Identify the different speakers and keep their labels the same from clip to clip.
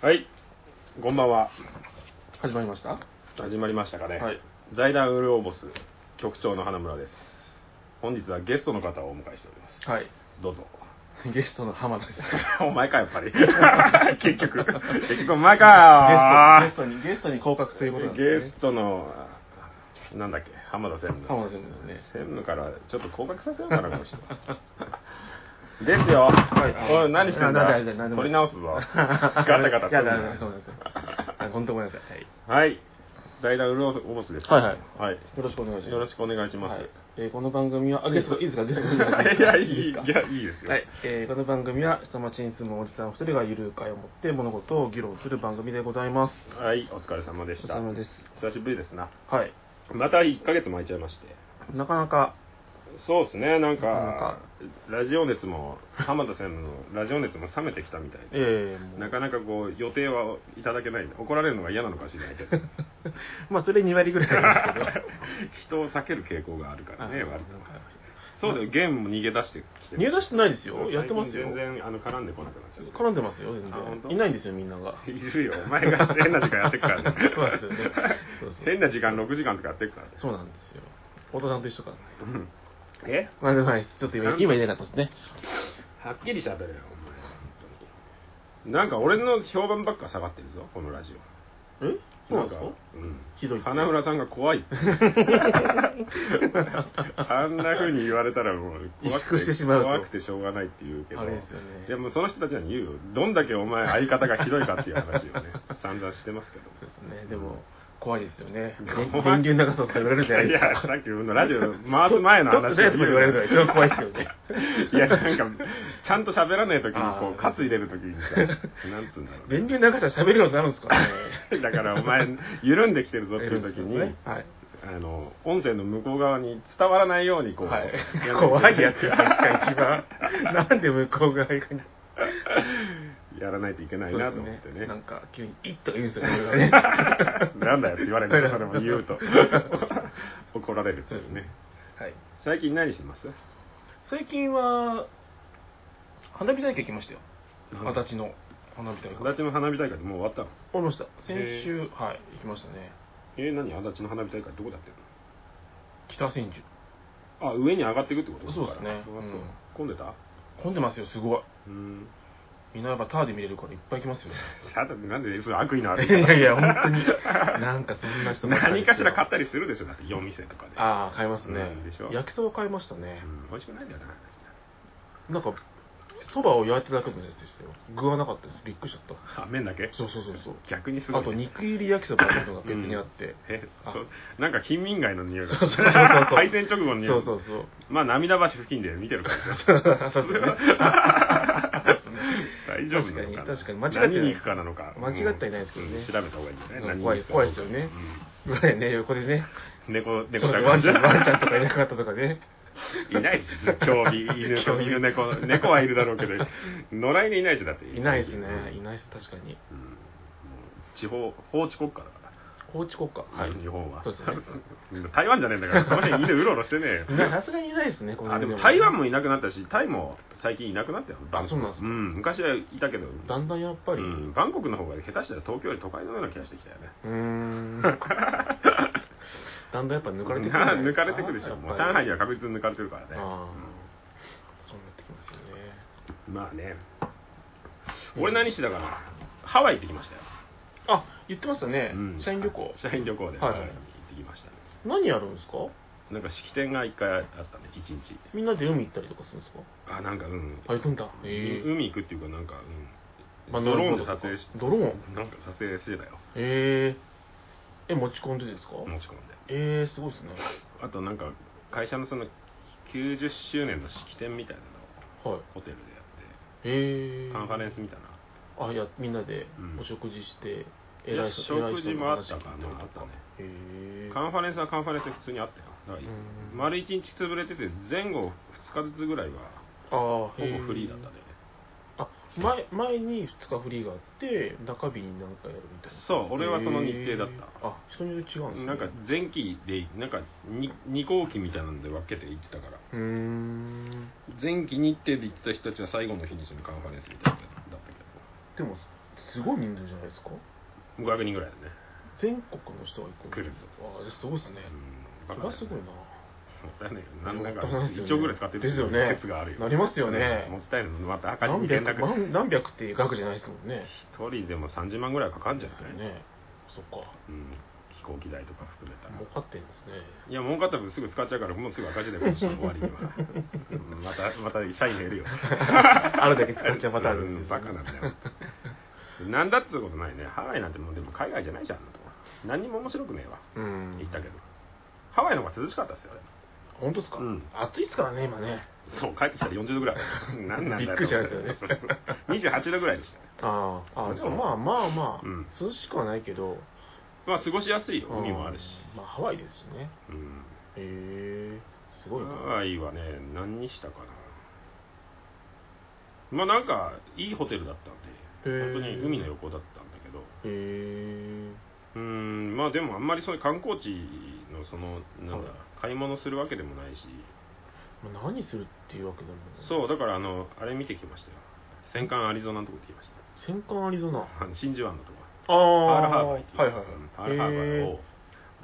Speaker 1: はい。こんばんは。
Speaker 2: 始まりました、
Speaker 1: 始まりましたかね。
Speaker 2: はい。
Speaker 1: 財団ウルオボス局長の花村です。本日はゲストの方をお迎えしております。
Speaker 2: はい
Speaker 1: どうぞ。
Speaker 2: ゲストの浜田ですゲ
Speaker 1: お前か、やっぱり。 結局。結局お前か
Speaker 2: ストゲストにゲストに降格ということなんです、
Speaker 1: ゲ
Speaker 2: ね
Speaker 1: ス、トの、なんだっけ、浜田専務。
Speaker 2: 浜田専務ですね
Speaker 1: 専務からちょっと降格させようか な、この人。ですよ。おい、何してん
Speaker 2: な
Speaker 1: だ
Speaker 2: ななな
Speaker 1: 取り直 すぞ。ガタガタす
Speaker 2: いや
Speaker 1: る
Speaker 2: だめ
Speaker 1: な
Speaker 2: だごめんなさい本当ごめんなさい、はい、
Speaker 1: はい。財団ウルオボスです。
Speaker 2: はい
Speaker 1: はい。
Speaker 2: よろしくお願いします
Speaker 1: よろしくお願いします
Speaker 2: はいえーこの番組はあゲスト いいですかゲスト
Speaker 1: いや、いい、い
Speaker 2: ですか
Speaker 1: や、いいですよ。
Speaker 2: はい、えーこの番組は下町に住むおじさん二人がゆるい会を持って物事を議論する番組でございます
Speaker 1: はい、お疲れ様で
Speaker 2: お
Speaker 1: し
Speaker 2: 疲
Speaker 1: た
Speaker 2: れ。様です
Speaker 1: 久しぶりですな。
Speaker 2: はい
Speaker 1: また1ヶ月も空いちゃいまして。
Speaker 2: なかなか
Speaker 1: そうですね、なん
Speaker 2: なん
Speaker 1: か
Speaker 2: か、
Speaker 1: ラジオ熱も、浜田専務のラジオ熱も冷めてきたみたいで、
Speaker 2: えーもう
Speaker 1: なかなかこう、予定はいただけないんで、怒られるのが嫌なのかしらないけ ど、
Speaker 2: まあそれ2割ぐらいなんですけど
Speaker 1: 人を避ける傾向があるから ね、
Speaker 2: はい
Speaker 1: 割と。そうだよ、ゲームも逃げ出してきて
Speaker 2: 逃げ出してないですよ。やってます
Speaker 1: 最
Speaker 2: よ
Speaker 1: 近。全然あの絡んでこなくなっちゃった。
Speaker 2: 絡んでますよ、全
Speaker 1: あ本当
Speaker 2: 然。いないんですよ、みんなが。。
Speaker 1: いるよ、お前が変な時間やってくからね
Speaker 2: そうなんですよねそうそう
Speaker 1: 変な時間、6時間とかやってくからね。
Speaker 2: そうなんですよ。大人と一緒か。
Speaker 1: うんえ
Speaker 2: まあでもはい、ちょっと今、今言えなかったですね。
Speaker 1: はっきり喋れよ、お前。なんか俺の評判ばっか下がってるぞ、このラジオ。
Speaker 2: えそうなんです
Speaker 1: か
Speaker 2: か
Speaker 1: うん。
Speaker 2: ひどいって
Speaker 1: 花村さんが怖いっ て。あんな風に言われたらもう怖
Speaker 2: 萎
Speaker 1: く
Speaker 2: 縮してしまうと
Speaker 1: 怖くてしょうがないって言うけど。
Speaker 2: あれですよね
Speaker 1: いやもうその人たちに言うよ。どんだけお前相方がひどいかっていう話をね、 散々してますけど。
Speaker 2: そうですね。でも、怖いですよね。
Speaker 1: 怖い
Speaker 2: 電流流すとか言われるじゃないです
Speaker 1: や、
Speaker 2: か。
Speaker 1: さっきのラジオ回す前の話
Speaker 2: ちょっとねとか言われるから一番怖いですよ ね。
Speaker 1: いや、なんか、ちゃんと喋らない時に、こう、
Speaker 2: あー
Speaker 1: カツ入れる時に さ、なんつうんだろうね、
Speaker 2: 電流流したら喋るようになるんですかね。
Speaker 1: だから、お前、 緩んできてるぞっていう時に、
Speaker 2: ね。はい。
Speaker 1: あの、音声の向こう側に伝わらないように、こう、
Speaker 2: はい
Speaker 1: やんなきゃけな、
Speaker 2: 怖いやつが一番。なんで向こう側に。
Speaker 1: やらないといけないなと思って
Speaker 2: そうです
Speaker 1: ね。
Speaker 2: なんか、急に、いっとか言うんですよ ね、俺がね
Speaker 1: なんだよって言われるんですよ、それも言 うと。怒られるって
Speaker 2: そう
Speaker 1: い
Speaker 2: です
Speaker 1: うね
Speaker 2: ね。。はい。
Speaker 1: 最近何してます
Speaker 2: 最近は花火大会行きましたよ
Speaker 1: うん
Speaker 2: 足立の花火大
Speaker 1: 足
Speaker 2: 会
Speaker 1: 立の花火大会ってもう終わったの
Speaker 2: おりました先
Speaker 1: へ
Speaker 2: 週はい行きましたね
Speaker 1: えー、何足立の花火大会どこだってるの
Speaker 2: 北千住
Speaker 1: あ上に上がっていくってこと
Speaker 2: そうですね
Speaker 1: ここから
Speaker 2: うん
Speaker 1: そう混んでた
Speaker 2: 混んでますよすごい
Speaker 1: うん
Speaker 2: みんなやっぱターで見れるからいっぱい行きま すよ
Speaker 1: ただなんでそれ悪意のある
Speaker 2: いやいや本当に なんかそんな人ばっり
Speaker 1: 何
Speaker 2: で
Speaker 1: か
Speaker 2: す
Speaker 1: し
Speaker 2: よ
Speaker 1: ら買ったりするでしょだって夜店とかで
Speaker 2: ああ買いますね
Speaker 1: うんでしょ
Speaker 2: 焼きそば買いました
Speaker 1: う
Speaker 2: ね
Speaker 1: ん美味しくないんだよな
Speaker 2: なんかそばを焼いてただけのやつでしたよ具はなかったですびっくりしちゃった
Speaker 1: あ麺だけ
Speaker 2: そうそうそうそう
Speaker 1: 逆にすごい
Speaker 2: あと肉入り焼きそばっていうのが別にあって
Speaker 1: え
Speaker 2: あ
Speaker 1: そうなんか金民街の匂いが
Speaker 2: そうそ うそうそう
Speaker 1: 敗戦直後の匂いう
Speaker 2: そそうそう
Speaker 1: まあ涙橋付近で見てる からですよ
Speaker 2: そうですね
Speaker 1: 大丈夫なのかな
Speaker 2: 確かに確かに間違ってない
Speaker 1: 何に行くかなのか
Speaker 2: 間違ってはいないですけどね
Speaker 1: うん調べた方がいいんじゃない何に行
Speaker 2: 怖い
Speaker 1: くか
Speaker 2: 怖いですよねまあね、横でね、
Speaker 1: うん猫
Speaker 2: そ
Speaker 1: 猫
Speaker 2: う
Speaker 1: ち
Speaker 2: そ
Speaker 1: ゃん
Speaker 2: う
Speaker 1: が
Speaker 2: ワンちゃん、ワンちゃんとかいなかったとかね。
Speaker 1: いないですよ、競技、 犬と、犬猫、猫はいるだろうけど、野良犬いないでしょ、だって。
Speaker 2: いないですね
Speaker 1: う、
Speaker 2: い
Speaker 1: ん
Speaker 2: ないです、確かに。
Speaker 1: 地方、法治国家だか
Speaker 2: 高知国家。
Speaker 1: ら、日本は。
Speaker 2: そうですね。
Speaker 1: 台湾じゃねえんだから、その辺犬うろうろしてねえよ
Speaker 2: いないさすがにいないですね、こ の
Speaker 1: あで
Speaker 2: 辺
Speaker 1: も台湾もいなくなったし、タイも最近いなくなったよ、バンコ
Speaker 2: そう
Speaker 1: ク。
Speaker 2: なんですか
Speaker 1: ん、昔はいたけど、
Speaker 2: だんだんやっぱり、
Speaker 1: う
Speaker 2: うん
Speaker 1: バンコクの方が下手したら東京より都会のような気がしてきたよね。
Speaker 2: ー ん。だんだんやっぱ 抜かれてくるんじゃない
Speaker 1: 抜
Speaker 2: す
Speaker 1: かれてくるでしょ、もう上海には確実に抜かれてるからね。
Speaker 2: あ
Speaker 1: う
Speaker 2: ー
Speaker 1: ん
Speaker 2: そうなってきますよね。
Speaker 1: まあね。俺何してたかなハワイ行ってきましたよ。
Speaker 2: あ、言ってましたね、
Speaker 1: うん
Speaker 2: 社員旅行。
Speaker 1: 社員旅行で、
Speaker 2: はいはい
Speaker 1: 行ってきましたね。
Speaker 2: 何やるんですか
Speaker 1: なんか式典が一回あったね、一日。
Speaker 2: みんなで海行ったりとかするんですか
Speaker 1: あ、なんかうん。
Speaker 2: あ、行くんだ。え
Speaker 1: 海行くっていうか、なんか、うん。
Speaker 2: まあ
Speaker 1: ドローンで撮影し
Speaker 2: ドロー
Speaker 1: ンなんか撮影してたよ。
Speaker 2: えええ、持ち込んでですか
Speaker 1: 持ち込んで。
Speaker 2: ええすごいですね。
Speaker 1: あとなんか、会社のその90周年の式典みたいなの
Speaker 2: はい。
Speaker 1: をホテルでや
Speaker 2: え
Speaker 1: っ
Speaker 2: え
Speaker 1: て、カンファレンスみたいな。
Speaker 2: あいやみんなで
Speaker 1: うん
Speaker 2: お食事して、
Speaker 1: いや
Speaker 2: 偉い人偉い
Speaker 1: 食事
Speaker 2: 人の
Speaker 1: もあっ
Speaker 2: 話
Speaker 1: た
Speaker 2: 聞い
Speaker 1: かな
Speaker 2: りと
Speaker 1: あったね
Speaker 2: へえ
Speaker 1: カンファレンスはカンファレンスで普通にあったよ。だから
Speaker 2: うん
Speaker 1: 丸1日潰れてて、前後2日ずつぐらいは、
Speaker 2: あ
Speaker 1: ほ
Speaker 2: ほ
Speaker 1: ぼフリーだったね。
Speaker 2: あ前前に2日フリーがあって中日に何かやるみたいな
Speaker 1: そう俺はその日程だった
Speaker 2: へえあ人によって違うんですね
Speaker 1: なんか前期でなんか 2, 後期みたいなので分けて行ってたから
Speaker 2: うーん
Speaker 1: 前期日程で行ってた人たちは最後の日にそのカンファレンスみたいなのだったけど
Speaker 2: でもすごい人数じゃないですか
Speaker 1: 500人ぐらいだね
Speaker 2: 全国の人が行く
Speaker 1: 来るぞ
Speaker 2: わあすごいですね
Speaker 1: うん
Speaker 2: そ
Speaker 1: バカ
Speaker 2: れ
Speaker 1: だよ
Speaker 2: は
Speaker 1: ね
Speaker 2: すごいな
Speaker 1: だね、なんだか
Speaker 2: もったいないです
Speaker 1: 1兆
Speaker 2: よね
Speaker 1: ぐらい使ってる
Speaker 2: ですよね
Speaker 1: 説があるよ
Speaker 2: なりますよね
Speaker 1: もったいないまた赤字
Speaker 2: 何
Speaker 1: に連絡
Speaker 2: 百万何百っていう額じゃないですもんね
Speaker 1: 一人でも30万ぐらいかかるんじゃ
Speaker 2: ですよ
Speaker 1: ない、
Speaker 2: ねそっか
Speaker 1: うん、飛行機代とか含めたら
Speaker 2: 儲かってんですね
Speaker 1: いや儲かった分すぐ使っちゃうからもうすぐ赤字だよ終わり にはうんまたまた社員減るよ
Speaker 2: あるだけ使っちゃまたある
Speaker 1: うんバカなんだよなんだっつうことないねハワイなんてもうでも海外じゃないじゃんあんなとこ何にも面白くねえわ
Speaker 2: うん
Speaker 1: 行ったけどハワイの方が涼しかったっすよ俺
Speaker 2: 本当ですか、
Speaker 1: うん
Speaker 2: 暑いですからね今ね
Speaker 1: そう帰ってきたら40度ぐらい 何なんだよ
Speaker 2: びっくりしましたよ ね
Speaker 1: 28度ぐらいでした
Speaker 2: あああでもまあまあまあ、
Speaker 1: うん
Speaker 2: 涼しくはないけど
Speaker 1: まあ過ごしやすいよ海もあるし
Speaker 2: うんまあハワイですしね
Speaker 1: うん
Speaker 2: へえすごいな
Speaker 1: ハワイはね何にしたかなまあなんかいいホテルだったんで
Speaker 2: へー
Speaker 1: 本当に海の横だったんだけど
Speaker 2: へえ
Speaker 1: うんまあでもあんまりそういう観光地のそのなんだ
Speaker 2: はい
Speaker 1: 買い物するわけでもないし
Speaker 2: まあ何するっていうわけでも
Speaker 1: そうだからあのあれ見てきましたよ戦艦アリゾナのとこ行ってきまし
Speaker 2: 戦艦アリゾナ
Speaker 1: たあの真珠湾のとこ
Speaker 2: あ
Speaker 1: パ
Speaker 2: あ
Speaker 1: ールハーバー行ってきま
Speaker 2: は
Speaker 1: し
Speaker 2: い
Speaker 1: た
Speaker 2: はい
Speaker 1: うんパ
Speaker 2: は
Speaker 1: ー
Speaker 2: い
Speaker 1: ルハーバー
Speaker 2: へ
Speaker 1: を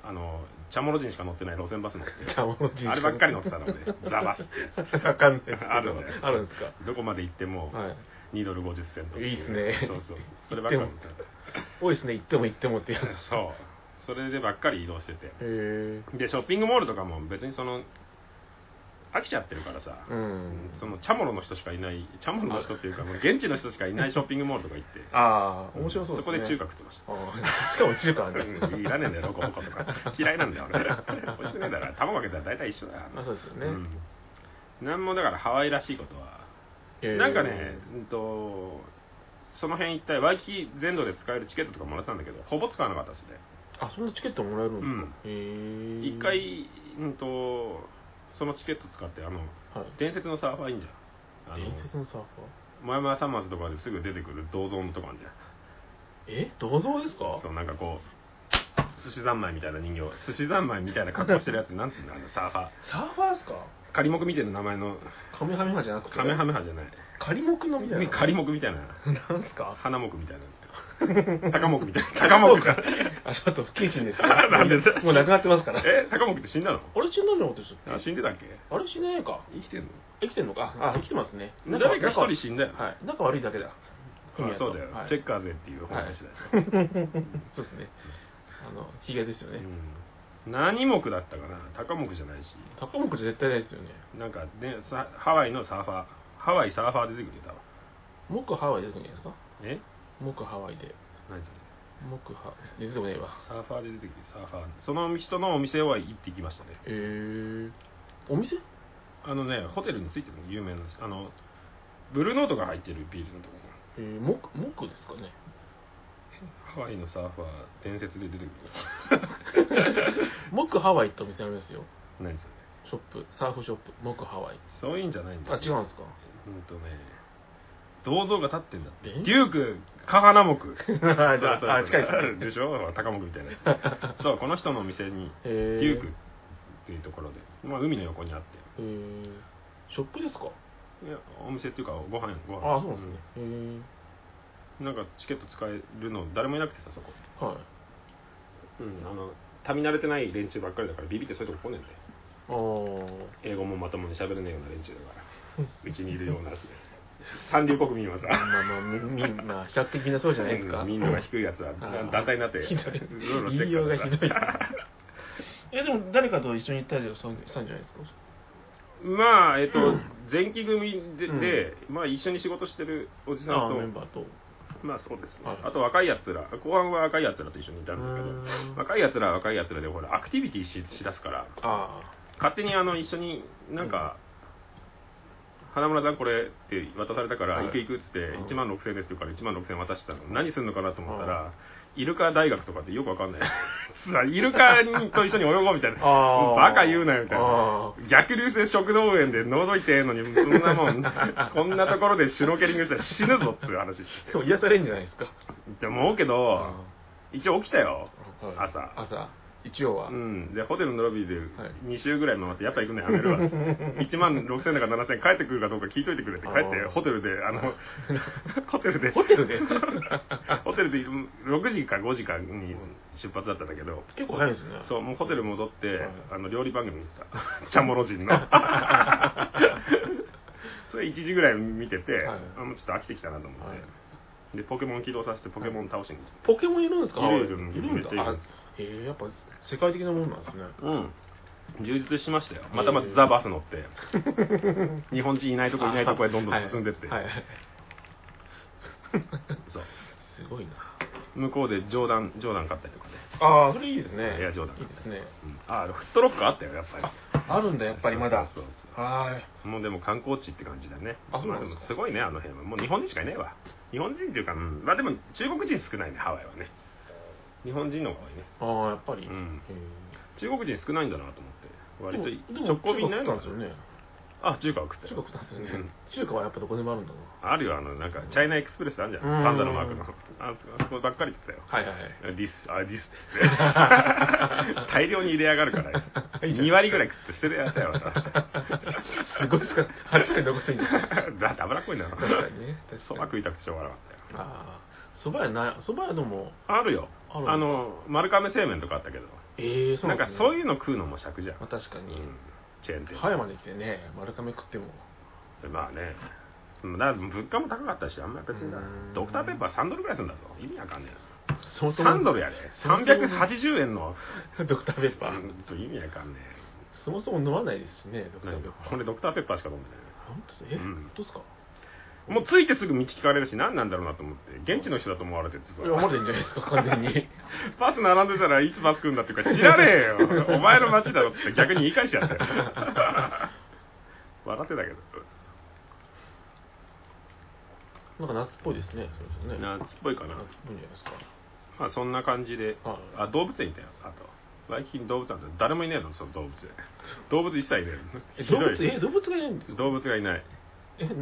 Speaker 1: あのチャモロ人しか乗ってない路線バス乗って
Speaker 2: えチャモロ人しか
Speaker 1: あればっかり乗ってたので、ザバスってやつ
Speaker 2: わかんないですけど
Speaker 1: あるのね
Speaker 2: あるんですか
Speaker 1: どこまで行っても
Speaker 2: はい
Speaker 1: 2ドル50セント
Speaker 2: いいっすね
Speaker 1: そうそうそうそればっかり
Speaker 2: 行多いですね行っても行ってもってやつへ
Speaker 1: そうそれでばっかり移動してて
Speaker 2: え
Speaker 1: でショッピングモールとかも別にその飽きちゃってるからさ、
Speaker 2: うん
Speaker 1: そのチャモロの人しかいないチャモロの人っていうかもう現地の人しかいないショッピングモールとか行って
Speaker 2: ああ面白そうですね
Speaker 1: そこで中華食ってました
Speaker 2: あー しかも中華はね
Speaker 1: うんいらねえんだよロコモコとか嫌いなんだよ俺美味しくねえだろ卵かけたら大体一緒だよ
Speaker 2: まあそうですよね
Speaker 1: うんなんもだからハワイらしいことは
Speaker 2: へえ
Speaker 1: なんかね、うんと、その辺一帯、ワイキキ全土で使えるチケットとかもらってたんだけど、ほぼ使わなかったですね。
Speaker 2: あそんなチケットもらえるんですかへえ
Speaker 1: 一回、うんと、そのチケット使って、あの、
Speaker 2: はい
Speaker 1: 伝説のサーファーいいんじゃん。あの
Speaker 2: 伝、説のサーファー
Speaker 1: もやもやさまつとかですぐ出てくる銅像のとこあるじゃん。
Speaker 2: え銅像ですか
Speaker 1: そう、なんかこう、寿司三昧みたいな人形、寿司三昧みたいな格好してるやつ、なんていうの、あの、サーファー。
Speaker 2: サーファーですか
Speaker 1: 仮目みたいな名前の、
Speaker 2: カメハメハじゃなくて
Speaker 1: カメハメハじゃない。
Speaker 2: 仮目のみたいな
Speaker 1: 仮目みたいな。
Speaker 2: なんすか
Speaker 1: 花目みたい な。高目みたいな。高目じゃない。
Speaker 2: あちょっと不謹慎です
Speaker 1: なんでだ
Speaker 2: もう なくなってますからあれ
Speaker 1: え高木って死んだの
Speaker 2: 死んだんじゃなかったでした
Speaker 1: あ
Speaker 2: っけ
Speaker 1: 死んでたっけ
Speaker 2: あれ死んでないか
Speaker 1: 生きてんの
Speaker 2: 生きてんのかあ生きてますねなん
Speaker 1: 誰か一人
Speaker 2: 人
Speaker 1: 死んだよ、
Speaker 2: はい仲悪いだけだ
Speaker 1: あそうだよ、
Speaker 2: はい
Speaker 1: チェッカーぜっていう本出しだよ、
Speaker 2: そうですねあのひげですよね
Speaker 1: うん、何目だったかな高目じゃないし
Speaker 2: 高目じゃ絶対ないですよね
Speaker 1: なんかねさハワイのサーファーハワイサーファー出てくるよ多分
Speaker 2: 木ハワイ出てくるんじゃないですか
Speaker 1: え
Speaker 2: 木ハワイで
Speaker 1: 何それ
Speaker 2: 木ハ出てこないわ
Speaker 1: サーファーで出てくるサーファーその人のお店は行ってきましたね
Speaker 2: へえお店
Speaker 1: あのねホテルについてるの有名なんですあのブルーノートが入ってるビールのとこ
Speaker 2: えー、木木ですか ね
Speaker 1: ハワイのサーファー伝説で出てくる
Speaker 2: 木ハワイってお店ありますよ
Speaker 1: 何それ
Speaker 2: ショップサーフショップ木ハワイ
Speaker 1: そういうんじゃないんだ
Speaker 2: あ違うんですか
Speaker 1: うんとね銅像が立ってんだって
Speaker 2: え
Speaker 1: デュークカハナ目
Speaker 2: あじゃああ近いですね
Speaker 1: でしょ高目みたいなや つそうこの人のお店に
Speaker 2: へ
Speaker 1: デ
Speaker 2: ー
Speaker 1: ュークっていうところで、まあ、海の横にあって
Speaker 2: えー、ショップですか
Speaker 1: いやお店っていうかご飯ご飯
Speaker 2: あそうなんですね、へ
Speaker 1: う
Speaker 2: え
Speaker 1: んなんかチケット使えるの誰もいなくてさそこ
Speaker 2: ー、はい
Speaker 1: うんあの旅慣れてない連中ばっかりだからビビってそういうとこ来ねえんだよ
Speaker 2: あー
Speaker 1: 英語もまともに喋れねえような連中だから うちにいるような三流国民はさ
Speaker 2: まあまあみみ まあ比較的みんなそうじゃないですか、
Speaker 1: うんみんなが低いやつは
Speaker 2: ー
Speaker 1: 団体になって
Speaker 2: ひどいう
Speaker 1: ろうろして
Speaker 2: 言いよう
Speaker 1: っ
Speaker 2: が
Speaker 1: から
Speaker 2: ひどいえでも誰かと一緒に行ったりしたんしたんじゃないですか
Speaker 1: まあえっと前期組で,、
Speaker 2: うん
Speaker 1: でまあ、一緒に仕事してるおじさん
Speaker 2: あ
Speaker 1: と
Speaker 2: メンバーと
Speaker 1: まあそうですね、
Speaker 2: はい
Speaker 1: あと若いやつら後半は若いやつらと一緒にいたんだけ
Speaker 2: うーん
Speaker 1: ど若いやつらは若いやつらでほらアクティビティししだすから
Speaker 2: あ
Speaker 1: 勝手にあの一緒になんか、花村さんこれって渡されたから、
Speaker 2: はい
Speaker 1: 行く行くっつって
Speaker 2: うん
Speaker 1: 1万6000円ですって言うから1万6000円渡してたの何すんのかなと思ったら、イルカ大学とかってよくわか んないさイルカにと一緒に泳ごうみたいな
Speaker 2: あー
Speaker 1: バカ言うなよみたいな
Speaker 2: あ
Speaker 1: 逆流性食道炎で喉痛えのにそんなも んこんなところでシュノーケリングしたら死ぬぞっていう話
Speaker 2: あでも癒されるんじゃないですか
Speaker 1: って思うけど
Speaker 2: あ
Speaker 1: 一応起きたよ
Speaker 2: ーはい
Speaker 1: 朝
Speaker 2: 朝一応は、
Speaker 1: うん、でホテルのロビーで
Speaker 2: はい
Speaker 1: 2週ぐらい回って、やっぱ行くのやめ るわっつって1万6000円だか7000円帰ってくるかどうか聞いといてくれって
Speaker 2: あー
Speaker 1: 帰ってホテルであ のホテルで
Speaker 2: ホテ ルで
Speaker 1: ホテルでうん6時か5時かに出発だったんだけど
Speaker 2: 結構早いですね
Speaker 1: そうもうホテル戻って、
Speaker 2: はい
Speaker 1: あの料理番組見てた チャモロ 人のそれ1時ぐらい見てて、
Speaker 2: はい
Speaker 1: あもうちょっと飽きてきたなと思って、
Speaker 2: はい
Speaker 1: でポケモン起動させてポケモン倒しに行って
Speaker 2: ポケモンいるんですか
Speaker 1: いるいる
Speaker 2: いるんだ
Speaker 1: めっちゃいる
Speaker 2: あえー、やっぱ世界的なものなんですね
Speaker 1: うん充実しましたよまたまたザ・バス乗っ て、日本人いないとこいないとこへどんどん進んでって、
Speaker 2: はいはいはい
Speaker 1: そう
Speaker 2: すごいな
Speaker 1: 向こうで冗談冗談買ったりとかね、
Speaker 2: ああそれいいですね
Speaker 1: エア冗談
Speaker 2: いいですね
Speaker 1: うんああフットロックあったよやっぱり
Speaker 2: あるんだやっぱりまだ
Speaker 1: そうそうそう
Speaker 2: は
Speaker 1: もうでも観光地って感じだね
Speaker 2: あそうなん
Speaker 1: ま
Speaker 2: で
Speaker 1: で
Speaker 2: すか
Speaker 1: もすごいねあの辺はもう日本人しかいないわ日本人っていうか、うんまあでも中国人少ないねハワイはね日本人の方が多いね
Speaker 2: ーいああやっぱり、
Speaker 1: うん
Speaker 2: へ
Speaker 1: 中国人少ないんだなと思って割と
Speaker 2: ーでも
Speaker 1: 直行便ない
Speaker 2: 中
Speaker 1: の
Speaker 2: 華食ったんですよね
Speaker 1: あ中華食った
Speaker 2: 中
Speaker 1: よ
Speaker 2: 華食ったんですよね、
Speaker 1: うん
Speaker 2: 中華はやっぱどこでもあるんだな
Speaker 1: あるよあのなんかチャイナエクスプレスってあるじゃん
Speaker 2: うん
Speaker 1: パンダのマークのあそこあそこばっかり言ってたよ
Speaker 2: はいはいはい
Speaker 1: ディスあディスって 大量に入れやがるから
Speaker 2: いいじゃん
Speaker 1: 2割ぐらい食って捨ててやったよまた
Speaker 2: すごいですか初めて残していいんじゃないですか
Speaker 1: だって脂っこいんだ
Speaker 2: 確か
Speaker 1: から
Speaker 2: にね確かに
Speaker 1: そば食いたくてしょうがなかったよ
Speaker 2: ああそば屋ないそば屋でも
Speaker 1: あるよ
Speaker 2: あ
Speaker 1: あ
Speaker 2: る
Speaker 1: の丸亀製麺とかあったけど
Speaker 2: ええそう
Speaker 1: なんかそう
Speaker 2: う、
Speaker 1: いうの食うのも尺じゃん、
Speaker 2: まあ、確か
Speaker 1: う
Speaker 2: に、
Speaker 1: ん、チェーン店、
Speaker 2: 葉山に来てね丸亀食っても
Speaker 1: まあねうんだから物価も高かったしあんま別にな
Speaker 2: うん
Speaker 1: ドクターペッパー3ドルぐらいするんだぞ意味わかんね
Speaker 2: そも
Speaker 1: え3ドル やで
Speaker 2: そもそも
Speaker 1: 380円の
Speaker 2: ドクターペッ
Speaker 1: う
Speaker 2: パー、
Speaker 1: んそう意味わかんね
Speaker 2: そもそも飲まないですしねド
Speaker 1: え
Speaker 2: クターペッパー
Speaker 1: 俺ドクターペッパーしか飲んでない
Speaker 2: 本当ですえ、
Speaker 1: うん
Speaker 2: 本当ですか
Speaker 1: もう着いてすぐ道聞かれるし何なんだろうなと思って現地の人だと思われててさ
Speaker 2: いや思ってんじゃないですか完 全に
Speaker 1: バス並んでたらいつバス来るんだっていうか知らね えよお前の街だろって逆に言い返しちゃったよ笑ってたけど
Speaker 2: なんか夏っぽいですねそれですね
Speaker 1: 夏っぽいかな
Speaker 2: 夏っぽいんじゃないですか
Speaker 1: まあそんな感じで
Speaker 2: は
Speaker 1: あ
Speaker 2: い
Speaker 1: 動物園いたよあと最近動物園あった誰もいねえのその動物園動物一切いねえ
Speaker 2: え
Speaker 1: の
Speaker 2: 動 物
Speaker 1: ひどい
Speaker 2: え動物がいないんですか
Speaker 1: 動物がいない
Speaker 2: えな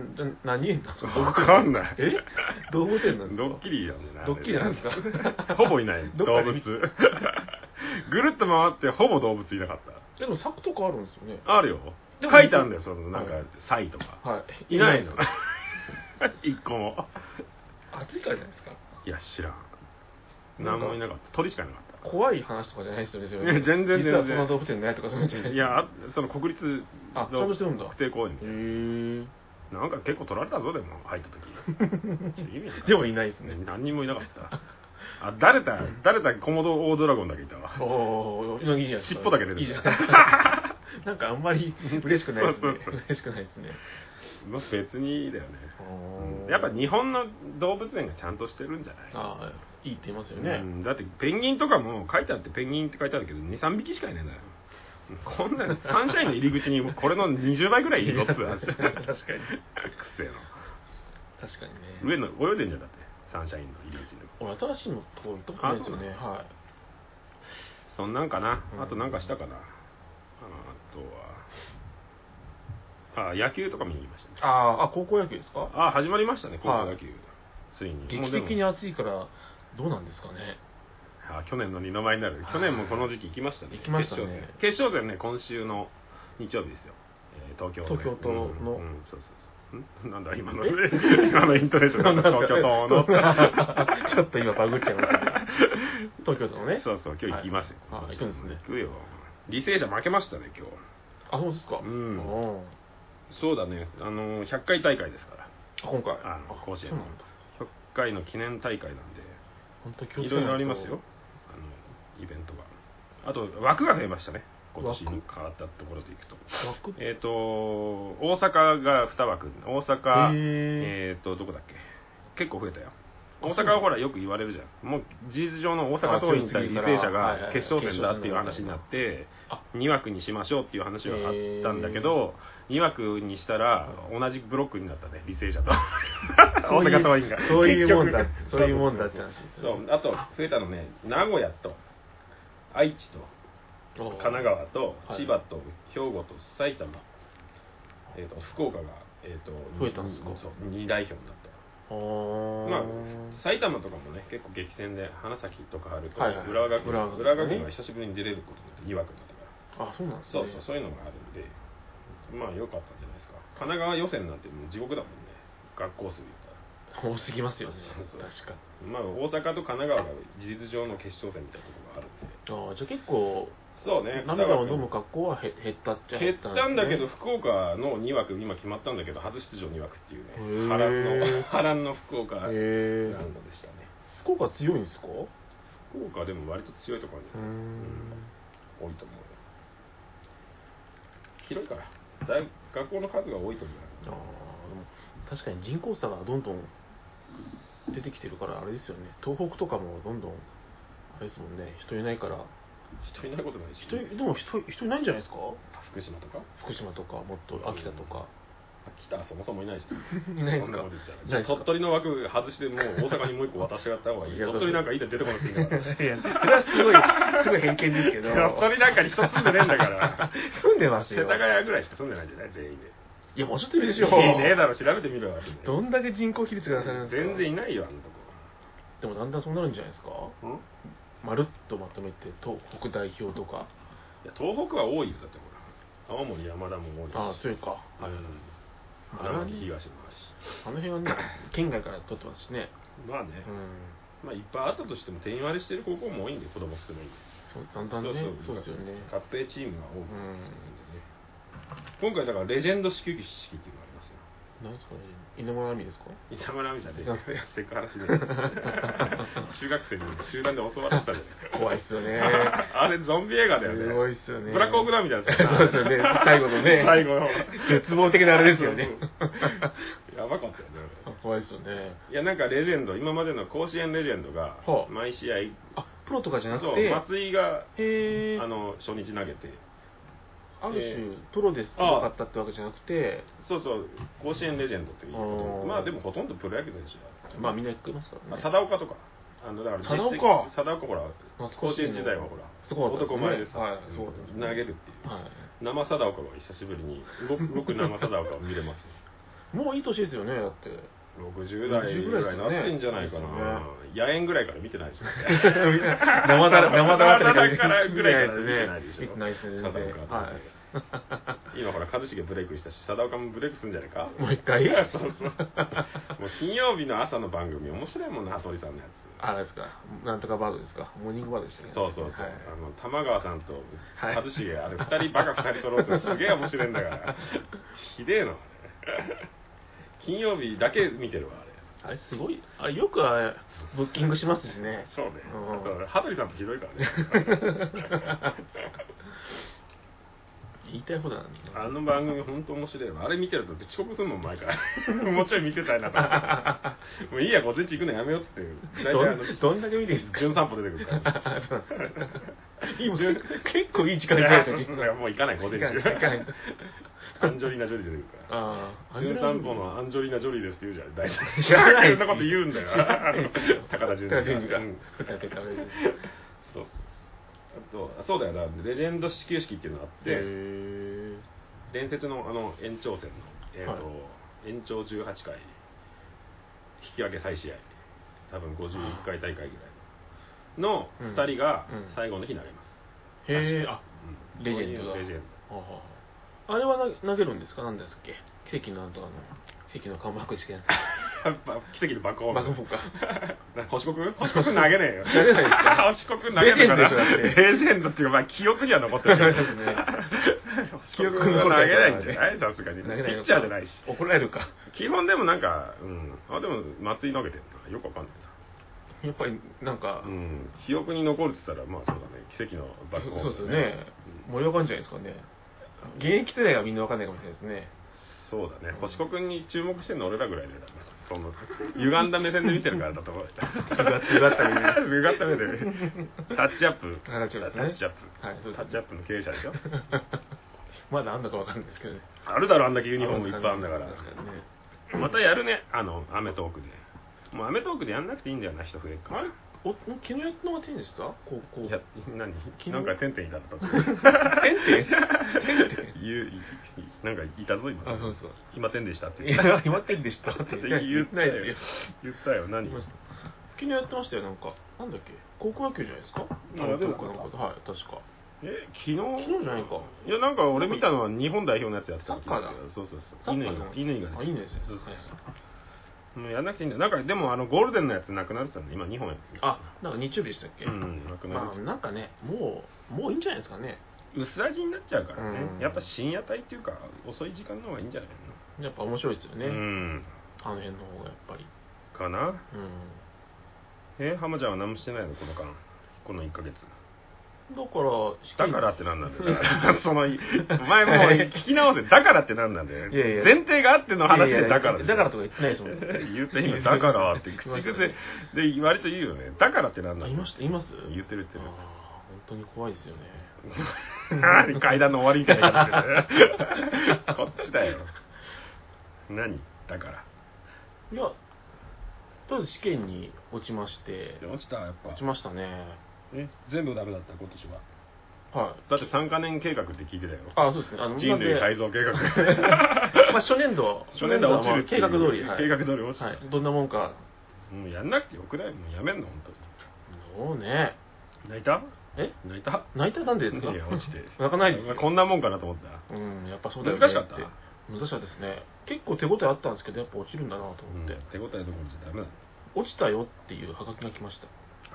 Speaker 2: 何園なんですか
Speaker 1: わかんない
Speaker 2: え動物園なんですか
Speaker 1: ドッキリなんだよな
Speaker 2: ドッキリなんです か
Speaker 1: ほぼいない
Speaker 2: ど
Speaker 1: 動
Speaker 2: っか
Speaker 1: 物
Speaker 2: で
Speaker 1: ぐ
Speaker 2: 見
Speaker 1: るっと回ってほぼ動物いなかっ
Speaker 2: えでも柵とかあるんですよね
Speaker 1: たあるよ
Speaker 2: でも
Speaker 1: 書いてあるんだよそのなん
Speaker 2: は
Speaker 1: か
Speaker 2: い
Speaker 1: サイとか
Speaker 2: はい
Speaker 1: いないの
Speaker 2: ですか
Speaker 1: 一個も
Speaker 2: 暑いからじゃないですか
Speaker 1: いや知らん
Speaker 2: なん
Speaker 1: 何
Speaker 2: か
Speaker 1: もいなかった鳥しかいなかっ
Speaker 2: 怖い話とかじゃないですよねそれ
Speaker 1: いや全然
Speaker 2: 実
Speaker 1: 全
Speaker 2: はそ
Speaker 1: 然
Speaker 2: の動物園ないとかそういうんじゃな
Speaker 1: た
Speaker 2: い
Speaker 1: いやあその国立
Speaker 2: あ
Speaker 1: 動物
Speaker 2: 動物園なんだ
Speaker 1: 特定公園
Speaker 2: へ
Speaker 1: で
Speaker 2: ー
Speaker 1: なんか結構取られたぞでも入った 時 意味わかんない
Speaker 2: でもいないですね
Speaker 1: 何人もいなかったあ誰だ誰だコモド大ドラゴンだけいた わ
Speaker 2: おーいいじゃないですか
Speaker 1: 尻尾だけ出てる
Speaker 2: いいじゃないなんかあんまり嬉しくないです
Speaker 1: そ
Speaker 2: ね
Speaker 1: うそうそう
Speaker 2: 嬉しくないですね
Speaker 1: まあ別にだよね
Speaker 2: おー
Speaker 1: やっぱ日本の動物園がちゃんとしてるんじゃない
Speaker 2: ああいいって言いますよね
Speaker 1: うんだってペンギンとかも書いてあってペンギンって書いてあるけど23匹しかいないんだよこんなのサンシャインの入り口にこれの20倍ぐらいいるよっつう話くっ
Speaker 2: 確かに確か
Speaker 1: せえの
Speaker 2: にね
Speaker 1: 上の泳いでんじゃんだってサンシャインの入り口でも
Speaker 2: 俺新しいのとこ行ったことないですよね
Speaker 1: あ
Speaker 2: は
Speaker 1: そんなんかな
Speaker 2: うん
Speaker 1: あとなんかしたかなあとはあ野球とか見に行きましたね
Speaker 2: いあーあ高校野球ですか
Speaker 1: あ始まりましたね高校野球、ついに
Speaker 2: 劇的に
Speaker 1: あ
Speaker 2: 暑いからどうなんですかね
Speaker 1: あ去年の二の舞になる去年もこの時期行きましたね
Speaker 2: 行きましたね
Speaker 1: 決勝戦決勝戦ね今週の日曜日ですよ、えー東京のね
Speaker 2: 東京都の
Speaker 1: うんうんそうそうそうんなんだ今の 今のイントネーションだった東京 都の
Speaker 2: ちょっと今バグっちゃいましたね東京都のね
Speaker 1: そうそう今日行きますよ、
Speaker 2: はいあ行くんですね
Speaker 1: 行くよ履正社負けましたね今日
Speaker 2: あそうですか
Speaker 1: うん
Speaker 2: おー
Speaker 1: そうだねあの100回大会ですから
Speaker 2: あ今回
Speaker 1: あの甲子園
Speaker 2: そう
Speaker 1: の
Speaker 2: なんだ
Speaker 1: 100回の記念大会なんで
Speaker 2: 本当気を
Speaker 1: い
Speaker 2: つけ
Speaker 1: ろ
Speaker 2: ない
Speaker 1: い
Speaker 2: と
Speaker 1: ろありますよあのイベントがあと枠が増えましたね今年に変わったところでいくと
Speaker 2: 枠
Speaker 1: えっ、と大阪が2枠大
Speaker 2: へ
Speaker 1: 阪
Speaker 2: ー
Speaker 1: えっ、とどこだっけ結構増えたよ大阪はほらよく言われるじゃんもう事実上の大阪桐蔭対履正社
Speaker 2: あ強い
Speaker 1: が
Speaker 2: 次
Speaker 1: 決
Speaker 2: か
Speaker 1: 勝
Speaker 2: ら
Speaker 1: 戦だっていう話になって
Speaker 2: あ
Speaker 1: 2枠にしましょうっていう話があったんだけど2枠にしたら同じブロックになったね履正社と大阪桐蔭が
Speaker 2: そういうもんだ
Speaker 1: 結局
Speaker 2: そういうもんだって話です
Speaker 1: そ
Speaker 2: ね
Speaker 1: うあと増えたのね名古屋と愛知と
Speaker 2: おー
Speaker 1: 神奈川と
Speaker 2: はい
Speaker 1: 千葉と兵庫と埼玉、えー、と福岡が、えー、と
Speaker 2: 増えたんですか
Speaker 1: そう2代表になった
Speaker 2: ー
Speaker 1: まあ埼玉とかもね結構激戦で花咲とかあると
Speaker 2: はいはい
Speaker 1: 浦和学院
Speaker 2: 浦和学院
Speaker 1: 浦和学院は久しぶりに出れることになって2枠になったから
Speaker 2: あそうなんです
Speaker 1: そ
Speaker 2: ね
Speaker 1: うそう、そういうのがあるんで、まあ良かったんじゃないですか。神奈川予選なんてもう地獄だもんね、学校数で言ったら。
Speaker 2: 多すぎますよね
Speaker 1: そうそう
Speaker 2: 確か
Speaker 1: まあ大阪と神奈川が事実上の決勝戦みたいなところがあるんで。
Speaker 2: あーじゃあ結構
Speaker 1: そうね、
Speaker 2: 涙を飲む学校はへ減ったっちゃ
Speaker 1: 減ったんだけど、
Speaker 2: へ
Speaker 1: 福岡の2枠、今決まったんだけど、初出場2枠っていう
Speaker 2: へ
Speaker 1: ね、
Speaker 2: ー
Speaker 1: 波乱の、 波乱の福岡ラウン
Speaker 2: え
Speaker 1: ドでしたね。
Speaker 2: 福岡強いんですか
Speaker 1: 福岡はでも割と強いところに
Speaker 2: うーん
Speaker 1: 多いと思うよ。広いから、だいぶ学校の数が多いと思うよ。
Speaker 2: あーでも確かに人口差がどんどん出てきてるからあれですよね東北とかもどんどんあれですもんね人いないから
Speaker 1: 人いないことないし、
Speaker 2: 人いでも人人いないんじゃないですか
Speaker 1: 福島とか
Speaker 2: 福島とかもっと秋田とか、
Speaker 1: 秋田はそもそもいないし
Speaker 2: いない
Speaker 1: そ
Speaker 2: です
Speaker 1: んな
Speaker 2: か
Speaker 1: こと言ったら
Speaker 2: いないですか
Speaker 1: 鳥取の枠外してもう大阪にもう一個渡してやった方がいい
Speaker 2: いや
Speaker 1: 鳥取なんかいいと出てこなくていいんだから
Speaker 2: いや、それはすごい、 すごい偏見ですけど。
Speaker 1: 鳥取なんかに人住んでねえんだから
Speaker 2: 住んでます
Speaker 1: 世
Speaker 2: よ。
Speaker 1: 田谷ぐらいしか住んでないんじゃない全員で
Speaker 2: いや、もうちょっといるでしょ。
Speaker 1: いいねえだろ調べてみろよ
Speaker 2: どんだけ人口比率が出せるんですか
Speaker 1: 全然いないよあのとこ
Speaker 2: でもだんだんそうなるんじゃないですか
Speaker 1: ん
Speaker 2: まるっとまとめて、東北代表とか。
Speaker 1: いや東北は多いよだってほら青森山田も多いし
Speaker 2: ああ、そういうか。
Speaker 1: うん
Speaker 2: あれは
Speaker 1: 長
Speaker 2: ね
Speaker 1: 崎東もあ
Speaker 2: あの辺はね、県外から取ってますしね。
Speaker 1: るしまあね
Speaker 2: う、ん。
Speaker 1: まあいっぱいあったとしても定員割れしてる高校も多いんで子供少ないんで
Speaker 2: そうだんだんね、そうですよね。
Speaker 1: 合併チームが多
Speaker 2: う
Speaker 1: くなって
Speaker 2: ん。
Speaker 1: きてるんでね今回だからレジェンド始球式っていうのがありますよ
Speaker 2: なんですかね、稲村亜美ですか
Speaker 1: 板村みたいで セクハラしね中学生に集団で襲われてたじゃん
Speaker 2: 怖いっすよ ね
Speaker 1: あれゾンビ映画だよね
Speaker 2: すごいっすよね
Speaker 1: ブラックオークダウンみたいな
Speaker 2: そうですよね最後のね
Speaker 1: 最後の
Speaker 2: 絶望的なあれですよね
Speaker 1: そうそうやばかったよねあ
Speaker 2: 怖いっすよね。
Speaker 1: れいやなんかレジェンド今までの甲子園レジェンドが
Speaker 2: はあ
Speaker 1: 毎試合、
Speaker 2: あ、プロとかじゃなく
Speaker 1: そう
Speaker 2: て、
Speaker 1: 松井が
Speaker 2: へえ。
Speaker 1: あの初日投げて
Speaker 2: ある種、
Speaker 1: え
Speaker 2: プロですごかったってわけじゃなくて、
Speaker 1: そうそう甲子園レジェンドっていうこと
Speaker 2: あー
Speaker 1: まあでもほとんどプロ野球選手だ
Speaker 2: まあみんな行きますから
Speaker 1: あ
Speaker 2: ね。
Speaker 1: 貞岡とかあのだから実績
Speaker 2: 貞岡
Speaker 1: 貞岡ほら
Speaker 2: 懐
Speaker 1: 甲
Speaker 2: か
Speaker 1: 子
Speaker 2: しい
Speaker 1: 園
Speaker 2: ね
Speaker 1: 時代はほら
Speaker 2: すごかったです
Speaker 1: 男
Speaker 2: ね
Speaker 1: 前でさ、
Speaker 2: はい
Speaker 1: うん
Speaker 2: すごかったですね
Speaker 1: 投げるっていう、
Speaker 2: は
Speaker 1: 生貞岡が久しぶりに動 く動く生貞岡を見れます
Speaker 2: い。もういい年ですよね、だ って。
Speaker 1: 60代ぐ
Speaker 2: 60ぐ
Speaker 1: ら
Speaker 2: ら
Speaker 1: い
Speaker 2: い
Speaker 1: になってんじゃないかな、野縁ぐらいから見てないでしょ
Speaker 2: 生だら、生だらけだ
Speaker 1: 生だからぐらいから見てないでしょ
Speaker 2: 見てないですね、全
Speaker 1: 貞
Speaker 2: 然
Speaker 1: 岡。は
Speaker 2: はい
Speaker 1: 今ほら一茂ブレイクしたし貞岡もブレイクするんじゃないか
Speaker 2: い。もう一回
Speaker 1: そうそうもう金曜日の朝の番組面白いもんな羽鳥さんのやつ
Speaker 2: あれですか、なんとかバードですか。モーニングバードでしたっけ
Speaker 1: そうそうそう、
Speaker 2: はい。
Speaker 1: あの玉川さんと
Speaker 2: はい
Speaker 1: 一茂、あれ2人バカ2人揃ってすげえ面白いんだからひでえの金曜日だけ見てるわあれ
Speaker 2: あれすごい、あれよくあれブッキングしますしね。
Speaker 1: そうね
Speaker 2: うん
Speaker 1: あと羽鳥さんもひどいからね
Speaker 2: 言いたいほどなんで。
Speaker 1: あの番組本当面白いわあれ見てると遅刻するもん前から もうちょい見てたいなと思っ てもういいや午前中行くのやめようっつって大体あの
Speaker 2: どんどんだけ見ていいですか
Speaker 1: 純散歩出てくるから
Speaker 2: あそうなんですか。いいもん結構いい時間じゃないですか、
Speaker 1: いやもう行かない午前
Speaker 2: 行か
Speaker 1: 中
Speaker 2: ない行かない
Speaker 1: アンジョリーナ・ジョリー出てくるから
Speaker 2: ああ、
Speaker 1: 純散歩のアンジョリーナ・ジョリーですって言うじゃん大体
Speaker 2: 知らない
Speaker 1: そんなこと言うんだよ
Speaker 2: 知らないですよ
Speaker 1: 高田純次
Speaker 2: 高田純次が
Speaker 1: うん
Speaker 2: ふざけた上で
Speaker 1: そうそうあとそうだよなレジェンド始球式っていうのがあって
Speaker 2: へえ
Speaker 1: 伝説のあの延長戦の、えーと
Speaker 2: は
Speaker 1: 延長18回引き分け再試合多分51回大会ぐらいの
Speaker 2: うん
Speaker 1: 2人が
Speaker 2: うん
Speaker 1: 最後の日投げます、
Speaker 2: へえあ
Speaker 1: うん
Speaker 2: レジェンドだ
Speaker 1: そういうレジェン
Speaker 2: あああれはな投げるんですか何ですっけ奇跡のなんとかの奇跡の関白事件
Speaker 1: ド やっぱ奇跡のバックホーム
Speaker 2: バックホームか
Speaker 1: な 星子くん星子くん投げねえよ
Speaker 2: 投げないですか
Speaker 1: 星子くん投げるから
Speaker 2: レジェンドでしょだって
Speaker 1: レジェンドっていうかまあ記憶には残ってるけど
Speaker 2: そうです ね
Speaker 1: 記憶には投げないんじゃないさすがに
Speaker 2: 投げない
Speaker 1: ピ
Speaker 2: の
Speaker 1: ッ
Speaker 2: か
Speaker 1: チャーじゃないし
Speaker 2: 怒られるか
Speaker 1: 基本でもなんか、うん、あでも松井投げてるなよくわかんない
Speaker 2: やっぱりなんか
Speaker 1: な、うん、記憶に残るって言ったらまあそうだね奇跡のバックホーム
Speaker 2: そうですよね盛り上がるんじゃないですかね現役世代がみんなわかんないかもしれないですね
Speaker 1: そうだね星子くんに注目してるの俺らぐらいだよその歪んだ目線で見てるからだと思う
Speaker 2: がった目で
Speaker 1: うがった目でタッチアップ
Speaker 2: タッチアップですね
Speaker 1: タッチアップ
Speaker 2: はいそうです
Speaker 1: タッチアップの経営者でしょ
Speaker 2: まだあんのかわかんないですけどね
Speaker 1: あるだろあんだけユニフォームいっぱいあるんだから
Speaker 2: 確かにね
Speaker 1: またやるねあのアメトーークでもうアメトーークでやんなくていいんだよな人増えるか
Speaker 2: あ
Speaker 1: ら
Speaker 2: れお昨日やったのが天でした高校
Speaker 1: いや、何
Speaker 2: 日
Speaker 1: なんかテンテンいたと。
Speaker 2: 天って
Speaker 1: 言う、いなんかいたぞ、今。
Speaker 2: あそうそう
Speaker 1: 今テンでしたって
Speaker 2: い
Speaker 1: 言った。
Speaker 2: や今天でしたって
Speaker 1: 言
Speaker 2: 言
Speaker 1: っ
Speaker 2: っ
Speaker 1: てた
Speaker 2: ないです
Speaker 1: よ
Speaker 2: よ。
Speaker 1: 言ったよ、何
Speaker 2: 言いました昨日やってましたよなんかなんだっけ高校野球じゃないですか
Speaker 1: あやってなかった
Speaker 2: なんかはい確か
Speaker 1: え、昨日
Speaker 2: 昨日じゃないか
Speaker 1: いや、なんか俺見たのは日本代表のやつやってた時ですよ
Speaker 2: サッカーだ
Speaker 1: そうそうそ
Speaker 2: サ
Speaker 1: う。
Speaker 2: ッ
Speaker 1: 乾
Speaker 2: カー
Speaker 1: が
Speaker 2: の、
Speaker 1: 乾が
Speaker 2: あ乾ですね
Speaker 1: そうそうそう。もうやんなくていいんだよ。なんか、でも、あの、ゴールデンのやつなくなってたんで、今、日本やってる
Speaker 2: あなんか日曜日でしたっけ、
Speaker 1: うん、なくな
Speaker 2: まあ
Speaker 1: る。
Speaker 2: なんかねもうもういいんじゃないですかね
Speaker 1: 薄味になっちゃうからね
Speaker 2: う。ん
Speaker 1: やっぱ深夜帯っていうか、遅い時間の方がいいんじゃないの
Speaker 2: やっぱ面白いですよね、
Speaker 1: うん。
Speaker 2: あの辺の方がやっぱり
Speaker 1: かな
Speaker 2: うん
Speaker 1: え浜ちゃんは何もしてないのこの間この1ヶ月
Speaker 2: だから
Speaker 1: だからって何なんだよだからそのお前もう聞き直せだからって何なんだよ
Speaker 2: いやいや
Speaker 1: 前提があっての話
Speaker 2: いやい
Speaker 1: で
Speaker 2: や
Speaker 1: だから
Speaker 2: だからとか言ってないですもん
Speaker 1: 言って今だからはって口癖で割と言うよねだからって何な
Speaker 2: あ
Speaker 1: ん
Speaker 2: い
Speaker 1: だよ
Speaker 2: ましたいます
Speaker 1: 言ってる言ってる
Speaker 2: あー本当に怖いですよね
Speaker 1: 何 階段の終わりみたいな感じでこっちだよ何だから
Speaker 2: いやとりあえず試験に落ちまして
Speaker 1: 落ちたやっ
Speaker 2: 落ちましたね
Speaker 1: え全部ダメだった今年は
Speaker 2: はい
Speaker 1: だって3カ年計画って聞いてたよ
Speaker 2: あそうですねあの
Speaker 1: 人類
Speaker 2: なん
Speaker 1: 改
Speaker 2: で
Speaker 1: 造計画
Speaker 2: まあ初年度
Speaker 1: 初年度は落ちるってい
Speaker 2: 計
Speaker 1: う
Speaker 2: 画通りはい
Speaker 1: 計画通り落ちた、
Speaker 2: はいどんなもんか
Speaker 1: もうやんなくてよくないもうやめんの本
Speaker 2: もうね
Speaker 1: 当に泣いた
Speaker 2: え
Speaker 1: 泣いた
Speaker 2: 泣いたなんでですか
Speaker 1: いや落ちて
Speaker 2: 泣かないですよ
Speaker 1: こんなもんかなと思った
Speaker 2: うんやっぱそうだよね
Speaker 1: 難しかった
Speaker 2: て難しかったですね結構手応えあったんですけどやっぱ落ちるんだなと思って、
Speaker 1: 手応えどころじゃダメだ
Speaker 2: 落ちたよっていうハガキが来ました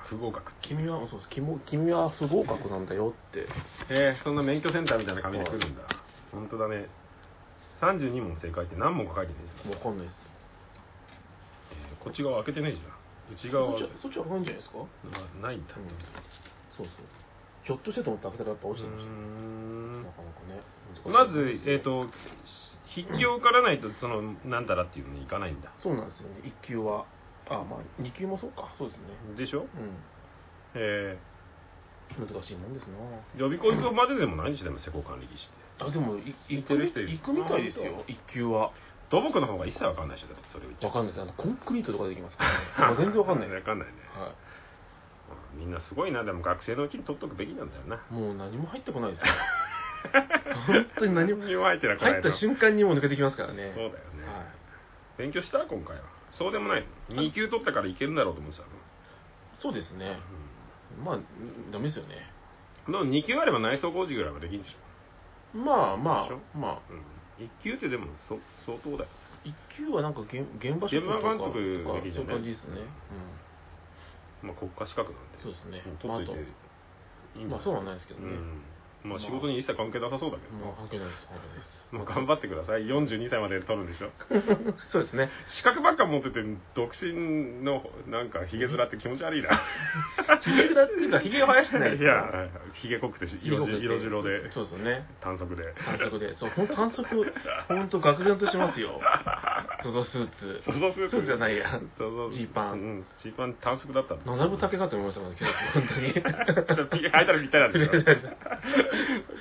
Speaker 1: 不合格
Speaker 2: 君はそうです君君は不合格なんだよって
Speaker 1: えー、そんな免許センターみたいな紙で来るんだ本当だね32問正解って何問か書いてねえじ
Speaker 2: わかんないです
Speaker 1: ゃん、えーこっち側開けてねえじゃん内側
Speaker 2: そっ
Speaker 1: は
Speaker 2: ちはそっちはわかんじゃないですか、うん、
Speaker 1: なないんだ
Speaker 2: そうそうひょっとしてと思って開けたらやっぱ
Speaker 1: う
Speaker 2: 落ちてました
Speaker 1: ん
Speaker 2: なかなかね
Speaker 1: まずえっ、と筆記を受からないとそのなんたらっていうのにいかないんだ
Speaker 2: そうなんですよね1級はあまあ2級もそうかそうですね
Speaker 1: でしょえー
Speaker 2: うん難しいもんです
Speaker 1: 予備校行くまででもないんでしょでも施工管理技師って
Speaker 2: なあでもい
Speaker 1: 行
Speaker 2: 行
Speaker 1: って
Speaker 2: く
Speaker 1: る
Speaker 2: み
Speaker 1: 人いる
Speaker 2: 行くみたいです
Speaker 1: あ本
Speaker 2: よ1級は
Speaker 1: 土木の方が一切わかんないでしょだってそれうち
Speaker 2: わかんないですあのコンクリートとかできますからね まあ全然わかんないで
Speaker 1: わ
Speaker 2: す、
Speaker 1: かんないね
Speaker 2: は、
Speaker 1: うんみんなすごいなでも学生のうちに取っとくべきなんだよない
Speaker 2: もう何も入ってこな いですね本当に何も
Speaker 1: にも入ってなくない
Speaker 2: 入っ
Speaker 1: の
Speaker 2: た瞬間にもう抜けてきますからね
Speaker 1: そうだよね、
Speaker 2: はい
Speaker 1: 勉強した今回はそうでもないの2級取ったからいけるんだろうと思ってたの
Speaker 2: そうですねまあダメですよね
Speaker 1: うんでも2級あれば内装工事ぐらいはできるでし
Speaker 2: まあま
Speaker 1: でし
Speaker 2: あまあ
Speaker 1: ょ、うん、1級ってでもそ相当だよ
Speaker 2: 一級はなんか現現場所
Speaker 1: 現場監督
Speaker 2: とか
Speaker 1: できる
Speaker 2: そう
Speaker 1: よね
Speaker 2: いう感じですね、
Speaker 1: まあ国家資格なんで
Speaker 2: そうですね
Speaker 1: も取っとい
Speaker 2: まあ
Speaker 1: ていいだ
Speaker 2: うんん、まあそうはないですけどね、
Speaker 1: うんまあ仕事に一切関係なさそうだけど、
Speaker 2: まあ関係ないです関係ないです
Speaker 1: まあ、頑張ってください42歳まで取るんでしょ
Speaker 2: そうですね。
Speaker 1: 資格ばっか持ってて独身のなんかひげ面って気持ち悪いな
Speaker 2: ひげだっていうか、ひげ生やしてない
Speaker 1: いやひげ濃くて色白色白で
Speaker 2: そうそうですよね。
Speaker 1: 短足で
Speaker 2: 短足で。そう、ほんと短足、ほんと愕然としますよ。ゾゾスーツ。
Speaker 1: そうそう
Speaker 2: スーツじゃないや。
Speaker 1: そうそう
Speaker 2: ジーパン
Speaker 1: うんジーパン短足だった
Speaker 2: 七分丈かと思いましたもんね、本当に。
Speaker 1: 履いたらぴった りなんですよ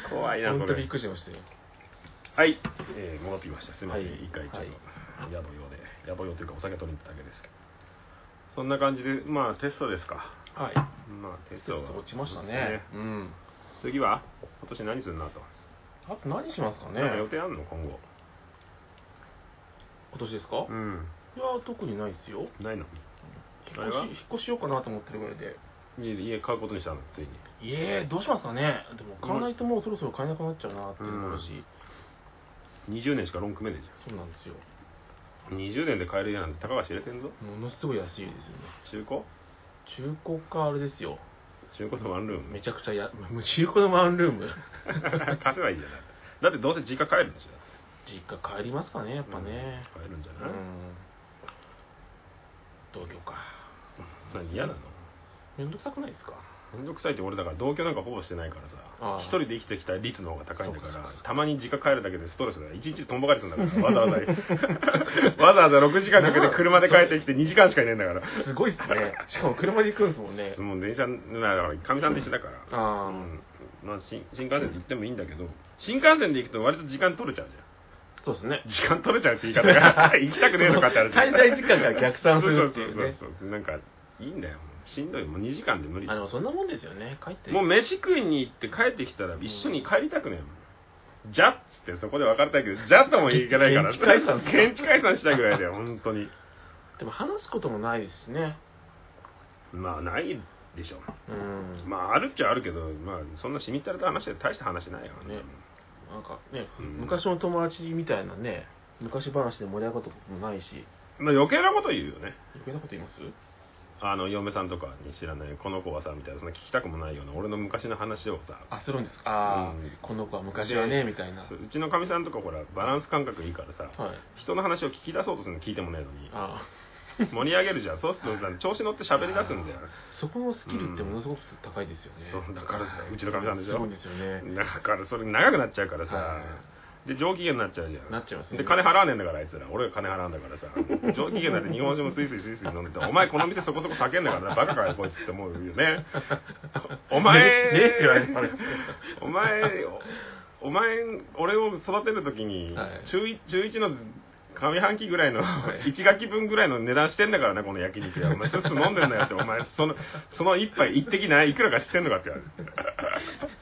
Speaker 1: 怖いな
Speaker 2: 本
Speaker 1: こ
Speaker 2: 当び
Speaker 1: れ
Speaker 2: っくりしましたよ。
Speaker 1: はい、えー戻ってきましたすいません
Speaker 2: はい
Speaker 1: 一回ちょっ
Speaker 2: はい
Speaker 1: と宿用で宿用というかお酒取りに行っただけですけどそんな感じでまあテストですか
Speaker 2: はい。
Speaker 1: まあテス
Speaker 2: ち
Speaker 1: ト
Speaker 2: ょ
Speaker 1: は
Speaker 2: っと落ちましたね。うん。
Speaker 1: 次は今年何するなと
Speaker 2: あと何しますかね
Speaker 1: なんか予定あんの今後
Speaker 2: 今年ですか
Speaker 1: うん
Speaker 2: いや、特にないですよ。
Speaker 1: ないの
Speaker 2: 引
Speaker 1: あれ
Speaker 2: っ越し
Speaker 1: は、
Speaker 2: 引っ越しようかなと思ってるぐらいで。
Speaker 1: 家家買うことにしたのついに
Speaker 2: いえ、どうしますかねでも買わないともうそろそろ買えなくなっちゃうなっていうのもあるし。
Speaker 1: 20年しかローン組めねえ
Speaker 2: そうなんですよ。
Speaker 1: じゃん20年で買える家なんてたかが知れてんぞ
Speaker 2: ものすごい安いですよね。
Speaker 1: 中古
Speaker 2: 中古かあれですよ
Speaker 1: 中古のワンルーム
Speaker 2: めちゃくちゃやもう中古のワンルーム
Speaker 1: 貸せばいいじゃないだってどうせ実家帰るんでしょ
Speaker 2: 実家帰りますかねやっぱね
Speaker 1: 帰るんじゃ
Speaker 2: う
Speaker 1: なんい、
Speaker 2: 同居か
Speaker 1: 何嫌なの
Speaker 2: めんどくさくないですか
Speaker 1: 面倒くさいって俺だから同居なんかほぼしてないから
Speaker 2: あ
Speaker 1: さ
Speaker 2: あ
Speaker 1: 一人で生きてきた率の方が高いんだか
Speaker 2: そう
Speaker 1: ら
Speaker 2: かそうか
Speaker 1: たまに実家帰るだけでストレスだよ一日とんぼ返りするんだからわざわ ざわざわざ6時間かけて車で帰ってきて2時間しかいないんだから
Speaker 2: すごいっすねしかも車で行くんですもんね
Speaker 1: もう電車なだからかみさんと一緒だから
Speaker 2: ああ
Speaker 1: うんまあ、新新幹線で行ってもいいんだけど新幹線で行くと割と時間取れちゃうじゃん
Speaker 2: そうですね
Speaker 1: 時間取れちゃうって言い方 が行きたくねえのかって話
Speaker 2: 滞在時間が逆算するっていうね
Speaker 1: そうそうそうそうなんかいいんだよしんどいもう2時間で無理
Speaker 2: あでもそんなもんですよね帰って
Speaker 1: もう飯食いに行って帰ってきたら一緒に帰りたくねえもん、じゃっつってそこで別れたいけどじゃっともいけないから
Speaker 2: 現地解散
Speaker 1: 現地解散したいぐらいだよ本当に
Speaker 2: でも話すこともないですしね
Speaker 1: まあないでしょ
Speaker 2: うん
Speaker 1: まああるっちゃあるけどまあそんなしみったれた話で大した話ないよね
Speaker 2: ねなんかね、
Speaker 1: うん
Speaker 2: 昔の友達みたいなね昔話で盛り上がったこともないし
Speaker 1: まあ余計なこと言うよね
Speaker 2: 余計なこと言います
Speaker 1: あの嫁さんとかに知らないこの子はさみたいなそんな聞きたくもないような俺の昔の話をさ
Speaker 2: あするんですかああ、
Speaker 1: うん
Speaker 2: この子は昔はねみたいなは
Speaker 1: そううちのかみさんとかほらバランス感覚いいからさ
Speaker 2: い
Speaker 1: 人の話を聞き出そうとするの聞いてもねえのに
Speaker 2: ああ
Speaker 1: 盛り上げるじゃんそうするとさ調子乗って喋り出すんだよ
Speaker 2: そこのスキルってものすごく高いですよね、
Speaker 1: そうだからうちのかみさんでしょ
Speaker 2: すごいですよね
Speaker 1: だからそれ長くなっちゃうからさ、
Speaker 2: は
Speaker 1: で上機嫌になっちゃうじゃん
Speaker 2: なっちゃいますね
Speaker 1: で金払わねえんだからあいつら俺が金払うんだからさ上機嫌になって日本酒もスイスイスイスイ飲んでてお前この店そこそこ酒んだからなバカかよこいつって思うよねお前
Speaker 2: ねねって言われるからです
Speaker 1: お前おお前俺を育てる時に、
Speaker 2: はい
Speaker 1: 中一中1の上半期ぐらいの
Speaker 2: はい
Speaker 1: 1学期分ぐらいの値段してんだからなこの焼肉屋お前スースー飲んでんだよってお前そのその一杯一滴ないいくらかしてんのかって言われる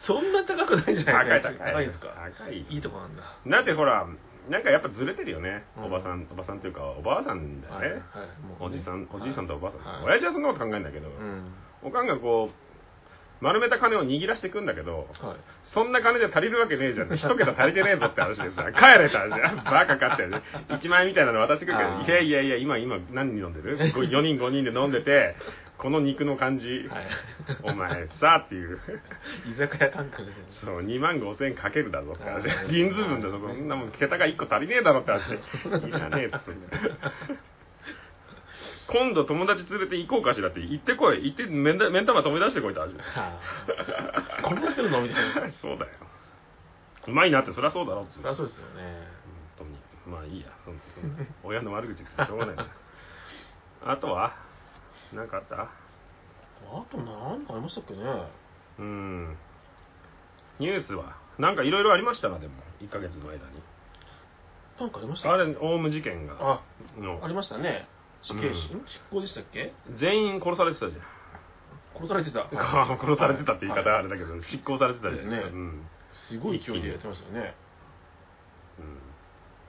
Speaker 2: そんな高くないじゃ
Speaker 1: 高
Speaker 2: ないいですか
Speaker 1: 高い
Speaker 2: ですか
Speaker 1: 高い
Speaker 2: いいとこなんだ
Speaker 1: なんてほらなんかやっぱずれてるよね、
Speaker 2: うん
Speaker 1: おばさんおばさんというかおばあさんだよね、
Speaker 2: はいはいもう
Speaker 1: お
Speaker 2: ね
Speaker 1: じさんおじいさんとおばあさん、
Speaker 2: はい
Speaker 1: 親父はそんなこと考えんだけど、
Speaker 2: うん
Speaker 1: おかんがこう丸めた金を握らしていくんだけど
Speaker 2: はい
Speaker 1: そんな金じゃ足りるわけねえじゃん一桁足りてねえぞって話でさ帰れたじ ゃんバカかってね1万円みたいなの渡してくる
Speaker 2: あー
Speaker 1: けどいやいやいや今今何人飲んでる ?4 人5人で飲んでてこの肉の感じ、
Speaker 2: はい
Speaker 1: お前さっていう
Speaker 2: 居酒屋感覚ですよね
Speaker 1: そう、2万5千かけるだぞって話
Speaker 2: あー
Speaker 1: 人数分だぞ、そんなもん、桁が1個足りねえだろって 話いらねえっつって今度友達連れて行こうかしらって、行ってこい、行って、目ん玉目ん玉飛び出してこいって話
Speaker 2: はあこんな人のみたいな
Speaker 1: そうだよ。うまいなって、そりゃそうだろっつ
Speaker 2: そ
Speaker 1: っ
Speaker 2: り
Speaker 1: て。
Speaker 2: ゃ
Speaker 1: 本
Speaker 2: そうですよね
Speaker 1: 当に。まあいいや、そんそんな親の悪口ってしょうがないな。あとはなんかあった
Speaker 2: あと何かありましたっけね
Speaker 1: うん。ニュースはなんかいろいろありましたな、でも。1ヶ月の間に。
Speaker 2: なんかありました
Speaker 1: あれ、オウム事件が。
Speaker 2: あ
Speaker 1: の
Speaker 2: ありましたね死刑囚、
Speaker 1: うん
Speaker 2: ん執行でしたっけ
Speaker 1: 全員殺されてたじゃ
Speaker 2: 殺されてた
Speaker 1: ん殺されてたって言い方はあれだけど、執行されてたじゃん、
Speaker 2: ですね
Speaker 1: うん
Speaker 2: すごい勢いでやってましたよね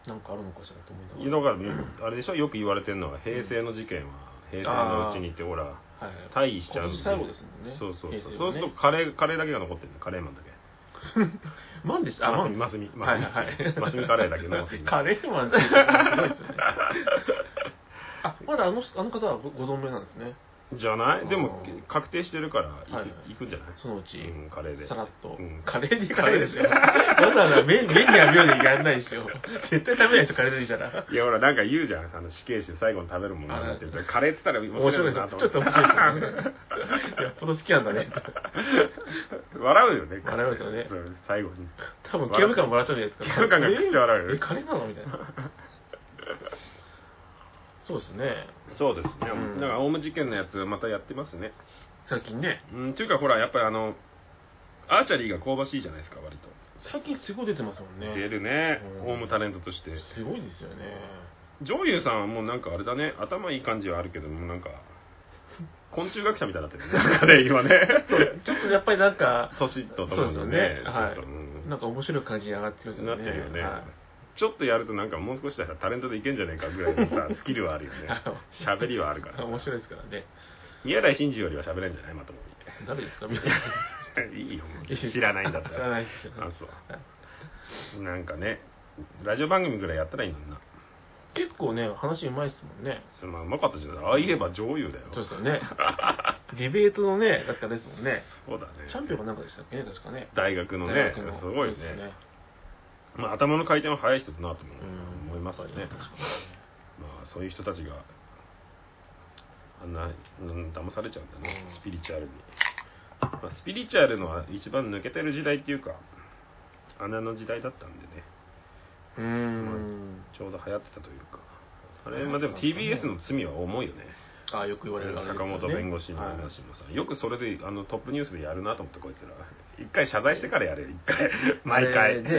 Speaker 2: なんかあるのかしらと思いな
Speaker 1: うん、だ
Speaker 2: が
Speaker 1: からあれでしょよく言われてるのは平成の事件は平成のうちにってほら
Speaker 2: らはいはい
Speaker 1: 退位しちゃう
Speaker 2: 今年最後ですもんね
Speaker 1: そうそう
Speaker 2: 平
Speaker 1: そう、
Speaker 2: 成
Speaker 1: そう
Speaker 2: は
Speaker 1: す
Speaker 2: ね
Speaker 1: るとカレーカレーだけが残ってるのカレーマンだけ
Speaker 2: マンでしたあマン
Speaker 1: マスミマ
Speaker 2: は
Speaker 1: ス
Speaker 2: い
Speaker 1: ミ
Speaker 2: はい
Speaker 1: マスミカレーだけ残ってる
Speaker 2: カレーマンってすごいですよ ねあまだあのあの方はごご存命なんですね
Speaker 1: じゃないでも
Speaker 2: あー
Speaker 1: 確定してるから行く,、
Speaker 2: はいはい
Speaker 1: 行くんじゃない
Speaker 2: そのうち
Speaker 1: うん、カレーで
Speaker 2: さらっと、
Speaker 1: うん
Speaker 2: カレーでカレーでしょ わざわざ目目には妙にやんないでしょ絶対食べないでしょカレーでいいから
Speaker 1: いやほらなんか言うじゃんあの死刑囚最後に食べるものになってるからカレーって言ったら面
Speaker 2: 面
Speaker 1: 白
Speaker 2: 白
Speaker 1: い
Speaker 2: い
Speaker 1: な
Speaker 2: な
Speaker 1: と
Speaker 2: と
Speaker 1: 思
Speaker 2: 思
Speaker 1: っ
Speaker 2: っててちょっと面白いですねよっぽど好きなんだね
Speaker 1: 笑うよね
Speaker 2: 笑いますよね
Speaker 1: そう最後に
Speaker 2: 多分刑務官もらっちゃうんじゃないですか
Speaker 1: 刑務官が食って笑うよ
Speaker 2: えカレー なのみたいなそうですね
Speaker 1: そうですね、
Speaker 2: うん
Speaker 1: だからオウム事件のやつまたやってますね
Speaker 2: 最近ね
Speaker 1: うんというかほらやっぱりあのアーチャリーが香ばしいじゃないですか割と、
Speaker 2: 最近すごい出てますもんね
Speaker 1: 出るね、
Speaker 2: うん
Speaker 1: オウムタレントとして
Speaker 2: すごいですよね
Speaker 1: 上優さんはもうなんかあれだね頭いい感じはあるけどもうなんか昆虫学者みたいになってる ねなんかね今ね
Speaker 2: ちょっとやっぱりなんか
Speaker 1: 年とと
Speaker 2: そ
Speaker 1: も
Speaker 2: うですよ
Speaker 1: に
Speaker 2: ね
Speaker 1: ね
Speaker 2: はい
Speaker 1: ちょっとうん
Speaker 2: なんか面白い感じに上がってるんです
Speaker 1: な
Speaker 2: よ
Speaker 1: って
Speaker 2: ね
Speaker 1: るよね、
Speaker 2: はい
Speaker 1: ちょっとやるとなんかもう少しだったらタレントでいけんじゃねえかぐらいのさスキルはある よね喋りはあるから
Speaker 2: 面白いですからね
Speaker 1: 宮台真司よりは喋れんじゃないまとも
Speaker 2: 誰ですかみたいな
Speaker 1: にいいよもう知らないんだったら
Speaker 2: 知ら ないですよ
Speaker 1: あそうなんかねラジオ番組ぐらいやったらいいのにな
Speaker 2: 結構ね話うまいですもんね
Speaker 1: まあうまかったじゃないああ言えば女優だよ
Speaker 2: そうですよ ねディベートのねだってあれですもんね
Speaker 1: そうだね
Speaker 2: チャンピオンかなんかでしたっけね確かね
Speaker 1: 大学の
Speaker 2: 大
Speaker 1: ね
Speaker 2: 学の
Speaker 1: すごいね
Speaker 2: そうですよ
Speaker 1: まあ、頭の回転は速い人だなとも
Speaker 2: うん
Speaker 1: 思いますよね
Speaker 2: やっぱり確か
Speaker 1: まあそういう人たちがあんな、うん、騙されちゃうんだね
Speaker 2: うん
Speaker 1: スピリチュアルに、まあ、スピリチュアルのは一番抜けてる時代っていうか穴の時代だったんでね
Speaker 2: にうーん
Speaker 1: ちょうど流行ってたというかあれ
Speaker 2: うん
Speaker 1: まあでも
Speaker 2: そうですね
Speaker 1: TBS の罪は重いよね
Speaker 2: ああよく言われるあれです
Speaker 1: 坂
Speaker 2: よね
Speaker 1: 本弁護士の話もさ、よくそれであのトップニュースでやるなと思ってこいつら一回謝罪してからやれよ一回毎
Speaker 2: あ
Speaker 1: 回
Speaker 2: れね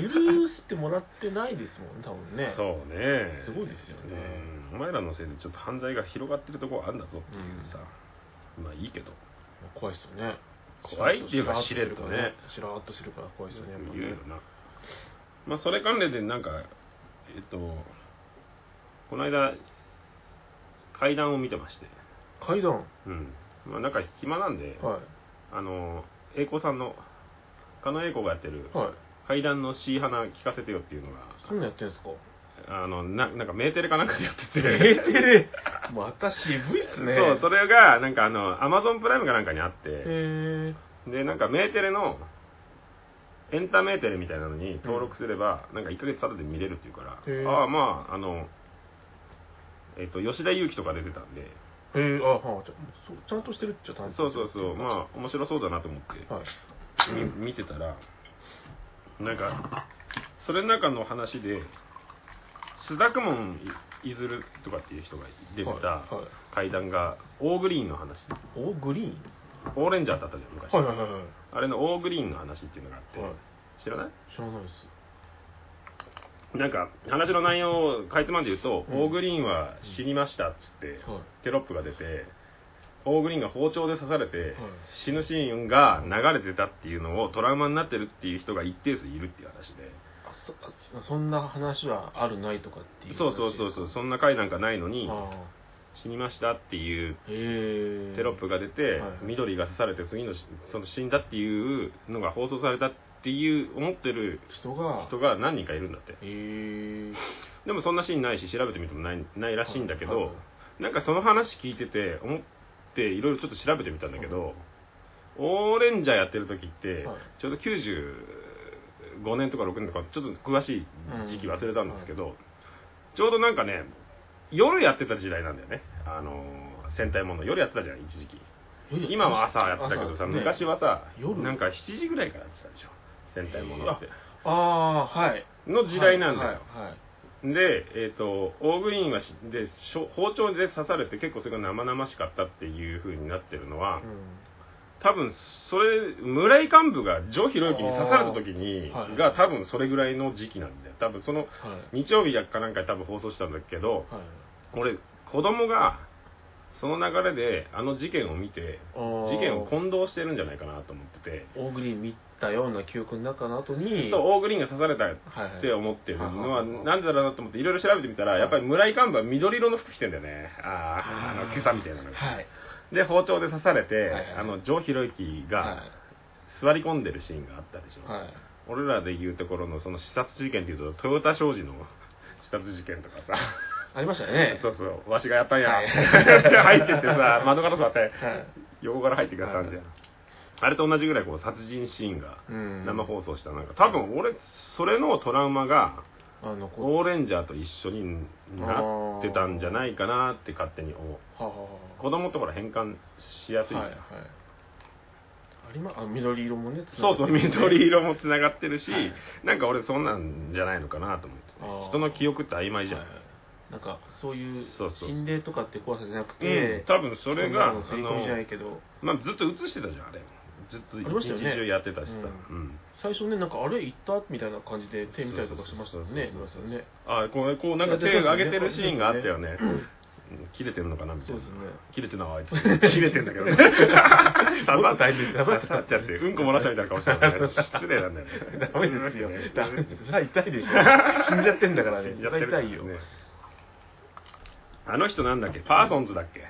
Speaker 2: ゆ許してもらってないですもんね多分ね
Speaker 1: そうね
Speaker 2: すごいですよね
Speaker 1: うんお前らのせいでちょっと犯罪が広がってるとこあるんだぞっていうさ、まあいいけど
Speaker 2: 怖いですよね
Speaker 1: 怖いっていうかしれっとね
Speaker 2: しらーっとしてるから怖いですよねやっぱ
Speaker 1: 言うよ
Speaker 2: ね
Speaker 1: なまあそれ関連でなんかえっとこの間階段を見てまして
Speaker 2: 階段
Speaker 1: うんまあなんか暇なんで、
Speaker 2: は
Speaker 1: あの英子さんの狩野英子がやってる
Speaker 2: いはい
Speaker 1: 階段の C 花聞かせてよっていうのが
Speaker 2: そんなんやってんですか
Speaker 1: あのななんかメーテレかなんかでやってて
Speaker 2: レまた渋いっすね
Speaker 1: そうそれがなんかあのアマゾンプライムかなんかにあって
Speaker 2: へえ
Speaker 1: でなんかメーテレのエンタメーテレみたいなのに登録すれば、なんか1ヶ月ただで見れるっていうから
Speaker 2: へー
Speaker 1: ああまああのえっ、と吉田裕樹とか出てたんで
Speaker 2: へえあはあちゃそうちゃんとしてるっちゃちゃんと
Speaker 1: そうそうそうまあ面白そうだなと思って
Speaker 2: あはい
Speaker 1: み見てたらなんかそれの中の話で朱雀門いいずるとかっていう人が出てた
Speaker 2: はいはい
Speaker 1: 階段がオーグリーンの話
Speaker 2: おグリーン
Speaker 1: オーレンジャーだったじゃん昔、
Speaker 2: はいはいはいはい
Speaker 1: あれのオーグリーンの話っていうのがあって、
Speaker 2: はい
Speaker 1: 知らない
Speaker 2: 知らないです
Speaker 1: なんか話の内容をかいつまんで言うと、
Speaker 2: うん
Speaker 1: オーグリーンは死にましたっつって
Speaker 2: はい
Speaker 1: テロップが出てオーグリーンが包丁で刺されて、
Speaker 2: い
Speaker 1: 死ぬシーンが流れてたっていうのをトラウマになってるっていう人が一定数いるっていう話で
Speaker 2: あそあそんな話はあるないとかっていう話
Speaker 1: そうそうそうそうそんな回なんかないのに
Speaker 2: あ
Speaker 1: 死にましたっていう
Speaker 2: ーへえ
Speaker 1: テロップが出て、
Speaker 2: はい
Speaker 1: 緑が刺されて次のしその死んだっていうのが放送されたっていう思ってる
Speaker 2: 人が
Speaker 1: 人が何人かいるんだって
Speaker 2: へえ
Speaker 1: でもそんなシーンないし調べてみてもないないらしいんだけど、
Speaker 2: はいはい
Speaker 1: なんかその話聞いてて思っていろいろちょっと調べてみたんだけど、オーレンジャーやってる時って、
Speaker 2: はい
Speaker 1: ちょうど95年とか6年とかちょっと詳しい時期忘れたんですけど、ちょうどなんかね夜やってた時代なんだよねあのー戦隊もの夜やってたじゃん一時期
Speaker 2: え
Speaker 1: 今は朝やってたけどさ、
Speaker 2: 朝ね
Speaker 1: 昔はさ
Speaker 2: 夜
Speaker 1: なんか7時ぐらいからやってたでしょ戦隊ものって
Speaker 2: ああーはい
Speaker 1: の時代なんだよ、
Speaker 2: はいはい
Speaker 1: で、えー、とオーグリーンはしでしょ包丁で刺されて結構それが生々しかったっていう風になってるのは、
Speaker 2: はいうん
Speaker 1: 多分それ村井幹部がジョー・ヒロユキに刺された時に
Speaker 2: あーはい
Speaker 1: が多分それぐらいの時期なんだよ多分その
Speaker 2: はい
Speaker 1: 日曜日やかなんかで多分放送したんだけど
Speaker 2: はい
Speaker 1: 俺子供がその流れであの事件を見て
Speaker 2: あー
Speaker 1: 事件を混同してるんじゃないかなと思ってて
Speaker 2: 大栗見たような記憶の中の後に
Speaker 1: そうオーグリーンが刺された
Speaker 2: はいはい
Speaker 1: って思ってるのは
Speaker 2: はいはい
Speaker 1: なんでだろうなと思っていろいろ調べてみたらやっぱり村井幹部は緑色の服着てんだよねあああの今朝みたいなのが
Speaker 2: はい
Speaker 1: で包丁で刺されて
Speaker 2: はいはい
Speaker 1: あのジョー・ヒロユキが座り込んでるシーンがあったでしょ、
Speaker 2: はいはい
Speaker 1: 俺らで言うところのその視察事件っていうと豊田商事の 視察事件とかさ
Speaker 2: ありましたね
Speaker 1: そうそうわしがやったんや、
Speaker 2: はい
Speaker 1: 入ってってさ窓から座って
Speaker 2: はい
Speaker 1: 横から入ってくださいみたいな、
Speaker 2: はい
Speaker 1: あれと同じぐらいこう殺人シーンが
Speaker 2: うん
Speaker 1: 生放送したなんか多分俺それのトラウマが
Speaker 2: あのこ
Speaker 1: オーレンジャーと一緒になってたんじゃないかなって勝手に思う
Speaker 2: ははは
Speaker 1: 子供ってほら変換しやすい、
Speaker 2: はいはいありまあ緑色もね
Speaker 1: そうそう
Speaker 2: 繋がってる
Speaker 1: 緑色もつながってるし、
Speaker 2: はい
Speaker 1: なんか俺そんなんじゃないのかなと思って
Speaker 2: あー
Speaker 1: 人の記憶って曖昧じゃん、
Speaker 2: はいなんかそういう
Speaker 1: そうそう
Speaker 2: 心霊とかって怖さじゃなくて、
Speaker 1: うん多分それが
Speaker 2: んなの刷り込みじゃないけど
Speaker 1: まあ、ずっと映してたじゃんあれずっと
Speaker 2: ありました
Speaker 1: 一
Speaker 2: よ
Speaker 1: 日
Speaker 2: ね
Speaker 1: 中やってたしさ、
Speaker 2: う
Speaker 1: うん
Speaker 2: 最初ねなんかあれ行ったみたいな感じで手見たりとかしてましたもんね
Speaker 1: そうそうそうそう
Speaker 2: 皆さんね
Speaker 1: あこうこうなんか手上げてるシーンがあったよねうん切れてるのかなみたいな
Speaker 2: そうですね
Speaker 1: 切れてるのはあいつ切れてんだけど ねサバ大変サバ刺っちゃってうんこ漏らしたみたいな顔してるね失礼なんだよね
Speaker 2: ダメで すよ。ダメです。それは痛いでしょ。死んじゃってんだからね。
Speaker 1: 死んじゃってるから
Speaker 2: 痛
Speaker 1: ね
Speaker 2: いよ。
Speaker 1: あの人なんだっけパーソンズだっけ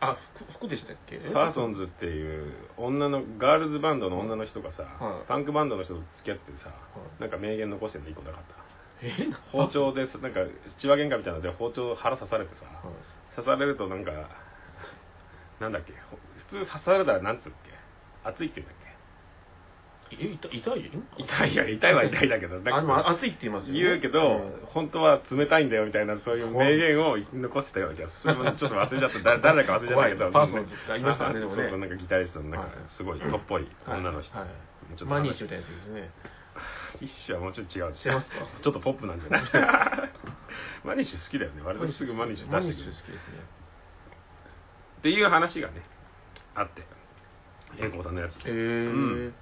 Speaker 2: あ、ふ服でしたっけ
Speaker 1: パーソンズっていう女のガールズバンドの女の人がさ、
Speaker 2: はい
Speaker 1: パンクバンドの人と付き合ってさ、
Speaker 2: い
Speaker 1: なんか名言残してるの一個なかった
Speaker 2: え
Speaker 1: 包丁でさなんか血は喧嘩みたいなので包丁腹刺されてさ、
Speaker 2: はい
Speaker 1: 刺されるとなんかなんだっけほ普通刺されたらなんつうっけ熱いって言うんだっ
Speaker 2: え、痛い痛いよ
Speaker 1: け痛いや痛いは痛いだけどなんか
Speaker 2: あ、でも熱いって言いますよね。
Speaker 1: 言うけど、本当は冷たいんだよみたいなそういう名言を残してたような気がす るそれもちょっと忘れちゃっただ誰だか忘れちゃったけど
Speaker 2: 怖いパーソンズってありましたねでもね
Speaker 1: そうそうなんかギタリストのなんか
Speaker 2: はい
Speaker 1: すごいトッぽい
Speaker 2: うん
Speaker 1: 女の人、
Speaker 2: はい
Speaker 1: ちょっと
Speaker 2: マニッシュみたいなやつですね。
Speaker 1: ティッシュはもうちょっと違う
Speaker 2: してますか
Speaker 1: ちょっとポップなんじゃない マニッシュ好きだよね割とすぐマニッシュ
Speaker 2: マ
Speaker 1: 出
Speaker 2: ニ
Speaker 1: し
Speaker 2: ッ
Speaker 1: て
Speaker 2: シ
Speaker 1: く
Speaker 2: ュ
Speaker 1: る
Speaker 2: 好きですね。
Speaker 1: っていう話がねあって英子さんのやつ
Speaker 2: へ
Speaker 1: で、
Speaker 2: ー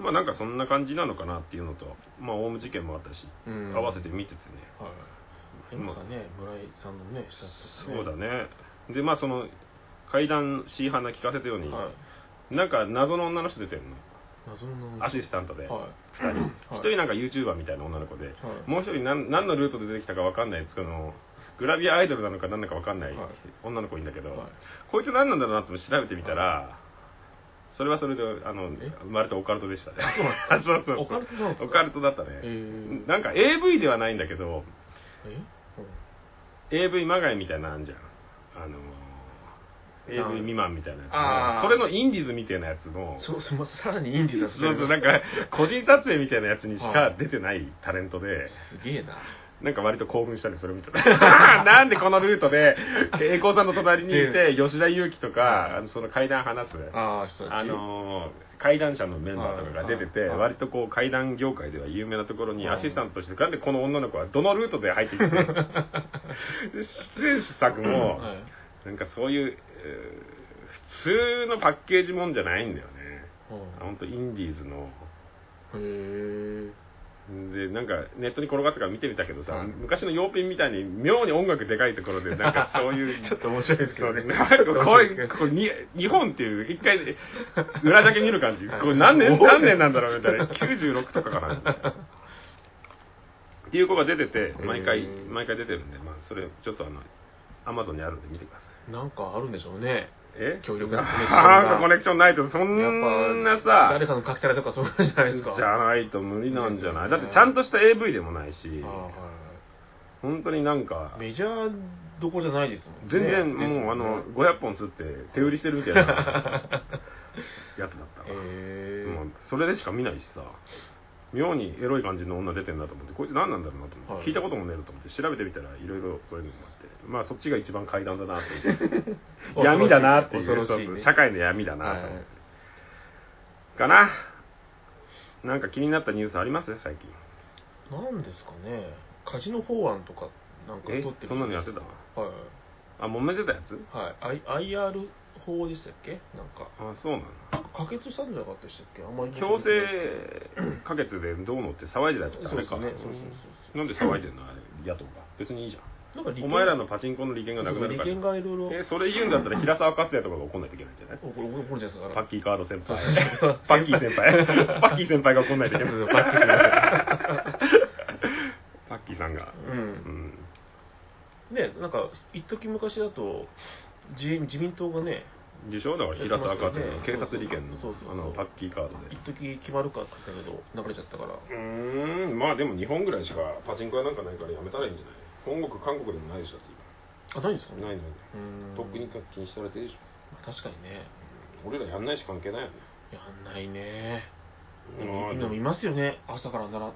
Speaker 1: まあなんかそんな感じなのかなっていうのとまあオウム事件もあったし、
Speaker 2: うん
Speaker 1: 合わせて見ててね
Speaker 2: はい。ありますかね、村井さんのね、視察とか
Speaker 1: そうだねでまあその階段シーハナ聞かせたように、
Speaker 2: はい
Speaker 1: なんか謎の女の人出てるの
Speaker 2: 謎の
Speaker 1: アシスタントで、
Speaker 2: はい
Speaker 1: 2人
Speaker 2: はい
Speaker 1: 1人なんか YouTuber みたいな女の子で、
Speaker 2: はい
Speaker 1: もう1人なん何のルートで出てきたかわかんないそのグラビアアイドルなのか何なのかわかんない
Speaker 2: はい
Speaker 1: 女の子いるんだけど、
Speaker 2: はい
Speaker 1: こいつ何なんだろうなって調べてみたら、それはそれであの
Speaker 2: え
Speaker 1: 生まれたオカルトでしたね
Speaker 2: そうなん
Speaker 1: そうそうそう
Speaker 2: オカルトなんですか
Speaker 1: オカルトだったね、
Speaker 2: えー
Speaker 1: なんか AV ではないんだけど
Speaker 2: え
Speaker 1: AV まがいみたいなのあんじゃんあのー
Speaker 2: あ
Speaker 1: AV 未満みたいなやつの
Speaker 2: あー
Speaker 1: それのインディーズみたいなやつの
Speaker 2: うんそうすみませんさらにインディーズだ
Speaker 1: そうそうなんか個人撮影みたいなやつにし
Speaker 2: は
Speaker 1: か
Speaker 2: い
Speaker 1: 出てないタレントで、
Speaker 2: すげえな
Speaker 1: なんか割と興奮したりそれ見てた なんでこのルートで栄光さんの隣にいて吉田裕樹と
Speaker 2: はい
Speaker 1: かあのその階段話す
Speaker 2: ああ人たち
Speaker 1: あのー怪談者のメンバーとかが出てて、
Speaker 2: はいはい
Speaker 1: 割とこう怪談業界では有名なところに
Speaker 2: はい
Speaker 1: アシスタントとして、なんでこの女の子はどのルートで入ってきてで 出演作も、
Speaker 2: はい
Speaker 1: なんかそういう、えー普通のパッケージもんじゃないんだよね
Speaker 2: うん
Speaker 1: 本当インディーズの
Speaker 2: へえ
Speaker 1: でなんかネットに転がってから見てみたけどさ、
Speaker 2: はい
Speaker 1: 昔の洋品みたいに妙に音楽でかいところでなんかそういう
Speaker 2: ちょっと面白いですけ
Speaker 1: そ
Speaker 2: ど
Speaker 1: う
Speaker 2: ね
Speaker 1: ね、なんかこれ、
Speaker 2: 面白いですけど
Speaker 1: これに日本っていう、一回、裏だけ見る感じ、
Speaker 2: はい
Speaker 1: これ何年、
Speaker 2: もう
Speaker 1: 何年なんだろうみたいな、96とかかなみたいな。っていう子が出てて、毎
Speaker 2: へ
Speaker 1: 回、
Speaker 2: ー
Speaker 1: 毎回出てるんで、まあ、それ、ちょっとあの、アマゾンにあるんで見てください。
Speaker 2: なんかあるんでしょうね
Speaker 1: え
Speaker 2: 強力なコネクションが
Speaker 1: なんかコネクションないと、そ
Speaker 2: や
Speaker 1: んな
Speaker 2: っぱ
Speaker 1: さ
Speaker 2: 誰、かの書きたらとかそういうのじゃないですか
Speaker 1: じ
Speaker 2: あ
Speaker 1: ゃないと無理なんじゃない
Speaker 2: で
Speaker 1: だ
Speaker 2: す
Speaker 1: っ
Speaker 2: よね
Speaker 1: て、ちゃんとした AV でもないし
Speaker 2: ー、は
Speaker 1: 本当になんか
Speaker 2: い、メジャーどこじゃないですもんね
Speaker 1: 全然
Speaker 2: ですよね
Speaker 1: もう、あの、500本吸って、手売りしてるみ たいなやつだったわ。
Speaker 2: へ
Speaker 1: も
Speaker 2: え
Speaker 1: うそれでしか見ないしさ妙にエロい感じの女出てんなと思ってこいつ何なんだろうなと思って、
Speaker 2: はい
Speaker 1: 聞いたこともねえなと思って調べてみたらいろいろそういうのもあってまあそっちが一番階段だなっていう闇だなっていう
Speaker 2: 恐ろしいね
Speaker 1: そうそう社会の闇だなと思って、
Speaker 2: はい
Speaker 1: かななんか気になったニュースあります最近
Speaker 2: なんですかねカジノ法案とかなんか取
Speaker 1: え
Speaker 2: ってる
Speaker 1: そんなのやってた
Speaker 2: はい
Speaker 1: あ揉めてたやつ
Speaker 2: はい、I、IR 法でしたっけなんか
Speaker 1: あそうなの
Speaker 2: 可決したんじゃなかったでしたっけあんまり
Speaker 1: 強制可決でどうのって騒いでたやつ
Speaker 2: そうですね
Speaker 1: あれか
Speaker 2: そうそうそうそう
Speaker 1: なんで騒いでんのあれ野党が別にいいじゃん
Speaker 2: なんか利
Speaker 1: お
Speaker 2: 権
Speaker 1: 前らのパチンコの利権がなくなる
Speaker 2: 利
Speaker 1: から
Speaker 2: 権がいろいろ
Speaker 1: えそれ言うんだったら平沢克也とかが怒んないといけないんじゃない
Speaker 2: おこれ怒るじゃないですか
Speaker 1: パッキーカード先輩
Speaker 2: そうそうそう
Speaker 1: パッキー先 輩パッキー先輩が怒んないといけない
Speaker 2: パッキー
Speaker 1: パッキーさんが
Speaker 2: う
Speaker 1: うんん
Speaker 2: ねなんか一時昔だと自自民党がね
Speaker 1: 受賞だから平沢克也の警察利権の
Speaker 2: そうそ
Speaker 1: あ
Speaker 2: うそう
Speaker 1: のパッキーカードで
Speaker 2: 一時決まるかって言ってたけど流れちゃったから
Speaker 1: うーんまあでも日本ぐらいしかパチンコ屋なんかないからやめたらいいんじゃない本国韓国でもないでしょだって
Speaker 2: あないんですかね
Speaker 1: 今ないのよ
Speaker 2: うん
Speaker 1: とっくに禁止されてるでし
Speaker 2: まあ確かにね
Speaker 1: ょ俺らやんないし関係ないよね
Speaker 2: やんないねで
Speaker 1: あ
Speaker 2: も
Speaker 1: ー
Speaker 2: 今いますよね朝からなら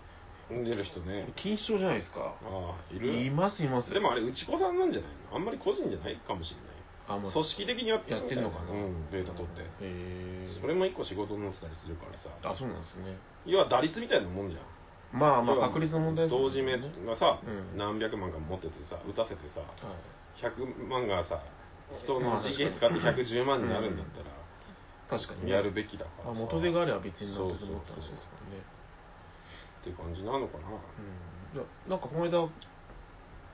Speaker 1: 飲んでる人ね
Speaker 2: 錦糸町じゃないですか
Speaker 1: ああいる
Speaker 2: いますいます
Speaker 1: でもあれ内子さんなんじゃないのあんまり個人じゃないかもしれない
Speaker 2: あもう
Speaker 1: 組織的にやって
Speaker 2: やってんのかな、
Speaker 1: うん、データ取って、
Speaker 2: へー
Speaker 1: それも一個仕事になってたりするから
Speaker 2: あ
Speaker 1: さ
Speaker 2: そうなんですね
Speaker 1: 要は打率みたいなもんじゃん
Speaker 2: まあま
Speaker 1: 要は
Speaker 2: あ確率の問題です
Speaker 1: 同時目
Speaker 2: ね
Speaker 1: がさ、
Speaker 2: うん
Speaker 1: 何百万か持っててさ打たせてさ
Speaker 2: はい
Speaker 1: 100万がさ人の
Speaker 2: まあ
Speaker 1: 人件使って110万になるんだったら、
Speaker 2: 確かにね
Speaker 1: やるべきだからさ
Speaker 2: あ元手があれば別にな
Speaker 1: そ
Speaker 2: ん
Speaker 1: う
Speaker 2: て
Speaker 1: そう
Speaker 2: 思った話で
Speaker 1: そ
Speaker 2: す
Speaker 1: う
Speaker 2: からね
Speaker 1: っていう感じなのかな
Speaker 2: うんいやなんかこの間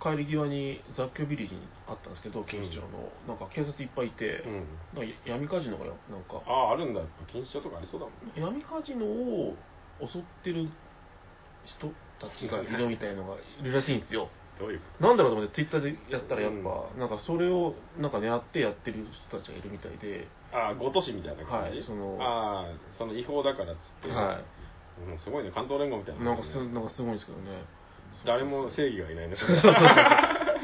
Speaker 2: 帰り際に雑居ビリにあったんですけど警視庁の、なんか警察いっぱいいて、
Speaker 1: うん
Speaker 2: なんか闇カジノがやなんか
Speaker 1: あああるんだやっぱ禁止書とかありそうだもんね
Speaker 2: 闇カジノを襲ってる人たちがいるみたいのがいるらしいんですよ
Speaker 1: どういうこ
Speaker 2: なんだろうと思ってツイッターでやったらやっぱ、
Speaker 1: うん
Speaker 2: なんかそれをなんか狙ってやってる人たちがいるみたいで、
Speaker 1: とああご都市みたいな感じ、
Speaker 2: はいその
Speaker 1: ああその違法だからっつって、
Speaker 2: は
Speaker 1: うんすごいね関東連合みたい
Speaker 2: い
Speaker 1: な
Speaker 2: な
Speaker 1: の
Speaker 2: んか
Speaker 1: ね
Speaker 2: すなんかすごいんですけどね
Speaker 1: 誰も正義がい ないね
Speaker 2: そうそうそう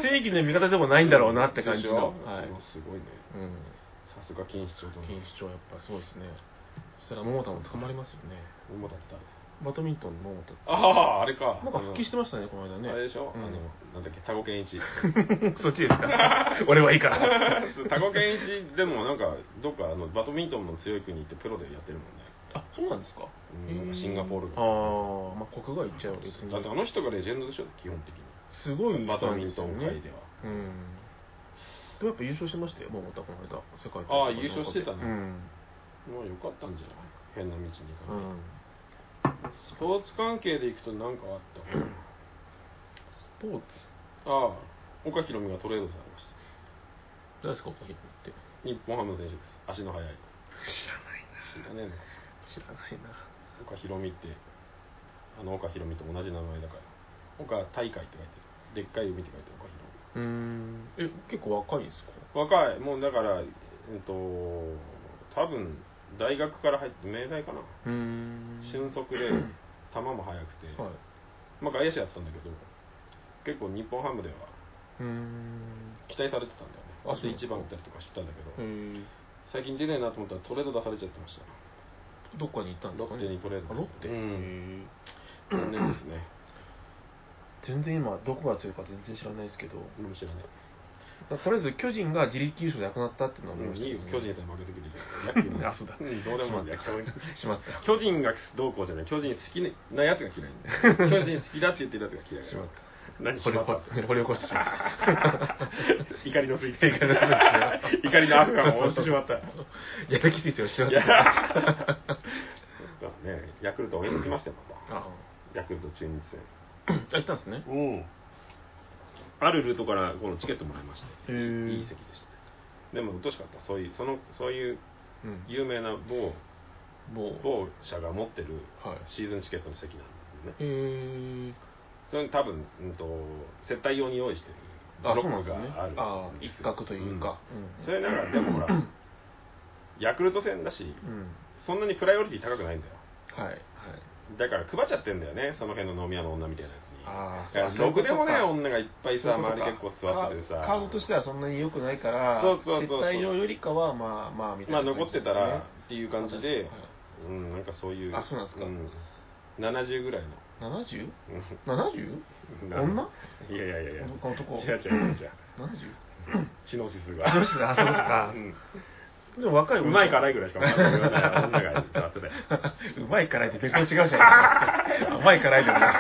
Speaker 2: 正義の味方でもないんだろうなって感じ
Speaker 1: でしょ
Speaker 2: の、はい
Speaker 1: もうすごいね
Speaker 2: うん、
Speaker 1: さすが錦糸町と
Speaker 2: 錦糸町やっぱそうですねそしたら桃田も捕まりますよね
Speaker 1: 桃田来たね
Speaker 2: バドミントンの桃田って
Speaker 1: あああれか
Speaker 2: なんか復帰してましたねこの間
Speaker 1: た
Speaker 2: ね
Speaker 1: あれでしょ、
Speaker 2: うん
Speaker 1: あのなんだっけタゴ健一
Speaker 2: そっちですか 俺はいいから
Speaker 1: タゴ健一でもなんかどっかあのバドミントンの強い国行ってプロでやってるもんね
Speaker 2: あそうなんですか
Speaker 1: うんなんかシンガポール
Speaker 2: ああまあ国外行っちゃう別
Speaker 1: だってあ
Speaker 2: に
Speaker 1: の人がレジェンドでしょ基本的に
Speaker 2: すごい人な
Speaker 1: バ
Speaker 2: んですよ
Speaker 1: ド
Speaker 2: ね
Speaker 1: ミントン界では
Speaker 2: うんでもやっぱ優勝してましたよ桃田この間世界大会
Speaker 1: ああ優勝してたね
Speaker 2: うん、
Speaker 1: まあよかったんじゃない変な道に行か
Speaker 2: う
Speaker 1: ない、
Speaker 2: ん、
Speaker 1: スポーツ関係で行くと何かあった
Speaker 2: スポーツ
Speaker 1: ああ岡ひろみがトレードされました
Speaker 2: 誰ですか岡弘って
Speaker 1: 日本ハムの選手です。足の速い。知らないな。知らねえのか。
Speaker 2: 知らないな
Speaker 1: 岡ひろみって、あの岡ひろみと同じ名前だから。岡大会って書いてる。でっかい海って書いてる岡ひろみ。
Speaker 2: うーんえ結構若いですか
Speaker 1: 若いもうだからえっと多分大学から入って明大かな
Speaker 2: うーん
Speaker 1: 俊足 で球も速くて、
Speaker 2: はい
Speaker 1: まあ外野手やってたんだけど結構日本ハムでは
Speaker 2: うーん
Speaker 1: 期待されてたんだよね
Speaker 2: あ
Speaker 1: あと
Speaker 2: そう
Speaker 1: 1番打ったりとかしてたんだけど、
Speaker 2: えー
Speaker 1: 最近出ねえなと思ったらトレード出されちゃってました
Speaker 2: どっかに行ったんで
Speaker 1: ロ
Speaker 2: すか
Speaker 1: ッ
Speaker 2: ね
Speaker 1: テにトレード
Speaker 2: あロッテ、
Speaker 1: うん残念ですね
Speaker 2: 全然今どこが強いか全然知らないですけど
Speaker 1: 俺も知らない、
Speaker 2: だとりあえず巨人が自力優勝でなくなったっていうのは思いました
Speaker 1: いいよ
Speaker 2: けどね、
Speaker 1: 巨人さん負けてくれる野球の
Speaker 2: あそうだ
Speaker 1: んどうでもいい野球
Speaker 2: しまった
Speaker 1: 巨人がどうこうじゃない巨人好きなやつが嫌 いんだよ巨人好きだって言ってるやつが嫌いだ
Speaker 2: しま
Speaker 1: よ
Speaker 2: っ
Speaker 1: 何
Speaker 2: た
Speaker 1: し
Speaker 2: 掘り
Speaker 1: ま
Speaker 2: 起
Speaker 1: った
Speaker 2: こ
Speaker 1: って
Speaker 2: 掘り起こしてしまった
Speaker 1: 怒りのスイッ チ怒りのアフガンを押してしまった
Speaker 2: やる気スイッチをしまっ
Speaker 1: いや
Speaker 2: た
Speaker 1: そうだねヤクルト応援に来ましたよま
Speaker 2: あ
Speaker 1: たヤクルト中日戦
Speaker 2: あ行ったんですね
Speaker 1: うんあるルートからこのチケットもらいまして
Speaker 2: へえ
Speaker 1: いい席でしたねでもうっとうしかったそういうそのそういう
Speaker 2: うん
Speaker 1: 有名な某
Speaker 2: もう
Speaker 1: 某社が持ってる
Speaker 2: はい
Speaker 1: シーズンチケットの席なんだよね
Speaker 2: へえ
Speaker 1: それに多分、うん、と接待用に用意してるブロックがある
Speaker 2: ああ
Speaker 1: 椅
Speaker 2: 一
Speaker 1: 子
Speaker 2: 角というか、
Speaker 1: うんそれならでもほ らヤクルト戦だし
Speaker 2: うん、うん
Speaker 1: そんなにプライオリティ高くないんだよ
Speaker 2: はいはい
Speaker 1: だから配っちゃってんだよねその辺の飲み屋の女みたいなやつに
Speaker 2: ああ
Speaker 1: だからろくでもねえ女がいっぱい
Speaker 2: そう
Speaker 1: さ
Speaker 2: いうこと
Speaker 1: 周
Speaker 2: か
Speaker 1: り結構座っててさ
Speaker 2: カカウントとしてはそんなに良くないから
Speaker 1: そうそうそうそう
Speaker 2: 接待料よりかはまあまあみたい
Speaker 1: ま
Speaker 2: な
Speaker 1: あ残ってたらっていう感じで
Speaker 2: はい、
Speaker 1: うん、なんかそういう
Speaker 2: あそうなんですか
Speaker 1: ん、70ぐらいの
Speaker 2: 70?70? 女
Speaker 1: いやいやいやいや
Speaker 2: 男男
Speaker 1: 違う違う違う違う
Speaker 2: 70?
Speaker 1: 知能指数
Speaker 2: あ、
Speaker 1: が
Speaker 2: どうしてだ、あそう
Speaker 1: う。
Speaker 2: だ
Speaker 1: ん
Speaker 2: でも若い女
Speaker 1: うまい辛いぐらいしか分かんない女が座ってたよ
Speaker 2: うまい辛いって別に違うじゃないです か。うまい辛いでもな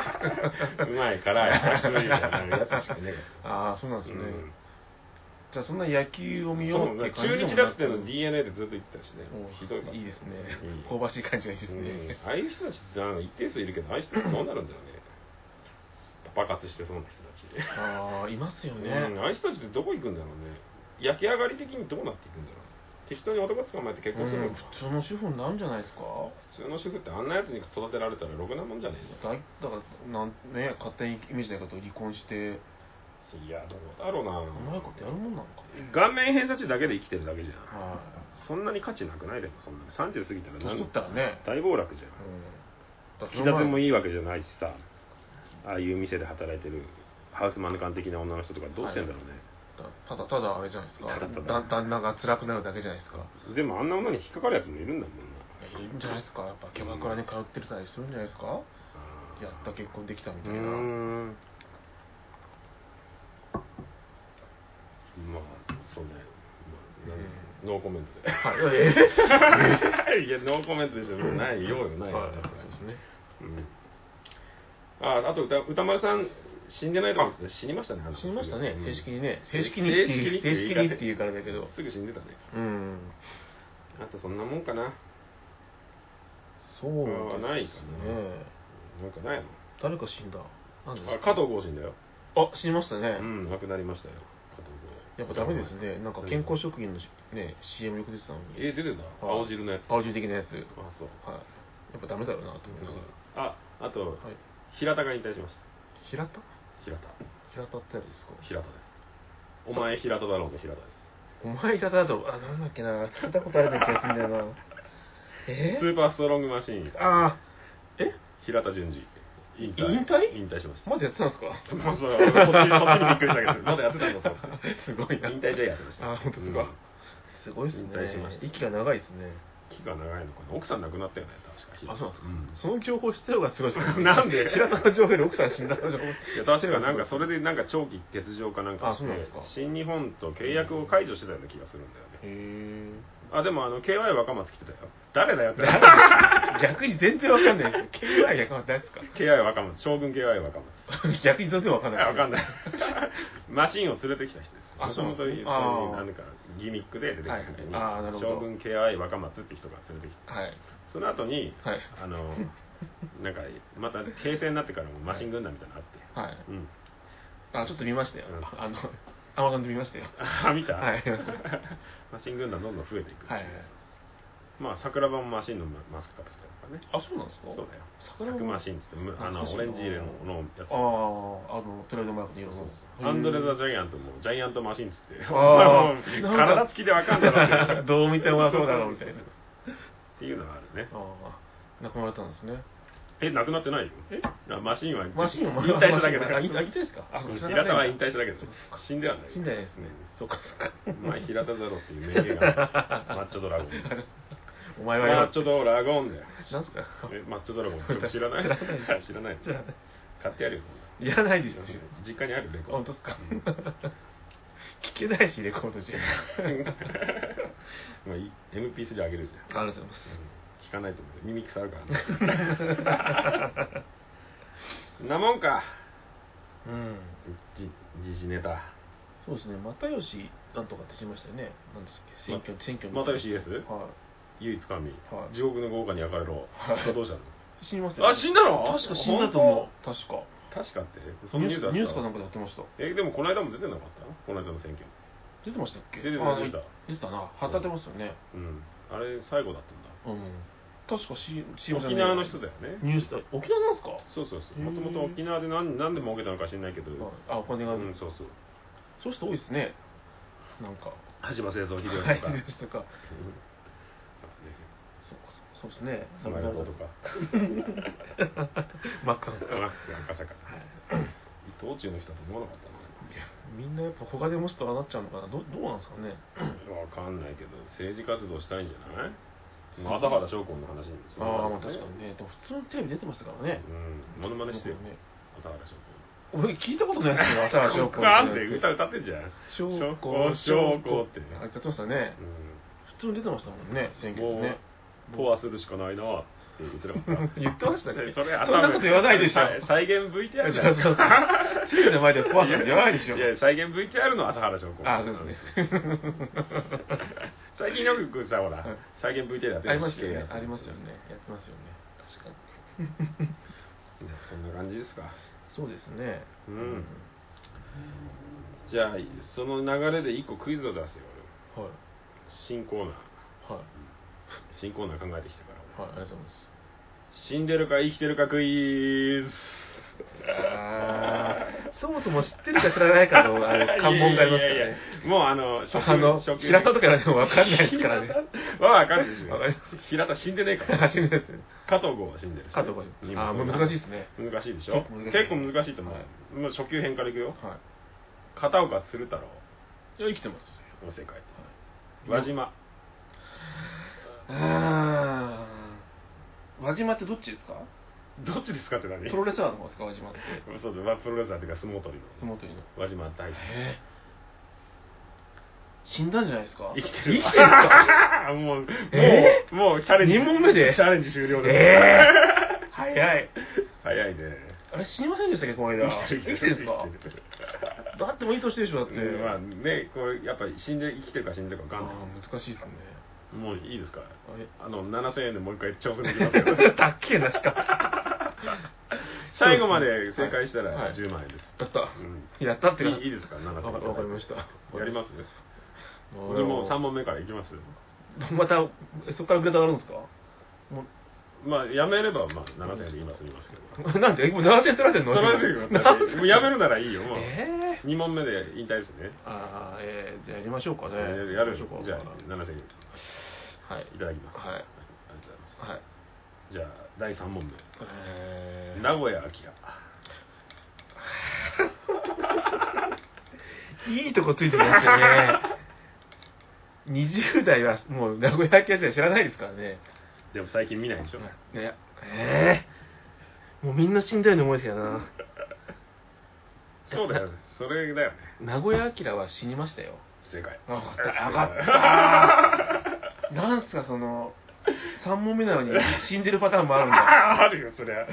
Speaker 2: く
Speaker 1: うまい辛いそういうやつしかね
Speaker 2: ああ、そうなん
Speaker 1: えか
Speaker 2: です
Speaker 1: ら
Speaker 2: ね。
Speaker 1: うん
Speaker 2: じゃあそんな野球を見ようっていう
Speaker 1: そう
Speaker 2: 感
Speaker 1: 中
Speaker 2: じ
Speaker 1: 日
Speaker 2: でもな
Speaker 1: だっつってん
Speaker 2: く
Speaker 1: の DNA でずっと言ってたしね
Speaker 2: おう
Speaker 1: ひどいから
Speaker 2: いいですね
Speaker 1: いい。
Speaker 2: 香ばしい感じがいいです
Speaker 1: うん
Speaker 2: ね。
Speaker 1: ああいう人たちってあの一定数いるけどああいう人たちどうなるんだろうね爆発してそうな人たちで
Speaker 2: ああ、いますよね。
Speaker 1: うん、ああいう人たちってどこ行くんだろうね焼き上がり的にどうなっていくんだろう適当に男捕まえて結婚するの
Speaker 2: うん
Speaker 1: か、
Speaker 2: 普通の主婦になるんじゃないですか
Speaker 1: 普通の主婦ってあんなやつに育てられたらろくなもんじゃね
Speaker 2: だいだからなん、ね、勝手にイメージだけど離婚して
Speaker 1: えないやどうだろうな
Speaker 2: うまいことやるもんなのか
Speaker 1: 顔面偏差値だけで生きてるだけじゃん
Speaker 2: は
Speaker 1: そんなに価値なくないでもそんなに30過ぎたら
Speaker 2: い
Speaker 1: 何
Speaker 2: 年取ったらね、
Speaker 1: 大暴落じゃん
Speaker 2: うん、
Speaker 1: 気立ても
Speaker 2: い
Speaker 1: いいわけじゃないしさああいう店で働いてるハウスマヌカン的な女の人とかどうしてんだろうね、
Speaker 2: ただただあれじゃないですか
Speaker 1: ただただ
Speaker 2: だ旦那が辛くなるだけじゃないですか
Speaker 1: でもあんな女に引っかかるやつもいるんだもん
Speaker 2: いるんじゃないですかやっぱキャバクラに通ってるたりするんじゃないですか
Speaker 1: な
Speaker 2: やった結婚できたみ
Speaker 1: う
Speaker 2: たいな
Speaker 1: ーんまあそうね、まあ
Speaker 2: う
Speaker 1: ノーコメントで
Speaker 2: はいえ
Speaker 1: いやノーコメントでしょない用よ
Speaker 2: え
Speaker 1: ないよ、
Speaker 2: はいそうですね
Speaker 1: うん、ああと歌歌丸さん死んでないと思ってた死にましたね
Speaker 2: 死にましたね
Speaker 1: うん
Speaker 2: 正式にね正式にっていう
Speaker 1: 正
Speaker 2: 正
Speaker 1: 式に
Speaker 2: 式にっていうからだけど
Speaker 1: すぐ死んでたね
Speaker 2: うん
Speaker 1: あとそんなもんかな
Speaker 2: そう
Speaker 1: あ
Speaker 2: で
Speaker 1: ないか
Speaker 2: す
Speaker 1: な、
Speaker 2: ね
Speaker 1: なんかないの
Speaker 2: 誰か死んだ何です
Speaker 1: あ加
Speaker 2: か
Speaker 1: 藤剛信だよ
Speaker 2: あ死にましたね、
Speaker 1: うん亡くなりましたよ加藤
Speaker 2: やっ
Speaker 1: 剛
Speaker 2: ぱダメですねなんか健康食品のしね CM よく出てたのに
Speaker 1: え出てた青汁のやつ
Speaker 2: 青汁的なやつはい
Speaker 1: あそう
Speaker 2: やっぱダメだよなと思いなが
Speaker 1: ああと、
Speaker 2: ら、はい、
Speaker 1: 平田が引退しました
Speaker 2: 平田
Speaker 1: 平田
Speaker 2: 平田ってあれですか
Speaker 1: 平田ですお前平田だろうの平田です
Speaker 2: お前平田だとあなんだっけな聞いたことあるような気がするんだよ なえ
Speaker 1: スーパーストロングマシーン
Speaker 2: あ
Speaker 1: 平田純次引
Speaker 2: 引退
Speaker 1: 引退しまし
Speaker 2: あ
Speaker 1: た
Speaker 2: まだやってたんですか
Speaker 1: まあそうそっちそっちにびっくりした けどまだやってたんだと思って
Speaker 2: すごいな
Speaker 1: 引退じゃやってました
Speaker 2: あ本当ですか
Speaker 1: うん
Speaker 2: すごいっすね
Speaker 1: 引退しました
Speaker 2: 息が長いですね
Speaker 1: 期が長いのかな奥さん亡くなったよね確か
Speaker 2: あそうなんですか、
Speaker 1: ん
Speaker 2: その情報知ってる方がすごいです ね
Speaker 1: なんで
Speaker 2: 平田の情報より奥さん死んだの情報
Speaker 1: いや確かなんかそれでなんか長期欠場かなんか
Speaker 2: あそうなんですか
Speaker 1: 新日本と契約を解除してたような気がするんだよね
Speaker 2: へえ
Speaker 1: あでもあの KY 若松来てたよ誰だよって
Speaker 2: 逆に全然わかんないですよ。KY 役は誰ですか
Speaker 1: KY 若松将軍 KY 若松
Speaker 2: 逆に全然わかんない
Speaker 1: わ
Speaker 2: です。
Speaker 1: かんない マシンを連れてきた人です
Speaker 2: あ
Speaker 1: そもそもそういう
Speaker 2: あー
Speaker 1: そういうなんかギミックで出てきた時に、
Speaker 2: はいあーなるほど
Speaker 1: 将軍 KY 若松って人が連れてきた
Speaker 2: はい。
Speaker 1: その後 に
Speaker 2: はい。
Speaker 1: あのなんかまた平成になってからもマシン軍団みたいなのあって、
Speaker 2: はい。
Speaker 1: うん
Speaker 2: あ、ちょっと見ましたよ
Speaker 1: う。ん
Speaker 2: あの、アマゾンで見ましたよ。
Speaker 1: あ見た、
Speaker 2: はい
Speaker 1: マシン軍団どんどん増えていくってう
Speaker 2: はいはい。
Speaker 1: まあ桜版マシンのマスクからしたからね
Speaker 2: あ、そうなんですか
Speaker 1: そうだよ
Speaker 2: 桜
Speaker 1: 桜
Speaker 2: 版
Speaker 1: マシンっつってむあの
Speaker 2: 懐かしい
Speaker 1: オレ
Speaker 2: な
Speaker 1: ンジ色ののやつ
Speaker 2: ああ、あの、トレードマークの色の。
Speaker 1: アンドレ・ザ・ジャイアントもジャイアントマシンっつって
Speaker 2: あー
Speaker 1: もう
Speaker 2: なん
Speaker 1: 体
Speaker 2: か
Speaker 1: つきでわかんない
Speaker 2: どう見てもそうだろうみたいな。
Speaker 1: っていうのがあるね
Speaker 2: ああ、亡くなられたんですね。
Speaker 1: えなくなってないよ
Speaker 2: え
Speaker 1: あマシンは
Speaker 2: マシンを
Speaker 1: 引退しただけだから
Speaker 2: あ、引退ですかあ、
Speaker 1: うん平田は引退しただけです
Speaker 2: そうか
Speaker 1: 死んではない
Speaker 2: 死んでないですね。そっかそっか。
Speaker 1: うんまあ平田だろっていう名言 があるマッチョドラゴン
Speaker 2: お前はや
Speaker 1: マ
Speaker 2: ろ
Speaker 1: ッチョドラゴンだよ
Speaker 2: なんすか
Speaker 1: えマッチョドラゴンって知らない知らない知らない買ってやるよ
Speaker 2: いらないですよ。
Speaker 1: 実家にあるレコード
Speaker 2: 本当ですか聞けないし、レコード中。
Speaker 1: まあい MP3 あげるじゃん
Speaker 2: ありがとうございます。
Speaker 1: 聞かないと思う耳腐るから ねなもんか
Speaker 2: うん。
Speaker 1: じ時事ネタ
Speaker 3: そうですね、又吉なんとかってしましたよね。なんですっけ、選挙、選挙の
Speaker 1: 又吉イエス
Speaker 2: は
Speaker 1: 唯一神、
Speaker 2: い
Speaker 1: 地獄の豪華に焼かれろ、
Speaker 2: はい
Speaker 1: どうしたの
Speaker 2: い。死にました
Speaker 1: あ死んだの
Speaker 2: 確か死んだと思う。確か。
Speaker 1: 確かってその
Speaker 2: ニ
Speaker 1: ニ
Speaker 2: ュ
Speaker 1: ュー
Speaker 2: ー
Speaker 1: スあった
Speaker 2: スニュースかなんかでやってました。
Speaker 1: えでもこの間も出てなかったこの間の選挙
Speaker 2: 出てましたっけ
Speaker 1: 出てた
Speaker 2: あ
Speaker 1: 出てた
Speaker 2: 出てたな。旗出てますよね。
Speaker 1: うんあれ最後だったんだ
Speaker 2: うん。確かし、し
Speaker 1: 沖縄の人だよね
Speaker 2: ニュースだ。沖縄なんすか
Speaker 1: そうそうそう
Speaker 2: へ
Speaker 1: も
Speaker 2: ー
Speaker 1: ともと沖縄でなんなんで儲けたのか知んないけど
Speaker 2: あ、お金が。
Speaker 1: うんそうそう
Speaker 2: そういう人多いですね。なん か。
Speaker 1: 橋場清掃秀吉とか
Speaker 2: はい、
Speaker 1: うん
Speaker 2: ニュースとか。そうか、そうですね。
Speaker 1: そのとか
Speaker 2: 真っ赤
Speaker 1: 赤
Speaker 2: な。
Speaker 1: 坂伊藤忠の人だと思わなかったの
Speaker 2: みんなやっぱ他でもしとはなっちゃうのかな。どどうなんですかね。
Speaker 1: ねわかんないけど政治活動したいんじゃない朝原将校の話に
Speaker 2: ああ、まあ確かにね。でも普通のテレビ出てましたからね。
Speaker 1: うんモノマネしてよ
Speaker 2: ね
Speaker 1: 朝原将校
Speaker 2: 俺聞いたことな いですけど、朝原翔子。
Speaker 1: なんで歌歌ってんじゃん
Speaker 2: 翔子、
Speaker 1: 翔子って
Speaker 2: あ、歌ってましたね。普通に出てましたもんね、選挙でね。
Speaker 1: うんポアするしかないなって言ってなかった
Speaker 2: 言ってましたね。
Speaker 1: それ頭
Speaker 2: そんなこと言わないでしょ。
Speaker 1: 再現 VTR じゃん
Speaker 2: そうそうそうテレビの前で怖さって言わないでしょ
Speaker 1: い。や、再現 VTR の朝原翔子。
Speaker 2: あそうですね。
Speaker 1: 最近よくさ、ほら
Speaker 2: はい、
Speaker 1: 再現 VTR やって
Speaker 2: ありま
Speaker 1: る
Speaker 2: すよね。ありますよね
Speaker 1: ね。。
Speaker 2: やってますよね。確かに。
Speaker 1: そんな感じですか。
Speaker 2: そうですね。
Speaker 1: うん。じゃあ、その流れで一個クイズを出すよ。
Speaker 2: はい。
Speaker 1: 俺新コーナー。
Speaker 2: はい。
Speaker 1: 新コーナー考えてきたから。俺
Speaker 2: はい、ありがとうございます。
Speaker 1: 死んでるか生きてるかクイズ。
Speaker 2: あーそもそも知ってるか知らないかのあ の関門がありま
Speaker 1: いやい
Speaker 2: すから
Speaker 1: やい
Speaker 2: ね
Speaker 1: や。もうあの、初
Speaker 2: あの、平田とかでもわかんないですからね。
Speaker 1: はわかるでしょ
Speaker 2: わかりま。
Speaker 1: 平田死んでねえから。
Speaker 2: 初めてですね。
Speaker 1: 加藤剛は死んでるし。
Speaker 2: 加藤が
Speaker 1: 今
Speaker 2: ああ、もう難しいですね。
Speaker 1: 難しいでしょ結
Speaker 2: 結
Speaker 1: 構
Speaker 2: 構難し
Speaker 1: 難し
Speaker 2: い
Speaker 1: いと思う、
Speaker 2: はい
Speaker 1: まあ初級編からいくよ
Speaker 2: は
Speaker 1: 片岡鶴太郎
Speaker 2: い。いや、生きてます。
Speaker 1: の世界
Speaker 2: はい
Speaker 1: 輪島
Speaker 2: ああ。輪島ってどっちですか
Speaker 1: どっちですかって何
Speaker 2: プロレスラーの方ですか輪島って。
Speaker 1: そうだ、まあ、プロレスラーっていうか相撲取り
Speaker 2: 相撲取りの。
Speaker 1: の輪島大臣
Speaker 2: え死んだんじゃないですか
Speaker 1: 生きてる
Speaker 2: 生きてるんですか
Speaker 1: もうもう、
Speaker 2: え
Speaker 1: もうチャレンジ
Speaker 2: 二問目で
Speaker 1: チャレンジ終了です、
Speaker 2: ええ早い。
Speaker 1: 早いね
Speaker 2: あれ、死にませんでしたっけ、この間。生きてるんですか
Speaker 1: 生きてる
Speaker 2: だってもういい年でしょ、だって。
Speaker 1: うんまあねこれやっぱり死んで生きてるか死んでるか
Speaker 2: あ
Speaker 1: わかんない
Speaker 2: ー難しいですね。
Speaker 1: もういいですか
Speaker 2: あれ
Speaker 1: あの7000円でもう一回挑戦 できますよ
Speaker 2: たっけえな、しかも。
Speaker 1: 最後まで正解した
Speaker 2: はいは
Speaker 1: ら
Speaker 2: い
Speaker 1: 10万円です、
Speaker 2: やった。
Speaker 1: うん
Speaker 2: やったってか。
Speaker 1: いいいいですか7
Speaker 2: わかわかりました。
Speaker 1: やります
Speaker 2: あー
Speaker 1: 俺もう3問目からいきます
Speaker 2: また、そこからグレード上がるんですかも
Speaker 1: まあやめればまあ7000円で今すみますけ ど
Speaker 2: うなんでもう7000取られてんの
Speaker 1: 取られてるよだ
Speaker 2: な
Speaker 1: っ
Speaker 2: ん
Speaker 1: てもうやめるならいいよもう
Speaker 2: え
Speaker 1: 2問目で引退ですね
Speaker 2: ーあーえーじゃあやりましょうかね。
Speaker 1: やるでしょ
Speaker 2: やりま
Speaker 1: じゃあ
Speaker 2: う
Speaker 1: 7000円
Speaker 2: かはい。
Speaker 1: いただきます
Speaker 2: はい。
Speaker 1: ありがとうございま
Speaker 2: はい。
Speaker 1: すじゃあ第3問目
Speaker 2: えー
Speaker 1: 名古屋明
Speaker 2: いいとこついてきますよね。20代はもう名古屋系じゃ知らないですか らね。
Speaker 1: でも最近見ないでしょ
Speaker 2: ねえーもうみんなしんどいの思いですよな。
Speaker 1: そうだよねそれだよね
Speaker 2: 名古屋明は死にましたよ。
Speaker 1: 正解
Speaker 2: あ かった。なんすか、そ の、3問目なのに死んでるパターンもあるんだ。
Speaker 1: ああるよそりゃ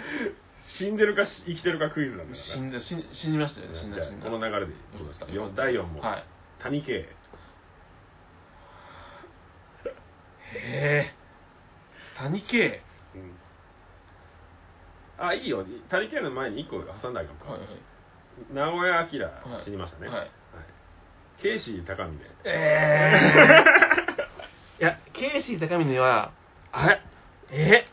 Speaker 1: 死んでるかし生きてるかクイズなんだから
Speaker 2: 死んだ、死ん死にましたよね、死ん
Speaker 1: じゃ
Speaker 2: だ、
Speaker 1: あ
Speaker 2: 死んだ。
Speaker 1: この流れでいきますかよ第4問
Speaker 2: はい。
Speaker 1: 谷系
Speaker 2: へえ。谷系。
Speaker 1: うんあいいよ谷系の前に1個挟んだらあかんか
Speaker 2: はいはい。
Speaker 1: 名古屋明
Speaker 2: はい
Speaker 1: 死にましたね、
Speaker 2: はい
Speaker 1: ケイシー高峰
Speaker 2: ええ いや、ケイシー高峰は、あれえ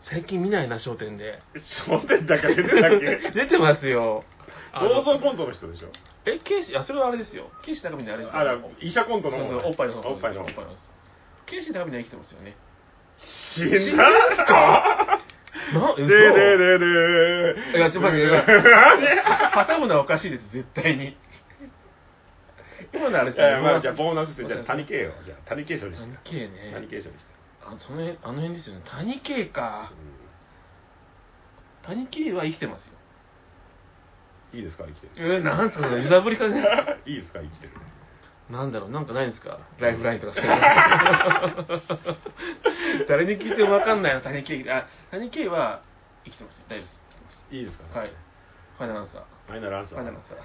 Speaker 2: 最近見ないな、商店で。
Speaker 1: 商店だから出てたっけ
Speaker 2: 出てますよ。あ
Speaker 1: 構
Speaker 2: の
Speaker 1: 造コントの人でしょ
Speaker 2: え、ケイシー、あ、それはあれですよ。ケイシー高峰あれですよ。
Speaker 1: あら医者コント
Speaker 2: そう
Speaker 1: の方
Speaker 2: そう、おっぱいの方
Speaker 1: おっぱいの
Speaker 2: おっぱいの方ケイシー高峰は生きてますよね。
Speaker 1: 死んだんすか
Speaker 2: な、
Speaker 1: で
Speaker 2: 嘘
Speaker 1: ででで
Speaker 2: いや、ちょっと待って、いや挟むのはおかしいです、絶対に。今のあ れ
Speaker 1: いやいやまあじゃあ
Speaker 2: ン
Speaker 1: ボーナスってじゃあ谷圭よじゃあ谷圭賞にし
Speaker 2: 谷
Speaker 1: て
Speaker 2: 系
Speaker 1: 谷
Speaker 2: ね。
Speaker 1: 圭賞にして
Speaker 2: あその辺、あの辺ですよね。谷系か。谷系は生きてますよ。
Speaker 1: うんいいですか生きてる
Speaker 2: え、なんすか、揺さぶりかね。
Speaker 1: いいですか生きてる
Speaker 2: なんだろう、なんかないんですかライフラインとか そういうの誰に聞いてもわかんないの、谷系。あ、谷系は生きてます。大丈夫です。生きてます
Speaker 1: いいですか
Speaker 2: はい。ファイナルアンサー。
Speaker 1: ファイナルアン
Speaker 2: フ
Speaker 1: サ
Speaker 2: ァイナルアン
Speaker 1: ー
Speaker 2: サー。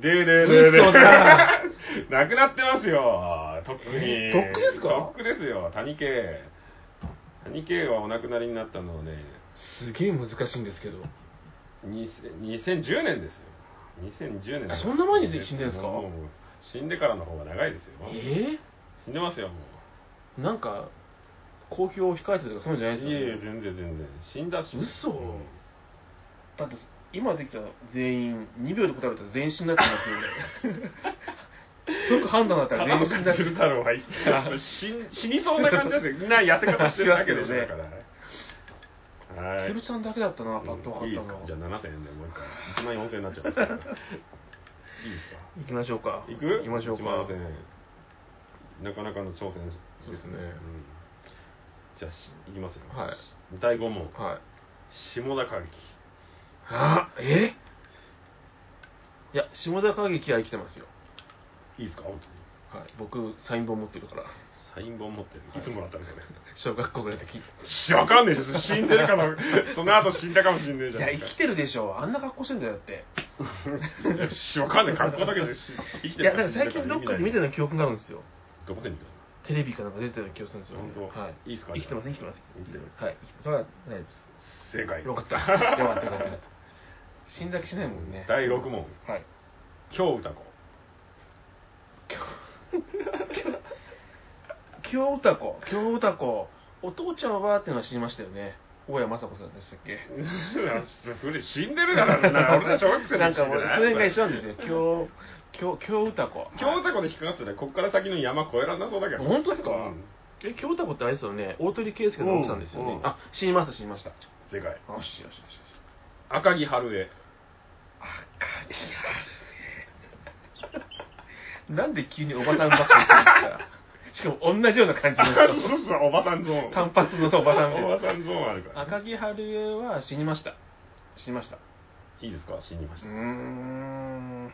Speaker 1: でででで
Speaker 2: 嘘 だ
Speaker 1: なくなってますよとっくに
Speaker 2: えとっくですか
Speaker 1: とっくですよ谷圭谷圭はお亡くなりになったのはね
Speaker 4: すげえ難しいんですけど
Speaker 1: に2010年ですよ2010年
Speaker 2: あそんな前に死んでるんですか
Speaker 1: もう死んでからの方が長いですよ
Speaker 4: え
Speaker 1: 死んでますよもう
Speaker 4: ー、なんか
Speaker 2: 公表を控えてるとかそういうんじゃないです
Speaker 1: い
Speaker 2: よ
Speaker 1: やい
Speaker 2: ね
Speaker 1: や全然全然死んだし
Speaker 4: 嘘
Speaker 1: うん
Speaker 2: だって今できた全員2秒で答えると全員死になってますよね すごく判断だったら全員死になって
Speaker 1: 鶴太郎はい死ん死にそうな感じですよみんな痩せ方してるだけでしょだからはい
Speaker 2: 鶴ちゃんだけだったなパッと
Speaker 1: いいで
Speaker 2: 分かっ
Speaker 1: す
Speaker 2: た
Speaker 1: か
Speaker 2: の
Speaker 1: じゃあ7000円でもう一回1万4000円になっちゃいますからいいですか
Speaker 2: 行きましょうか
Speaker 1: 行く
Speaker 2: 行きましょうか
Speaker 1: 1万4000円なかなかの挑戦
Speaker 4: そうですね
Speaker 1: うんじゃあし行きますよ
Speaker 4: はい
Speaker 1: 第5問
Speaker 4: はい
Speaker 1: 下田歌劇
Speaker 2: あえいや下田歌劇は生きてますよ
Speaker 1: いいですか本当に
Speaker 2: はい僕サイン本持ってるから
Speaker 1: サイン本持ってるいつもらったんですよね
Speaker 2: 小学校ぐらいの時い
Speaker 1: しわかんないです死んでるかもその後死んだかもしんねえじゃん
Speaker 2: や生きてるでしょあんな格好してんだよだって
Speaker 1: いやしわかんない格好だけでし生きて
Speaker 2: い
Speaker 1: る
Speaker 2: やなんか最近どっかで見たような記憶があるんですよ
Speaker 1: どこで見た
Speaker 2: テレビかなんか出てる気がするんですよ
Speaker 1: 本当
Speaker 2: はい
Speaker 1: いいっすか
Speaker 2: 生きてます生きてます
Speaker 1: 生きてます
Speaker 2: はい生きてますそれは大丈夫です
Speaker 1: 正解
Speaker 2: よ かった。よかったよかったよかった。死んだ気しないもんね。
Speaker 1: 第6問
Speaker 2: はい。
Speaker 1: 京歌子
Speaker 2: 京歌子、京歌子、お父ちゃんはっていうのは知りましたよね。大谷雅子さんでしたっけ
Speaker 1: 死んでるから な俺ら小学生
Speaker 2: なんかもう、それが一緒なんです
Speaker 1: よ
Speaker 2: よ。京、京、京歌子。
Speaker 1: 京歌子で引っかかってたらこっから先の山越えらんなそうだけど
Speaker 2: 本当ですか
Speaker 1: うん
Speaker 4: え京太子ってあれですよね大鳥圭介の奥さんですよ
Speaker 1: う
Speaker 4: ね
Speaker 1: ん
Speaker 4: あ
Speaker 2: あ、死にました、死にました。よ
Speaker 1: 正解
Speaker 2: しよしよしよし。
Speaker 1: 赤城春恵
Speaker 2: なんで急におばさんばっかり言ってんですかしかも同じような感じの
Speaker 1: そう
Speaker 2: 人。
Speaker 1: そうおばさんゾーン
Speaker 2: 単発のそうおばさんみたいな
Speaker 1: おばさんゾーンあるから
Speaker 2: 赤木春江は死にました。死にました。
Speaker 1: いいですか死にまし
Speaker 2: う
Speaker 1: た
Speaker 2: ーん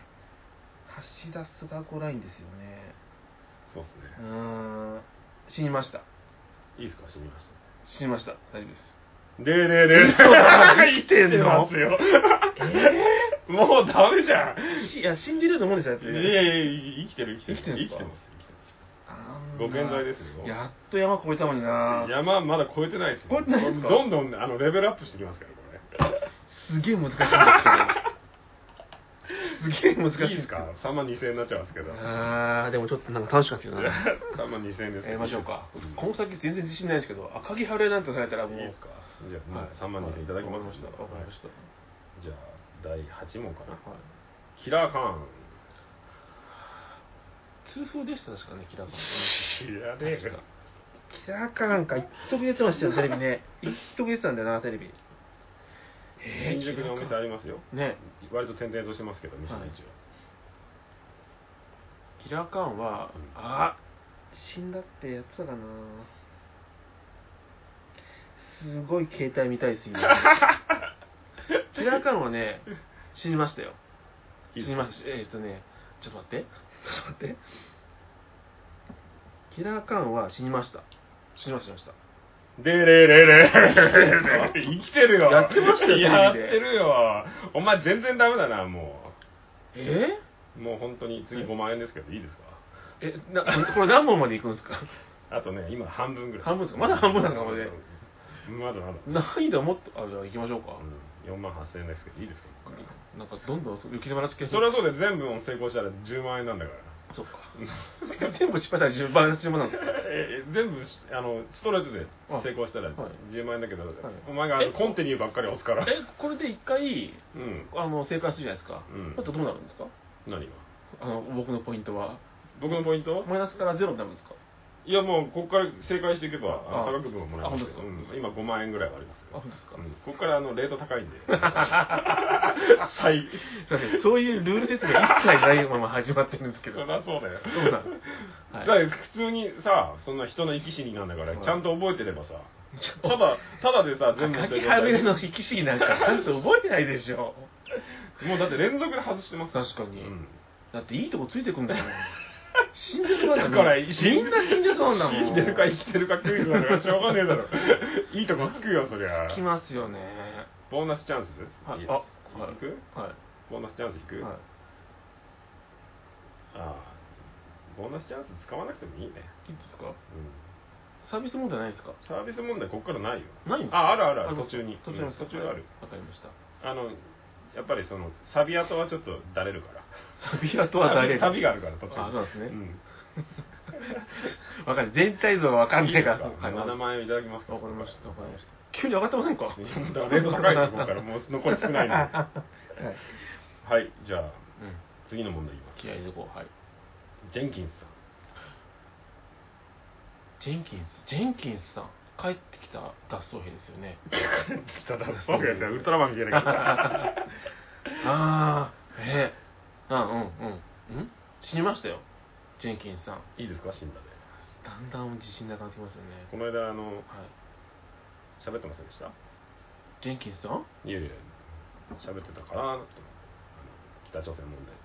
Speaker 2: 橋田須賀子ラインですよね
Speaker 1: そうで
Speaker 2: う
Speaker 1: すね
Speaker 2: ーん死にました
Speaker 1: いいですか死にました
Speaker 2: 死にました大丈夫です
Speaker 1: ででで 生きて
Speaker 2: んの
Speaker 1: ますよ もうダメじゃん
Speaker 2: しいや死んでるようなもんでしょだって
Speaker 1: いやいやいや生きてる生きてる
Speaker 2: 生きてるん
Speaker 1: 生き
Speaker 2: すか
Speaker 1: てます生きてます
Speaker 2: あー
Speaker 1: ご健在ですよ
Speaker 2: やっと山越えたのにな
Speaker 1: 山まだ越えてないですよ
Speaker 2: 越えてないですか
Speaker 1: どんどんあのレベルアップしてきますからこ
Speaker 2: すげえ難しいんですけどすげえ難しいん
Speaker 1: れいい
Speaker 2: で
Speaker 1: ですす
Speaker 2: けど
Speaker 1: か3万2000円になっちゃいますけど
Speaker 4: あーでもちょっとなんか楽しかったな
Speaker 1: 3万2000円です
Speaker 2: やりましょうか、
Speaker 1: ん
Speaker 2: この先全然自信ないですけど赤木春江なんてされたらもう
Speaker 1: いいですかじゃあ、もう3万2000円いただきます
Speaker 2: わかりましたわかりました、
Speaker 1: じゃあ第8問かな
Speaker 2: はい
Speaker 1: キラーカーン
Speaker 4: 痛風でした確かねキラさん
Speaker 1: 知らねえよ
Speaker 2: キラーカーンか一時出てましたよテレビね一時出てたんだよなテレビえ
Speaker 1: 新
Speaker 2: ー
Speaker 1: 宿にお店ありますよ
Speaker 2: ね
Speaker 1: 割と点々としてますけど店の位置は
Speaker 4: キラーカーンは
Speaker 2: あ死んだってやつだかなすごい携帯見たい です今キラーカーンはね死にましたよ
Speaker 1: いい
Speaker 2: 死にましたえーっとねちょっと待ってちょっと待ってキラーカーンは死にました死にました死にました
Speaker 1: でれ れれ生きてるよ
Speaker 2: やってましたよテレビで
Speaker 1: やってるよお前全然ダメだなも
Speaker 2: え
Speaker 1: うもう本当に次5万円ですけどいいですか
Speaker 2: ー、えなこれ何問までいくんですか
Speaker 1: あとね今半分ぐらい
Speaker 2: 半分ですかまだ半分なんですかこれで
Speaker 1: まだまだ、うん、
Speaker 5: 難易度はもっとあじゃあ行きましょうか、
Speaker 1: 4万8000円ですけどいいですかこれ
Speaker 5: なんかどんどん雪の話系
Speaker 1: それはそうで全部も成功したら10万円なんだ から
Speaker 5: そっか全部失敗したら10倍の注文なんですか
Speaker 1: ええ全部しあのストレートで成功したら10万円だけど、お前があの
Speaker 5: え
Speaker 1: コンティニューばっかり押すから
Speaker 5: えこれで一回
Speaker 1: うん
Speaker 5: あの正解するじゃないですか、
Speaker 1: うん
Speaker 5: あとどうなるんですか
Speaker 1: 何が
Speaker 5: あの僕のポイントは
Speaker 1: 僕のポイント
Speaker 5: マイナスからゼロになるんですか
Speaker 1: いやもうここから正解していけばあの
Speaker 5: あ
Speaker 1: 差額分はもらえますよ
Speaker 5: あ本当ですか
Speaker 1: うん今5万円ぐらいはあります
Speaker 5: あ
Speaker 1: よ
Speaker 5: 本当ですか、
Speaker 1: うんここからあのレート高 いんで最
Speaker 5: すいませんそういうルール説明一切ないまま始まってるんですけ
Speaker 1: そ
Speaker 5: ど
Speaker 1: りゃそうだよ
Speaker 5: そうなんはい
Speaker 1: だって普通にさそんな人の生き死になんだから
Speaker 5: はい
Speaker 1: ちゃんと覚えてればさただただでさ全部
Speaker 5: 赤
Speaker 1: 正
Speaker 5: 木
Speaker 1: 解さ
Speaker 5: は
Speaker 1: れ
Speaker 5: め
Speaker 1: る
Speaker 5: の生き死になんかちゃんと覚えてないでしょ
Speaker 1: もうだって連続で外してます
Speaker 5: 確か
Speaker 1: う
Speaker 5: に、
Speaker 1: ん
Speaker 5: だっていいとこついてくんだ よ死んでそうなんだもん
Speaker 1: だから
Speaker 5: みんな死んでそうなんだもん
Speaker 1: 死んでるか生きてるかクイズだからしょうがねえ だろいいとこつくよそりゃ
Speaker 5: きますよね
Speaker 1: ボーナスチャンス
Speaker 5: はいい
Speaker 1: い
Speaker 5: あは
Speaker 1: 行く
Speaker 5: いは
Speaker 1: ボーナスチャンス行
Speaker 5: い、
Speaker 1: く、
Speaker 5: はい
Speaker 1: ああボーナスチャンス使わなくてもいいね、
Speaker 5: いいですか
Speaker 1: う
Speaker 5: サービス問題ないですか
Speaker 1: ん、サービス問題ここからないよ
Speaker 5: ないんですか
Speaker 1: ああるあるある
Speaker 5: ります
Speaker 1: 途中に
Speaker 5: 途中なんですか
Speaker 1: うん途中ある
Speaker 5: わかりました
Speaker 1: あのやっぱりそのサビ跡はちょっとだれるから
Speaker 5: サビアとは誰
Speaker 1: サビがあるから途中
Speaker 5: あそうなんですね
Speaker 1: ん
Speaker 5: わかる全体像はわかんないから
Speaker 1: いいですか
Speaker 5: はい
Speaker 1: 7万円いただきます
Speaker 5: わかりましたわかりました急に上がってませんか
Speaker 1: いやだからレート高いところからもう残り少 ないので は
Speaker 5: はい
Speaker 1: いじゃあ
Speaker 5: うん
Speaker 1: 次の問題いきます
Speaker 2: 気合いでこうはい
Speaker 1: ジェンキンスさん
Speaker 2: ジェンキンスジェンキンスさん帰ってきた脱走兵ですよね
Speaker 1: 北田さんウルトラマンみたいな
Speaker 2: ああええあうんうんん死にましたよジェンキンスさん
Speaker 1: いいですか死んだで
Speaker 2: だんだん自信なくなってきますよね
Speaker 1: この間あの
Speaker 2: はい
Speaker 1: 喋ってませんでした
Speaker 2: ジェンキンスさん
Speaker 1: いやいや喋ってたかなと思ってあの北朝鮮問題で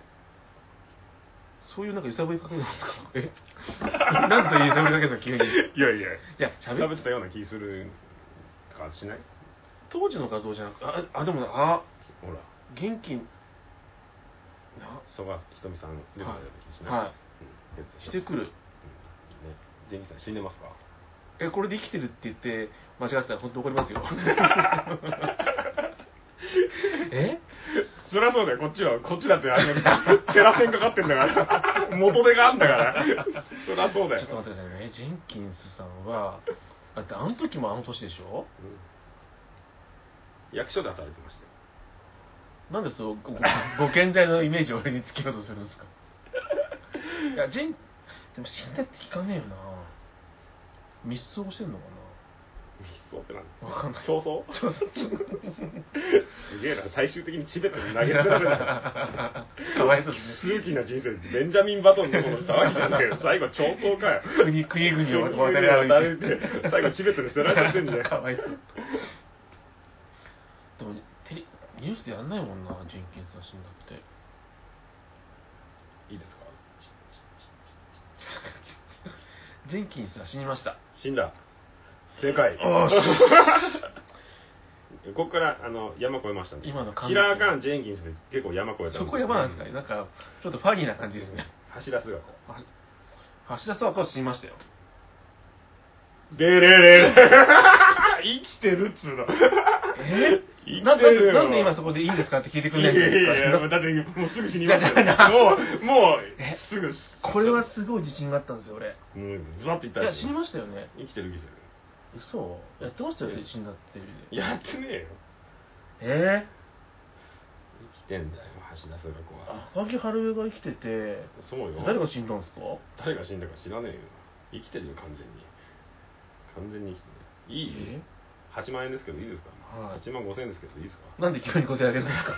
Speaker 2: そういうなんか揺さぶりかけてますか えなんでそういう揺さぶりかけたの 急に い
Speaker 1: いやいや
Speaker 2: や
Speaker 1: 喋
Speaker 2: 喋
Speaker 1: ってたような気する感じしない
Speaker 2: 当時の画像じゃなくああでもねあ
Speaker 1: ほら
Speaker 2: 元気な
Speaker 1: 曽我ひとみさん出てたような気しない、
Speaker 2: は
Speaker 1: うん
Speaker 2: いしてくる
Speaker 1: ね元気さん死んでますか
Speaker 2: えこれで生きてるって言って間違ってたら本当怒りま すよえ
Speaker 1: そりゃそうだよこっちはこっちだってあれ テラ線かかってんだから 元手があんだから そりゃそうだ
Speaker 2: ちょっと待ってくださいねジェンキンスさんはだってあの時もあの年でしょ
Speaker 1: 役所で働いてましたよ
Speaker 2: なんでそう ごご健在のイメージを俺につけようとするんですかいやジェンでも死んだって聞かねえよな密葬してんのか
Speaker 1: そうってなんだ
Speaker 2: なわかんない
Speaker 1: 競争
Speaker 2: ちょっと
Speaker 1: すげえな最終的にチベットに投げられる
Speaker 2: かわいそうですね
Speaker 1: 数奇な人生ベンジャミン・バトンのこの騒ぎじゃないよ最後超走かよ
Speaker 2: 国国々を渡り歩いて
Speaker 1: 最後チベットに捨てられてん じゃん
Speaker 2: かわいそうでもテレニュースでやんないもんなジェンキンスの死んだって
Speaker 1: いいですか
Speaker 2: ジェンキンスは死にました
Speaker 1: 死んだ正解
Speaker 2: おー
Speaker 1: ここからあの山越えましたね
Speaker 2: 今の感
Speaker 1: キ
Speaker 2: じ
Speaker 1: ラー・カーン・ジェンキンスで結構山越えたんで
Speaker 2: そこやばなんですかねなんかちょっとファニーな感じですね
Speaker 1: 走らすがこ
Speaker 2: は橋田さんは死にましたよ
Speaker 1: うでれれれ 生きてるっつうの
Speaker 2: え
Speaker 1: 生
Speaker 2: な
Speaker 1: き
Speaker 2: ん
Speaker 1: て
Speaker 2: で
Speaker 1: るよ
Speaker 2: なんで今そこでいいんですかって聞いてく
Speaker 1: い
Speaker 2: れな
Speaker 1: や
Speaker 2: い
Speaker 1: い
Speaker 2: んですか
Speaker 1: やいやだってもうすぐ死にますよもうもうすぐ
Speaker 2: これはすごい自信があったんですよ俺
Speaker 1: もうズバッといった
Speaker 2: い
Speaker 1: で
Speaker 2: や
Speaker 1: しょ
Speaker 2: 死にましたよね
Speaker 1: 生きてる生きて
Speaker 2: 嘘やってましたよね死んだって
Speaker 1: るやってねえよ
Speaker 2: えー
Speaker 1: 生きてんだよ橋田壽賀子は
Speaker 2: 赤木春恵が生きてて
Speaker 1: そうよ
Speaker 2: 誰が死んだんですか
Speaker 1: 誰が死んだか知らねえよ生きてるよ完全に完全に生きてるいい
Speaker 2: え
Speaker 1: 8万円ですけどいいですか、
Speaker 2: はい
Speaker 1: 8万5千円ですけどいいですか
Speaker 2: なんで急に答えあげるんですか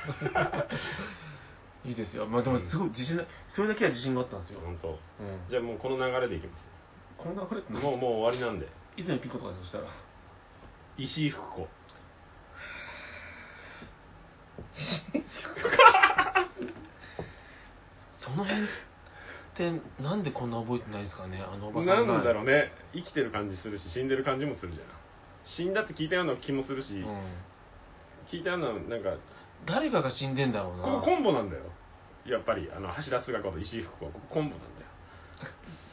Speaker 2: いいですよまあでもすごい自信なそれだけは自信があったんですよ、
Speaker 1: 本当。
Speaker 2: うん
Speaker 1: じゃあもうこの流れでいきます
Speaker 2: こんなこれって
Speaker 1: もうもう終わりなんで
Speaker 2: いつのピンコとかでそしたら
Speaker 1: 石井福子
Speaker 2: その辺ってなんでこんな覚えてないですかねあのおばさ
Speaker 1: なん
Speaker 2: んが
Speaker 1: だろうね生きてる感じするし死んでる感じもするじゃん死んだって聞いたような気もするし、
Speaker 2: うん
Speaker 1: 聞いたようななんか
Speaker 2: 誰かが死んでんだろう
Speaker 1: この
Speaker 2: な
Speaker 1: コンボなんだよやっぱりあの橋田壽賀子と石井福子はコンボなんだよ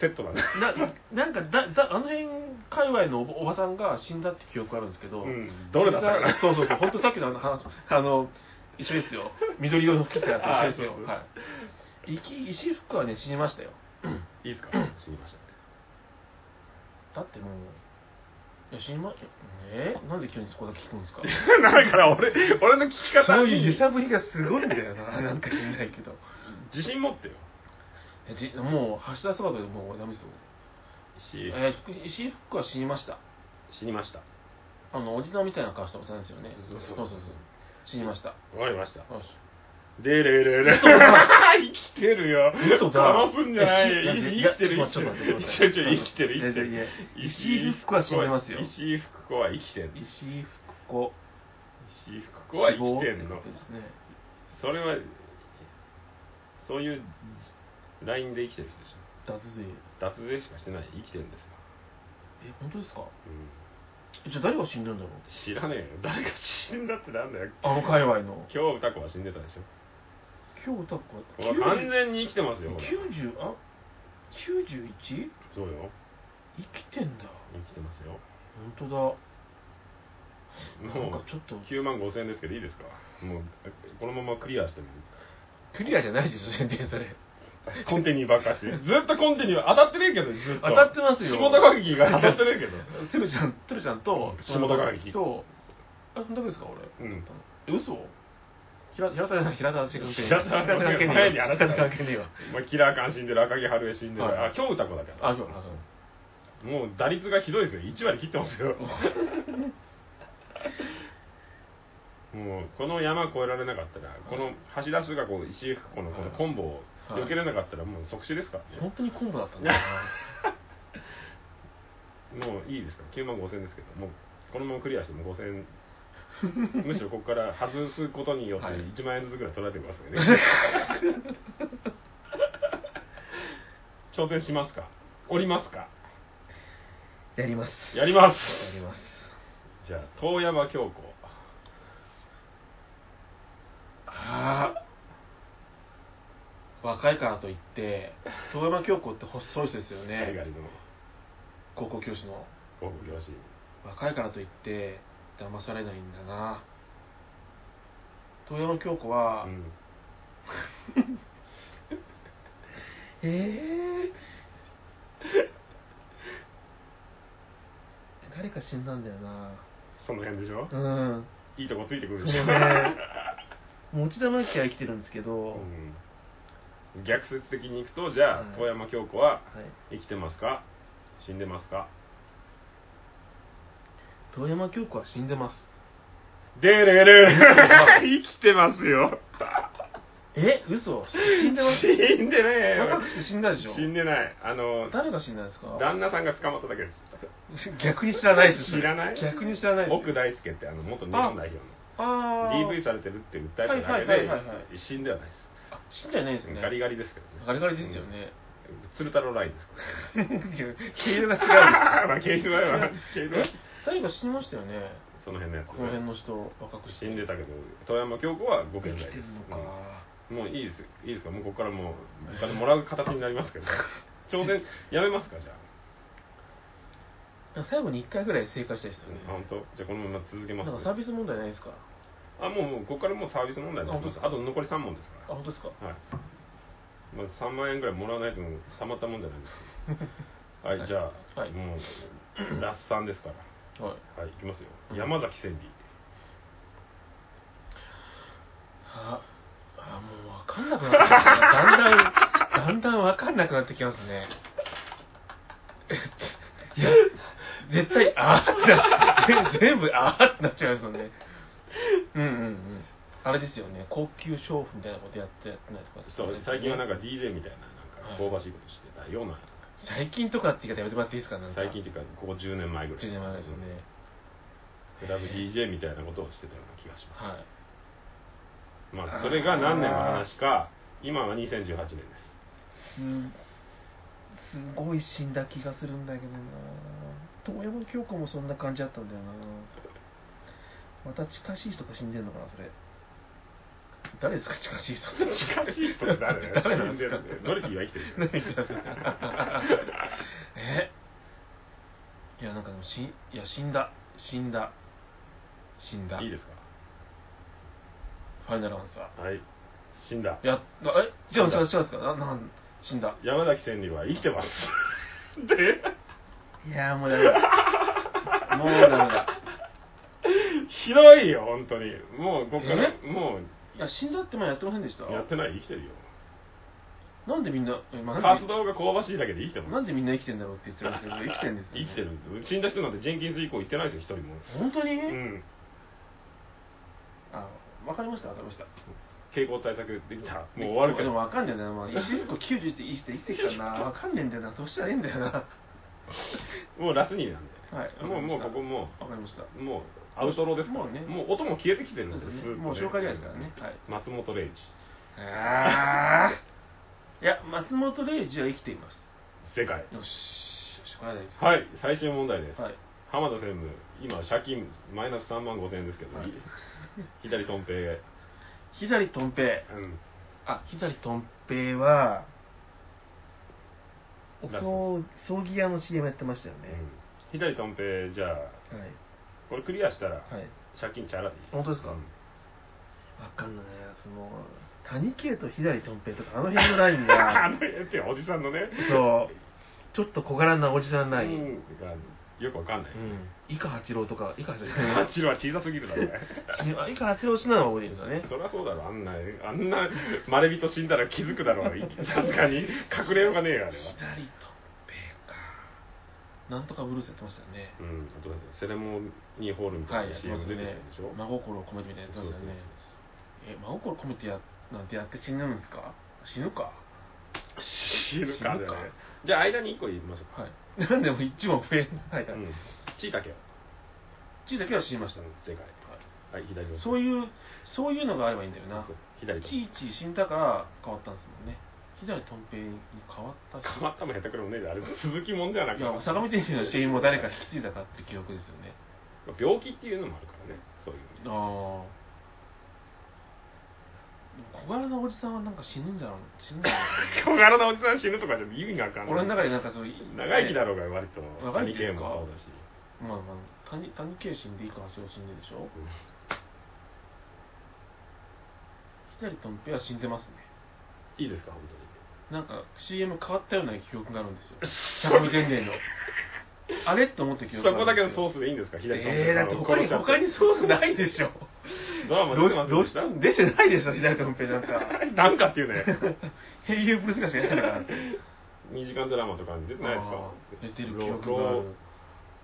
Speaker 1: セットなんだよ
Speaker 2: ななんかだだあの辺界隈のおばおばさんが死んだって記憶あるんですけど、
Speaker 1: うんどれだったかな
Speaker 2: それがそうそうそう、本当さっきのあの話、あの、一緒ですよ。緑色の服着てたやつ一緒です
Speaker 1: あーそうそう
Speaker 2: よ。はい。石石福はね、死にましたよ。
Speaker 1: いいですか死にました
Speaker 2: だってもう、いや死にましたよ。ねえなんで急にそこだけ聞くんです か
Speaker 1: だから俺俺の聞き方
Speaker 2: そういう
Speaker 1: に
Speaker 2: 揺さぶりがすごいんだよ な、なんか知んないけど。
Speaker 1: 自信持ってよ
Speaker 2: えじもう、橋田姿でもうダメですよ。
Speaker 1: し
Speaker 2: えー石井福は死にました。
Speaker 1: 死にました
Speaker 2: あの、おじさんみたいな顔したおじさんですよね。
Speaker 1: そうそう
Speaker 2: そう死にました。よ
Speaker 1: わかりました
Speaker 2: し。
Speaker 1: でれれれ 生きてるよ
Speaker 2: 嘘だ
Speaker 1: 殺すんじゃないよ
Speaker 2: えし
Speaker 1: 生きてる
Speaker 2: いや
Speaker 1: 生きてる
Speaker 2: ちょっと待って
Speaker 1: 生きてる生きてる生きてる
Speaker 2: いやいや
Speaker 1: 石
Speaker 2: 石井福子は死んでますよ
Speaker 1: 石井福子は生きてる
Speaker 2: 石井福子
Speaker 1: 石井福子は生きて
Speaker 2: 死
Speaker 1: ん
Speaker 2: 亡っ
Speaker 1: の
Speaker 2: ことですね
Speaker 1: それはそういうラインで生きてる人でしょ
Speaker 2: 脱税
Speaker 1: 脱税しかしてない生きてるんですよ、
Speaker 2: え本当ですか
Speaker 1: うん
Speaker 2: じゃあ誰が死んだんだろう
Speaker 1: 知らねえよ誰が死んだってなんだよ
Speaker 2: あの界隈の
Speaker 1: 今日歌子は死んでたでしょ
Speaker 2: 今日歌子
Speaker 1: ほら完全に生きてますよほら
Speaker 2: 90あ 91?
Speaker 1: そうよ
Speaker 2: 生きてんだ
Speaker 1: 生きてますよ
Speaker 2: 本当だな
Speaker 1: も
Speaker 2: んか
Speaker 1: う
Speaker 2: ちょっと
Speaker 1: 9万5千円ですけどいいですかもうこのままクリアしても
Speaker 6: クリアじゃないでしょ全然それ
Speaker 1: コンティニューばっか してずっとコンティニュー当たってねえけどずっと
Speaker 2: 当たってますよ
Speaker 1: 下高木が当たってねえけど
Speaker 2: てるちゃんてるちゃんと
Speaker 1: 下高木
Speaker 2: とあ本当ですか俺
Speaker 1: うん
Speaker 2: え嘘平平田じゃない平田は違う
Speaker 1: 平田は
Speaker 2: 平田関係ね
Speaker 1: 前
Speaker 2: え
Speaker 1: に
Speaker 2: よ
Speaker 1: 話し
Speaker 2: 平
Speaker 1: た
Speaker 2: 田関係ねえわ
Speaker 1: お前キラー感死んでる赤木春江死んでる、
Speaker 2: はい
Speaker 1: あ今日歌子だけ
Speaker 2: あ今日あそう
Speaker 1: もう打率がひどいですよ1割切ってます よもうこの山越えられなかったら、この橋田がこう石井福子のこのコンボを
Speaker 2: はい
Speaker 1: 避けれなかったらもう即死ですからね、
Speaker 2: 本当にコンボだったんだよ
Speaker 1: もういいですか9万5000ですけどもうこのままクリアしても5000 むしろここから外すことによって
Speaker 2: はい
Speaker 1: 1万円ずつぐらい取られてますよね 挑戦しますか降りますか
Speaker 6: やります
Speaker 1: やります
Speaker 6: やります
Speaker 1: じゃあ遠山京子
Speaker 2: ああ若いからといって遠山京子って細い人ですよ
Speaker 1: ガリガ
Speaker 2: ね
Speaker 1: リの
Speaker 2: 高校教師の
Speaker 1: 高校教師
Speaker 2: 若いからといって騙されないんだな遠山京子は、
Speaker 1: うん
Speaker 6: え え誰か死んだんだよな
Speaker 1: その辺でしょ
Speaker 6: うん
Speaker 1: いいとこついてく
Speaker 6: そう
Speaker 1: るでしょ、
Speaker 6: ね 持田真紀は生きてるんですけど、
Speaker 1: うん逆説的にいくとじゃあ、
Speaker 6: うん
Speaker 1: 遠山京子は
Speaker 6: はい、
Speaker 1: 生きてますか死んでますか
Speaker 2: 遠山京子は死んでます
Speaker 1: でれれ 生きてますよ
Speaker 2: え嘘死んでます
Speaker 1: 死んでねえよ
Speaker 2: 若くして死んだでしょ
Speaker 1: 死んでないあの
Speaker 2: 誰が死んだんですか
Speaker 1: 旦那さんが捕まっただけです
Speaker 2: 逆に知らないです
Speaker 1: 知らない
Speaker 2: 逆に知らないです
Speaker 1: 奥大輔ってあの元日本代表の
Speaker 2: ああ
Speaker 1: DV されてるって訴えただけ
Speaker 2: はいはいはいはいは
Speaker 1: で死んではないです
Speaker 2: あ死んじゃいないですよね
Speaker 1: ガリガリですけどね
Speaker 2: ガリガリですよね、
Speaker 1: 鶴太郎ラインです
Speaker 2: いや毛色が違うでしょ
Speaker 1: まあ毛色はまあ毛色は
Speaker 2: え誰か死にましたよね
Speaker 1: その辺のやつ
Speaker 2: この辺の人若くして
Speaker 1: 死んでたけど遠山京子はご
Speaker 2: 生
Speaker 1: 健
Speaker 2: き
Speaker 1: 在
Speaker 2: て
Speaker 1: です
Speaker 2: るのか、
Speaker 1: うんもういいですいいですかもうここからもうお金もらう形になります けど挑戦やめますかじゃ
Speaker 2: なんか最後に1回ぐらい正解したいですよね、
Speaker 1: ああ本当じゃあこのまま続けます
Speaker 2: なんかサービス問題ないですか
Speaker 1: あもうもうここからもうサービス問題になります
Speaker 2: あ
Speaker 1: あと残り3問です
Speaker 2: あ
Speaker 1: か
Speaker 2: 本当ですから
Speaker 1: はい、まあ、3万円ぐらいもらわないともうたまったもんじゃないです はいじゃあ、
Speaker 2: はい
Speaker 1: もうラッサンですから
Speaker 2: はい
Speaker 1: はい行きますよ
Speaker 2: うん
Speaker 1: 山崎千里
Speaker 2: ああもう分かんなくなってきますねだんだんだんだん分かんなくなってきますねえっといや絶対あーってな全部あーってなっちゃいますよねうんうんうんあれですよね高級娼婦みたいなことやってやってないとかです
Speaker 1: そ
Speaker 2: よね、
Speaker 1: う最近はなんか DJ みたいななんか
Speaker 2: はい
Speaker 1: 香ばしいことしてたような
Speaker 2: 最近とかって言い方やめてもらっていいですかなんか
Speaker 1: 最近っていうかここ10年前ぐらい
Speaker 2: 10年前ですね、
Speaker 1: クラブ DJ みたいなことをしてたような気がします、
Speaker 2: はい
Speaker 1: まあ、それが何年の話か今は2018年です
Speaker 6: すすごい死んだ気がするんだけどな遠山京子もそんな感じだったんだよなまた近しい人が死んでんのかなそれ誰ですか近しい人 って
Speaker 1: 近しい人って誰だよ
Speaker 6: 誰なん
Speaker 1: 死んで
Speaker 6: ですか
Speaker 1: るんだよノリティは生きてる
Speaker 6: 何言ってますかえ
Speaker 2: いやなんかでもしんいや死んだ死んだ死んだ
Speaker 1: いいです
Speaker 2: ファイナルアンサ
Speaker 1: かはい死んだ
Speaker 2: ーいやなえ違う違う違う違うななん死んだ
Speaker 1: 山崎千里は生きてますで
Speaker 7: いやーもうダメだ もうダメだ
Speaker 1: ひどいよ本当にもうこっからも
Speaker 2: いや死んだって前やってませんでした
Speaker 1: うやってない生きてるよ
Speaker 2: なんでみんなえまあなん
Speaker 1: 活
Speaker 2: で
Speaker 1: 動が香ばしいだけで生きてます
Speaker 2: なんでみんな生きてんだろうって言ってるんです けど生きてんですよ、ね、
Speaker 1: 生きてる死んだ人なんてジェンキンス以降行ってないですよ一人も
Speaker 2: 本当に、
Speaker 1: うん
Speaker 2: あわかりましたわかりました
Speaker 1: 傾向対策できたもう終わるけ
Speaker 2: で
Speaker 1: ど
Speaker 2: もわかんねえんだよな、まあ、石1個91でいいして生きてきた なわかんねえんだよなどうしたらいいんだよなは
Speaker 1: もうラスニーなんで
Speaker 2: い
Speaker 1: もうもうここも
Speaker 2: わかりました
Speaker 1: うもうアウトローですから
Speaker 2: もうね
Speaker 1: もう音も消えてきてるんです
Speaker 2: そ
Speaker 1: よ
Speaker 2: うです
Speaker 1: ス
Speaker 2: ね
Speaker 1: ーッと
Speaker 2: もう消化試合ですからねはい
Speaker 1: 松本零士
Speaker 2: ああいや松本零士は生きています
Speaker 1: 世界
Speaker 2: よしよしこれは大丈夫です
Speaker 1: はい最終問題です、
Speaker 2: はい
Speaker 1: 浜田専務今借金マイナス3万5千円ですけど、
Speaker 2: はい
Speaker 1: 左トンペイ、う
Speaker 2: 左とんぺい
Speaker 1: ん、
Speaker 2: あ左とんぺいは
Speaker 7: そう葬儀屋の CM やってましたよね、
Speaker 1: 左トンペイじゃあ
Speaker 7: はい
Speaker 1: これクリアしたら
Speaker 7: はい
Speaker 1: 借金チャラでいい
Speaker 7: 本当ですか
Speaker 1: うん
Speaker 7: わかんないなその谷圭と左とん平とかあの辺のラインが
Speaker 1: あのやつやおじさんのね
Speaker 7: そうちょっと小柄なおじさんライン、
Speaker 1: うんよくわかんない、
Speaker 7: 伊賀八郎とか伊賀八郎
Speaker 1: あっちのは小さすぎるだろうね
Speaker 7: 伊賀八郎氏なのは覚えてるんですよね
Speaker 1: そりゃそうだろあんなあんなまれびと死んだら気づくだろうさすがに隠れようがねえよあれは
Speaker 2: 左とんぺいかなんとかブルースやってましたよね
Speaker 1: うんあとだってセレモニーホールみた
Speaker 2: はいい
Speaker 1: な
Speaker 2: やってま
Speaker 1: CM
Speaker 2: す
Speaker 1: 出
Speaker 2: よ
Speaker 1: てる
Speaker 2: ね
Speaker 1: でしょ、
Speaker 2: 真心を込めてみたいなやつ
Speaker 1: そ
Speaker 2: で
Speaker 1: うそう
Speaker 2: す
Speaker 1: そ
Speaker 2: よ
Speaker 1: う
Speaker 2: ねえ真心込めてやなんてやって死ぬんですか死ぬか
Speaker 1: 死ぬか
Speaker 2: 死ぬ
Speaker 1: ね
Speaker 2: か
Speaker 1: じゃあ間に1個言いましょうか、
Speaker 2: はい なんでも一問増えないはいはい
Speaker 1: うん地位かけよ
Speaker 2: 地位だけは死にました、
Speaker 1: 正解はい左の
Speaker 2: そういうそういうのがあればいいんだよな
Speaker 1: そう左と
Speaker 2: ちいち死んだから変わったんですもんね左とん平に変わった人
Speaker 1: 変わったも下手くれもねえじゃんあれ続きもんじゃなく
Speaker 2: いや相模天主の死因も誰か引き継いだかって記憶ですよね
Speaker 1: 病気っていうのもあるからねそういう
Speaker 2: ああでも小柄なおじさんはなんか死ぬんじゃろう死ぬんじゃろ
Speaker 1: 小柄なおじさん死ぬとかじゃ意味がわかん
Speaker 2: う
Speaker 1: ない
Speaker 2: 俺の中でなんかそうい
Speaker 1: 長生きだろうが割と
Speaker 2: 長生
Speaker 1: 谷
Speaker 2: きで
Speaker 1: 系
Speaker 2: すか
Speaker 1: もそうだし
Speaker 2: まあまあ谷谷圭死んでいいか橋を死んででしょ左とんぺは死んでますね
Speaker 1: いいですか本
Speaker 2: なんか CM 変わったような記憶がある んですよ相模天然のあれと思って
Speaker 1: 当
Speaker 2: 記
Speaker 1: に
Speaker 2: 憶
Speaker 1: そこだけのソ
Speaker 2: そう
Speaker 1: ースでいいんですか左と
Speaker 2: えー、だって他に他にソースないでしょ
Speaker 1: ドラマ出てます
Speaker 2: 露出出てないでしょ左とんぺなんか
Speaker 1: なんかっていうね
Speaker 2: ヘリウブルスがしかやってないから
Speaker 1: 2時間ドラマとかに出てないですか
Speaker 2: あー出てる記憶がある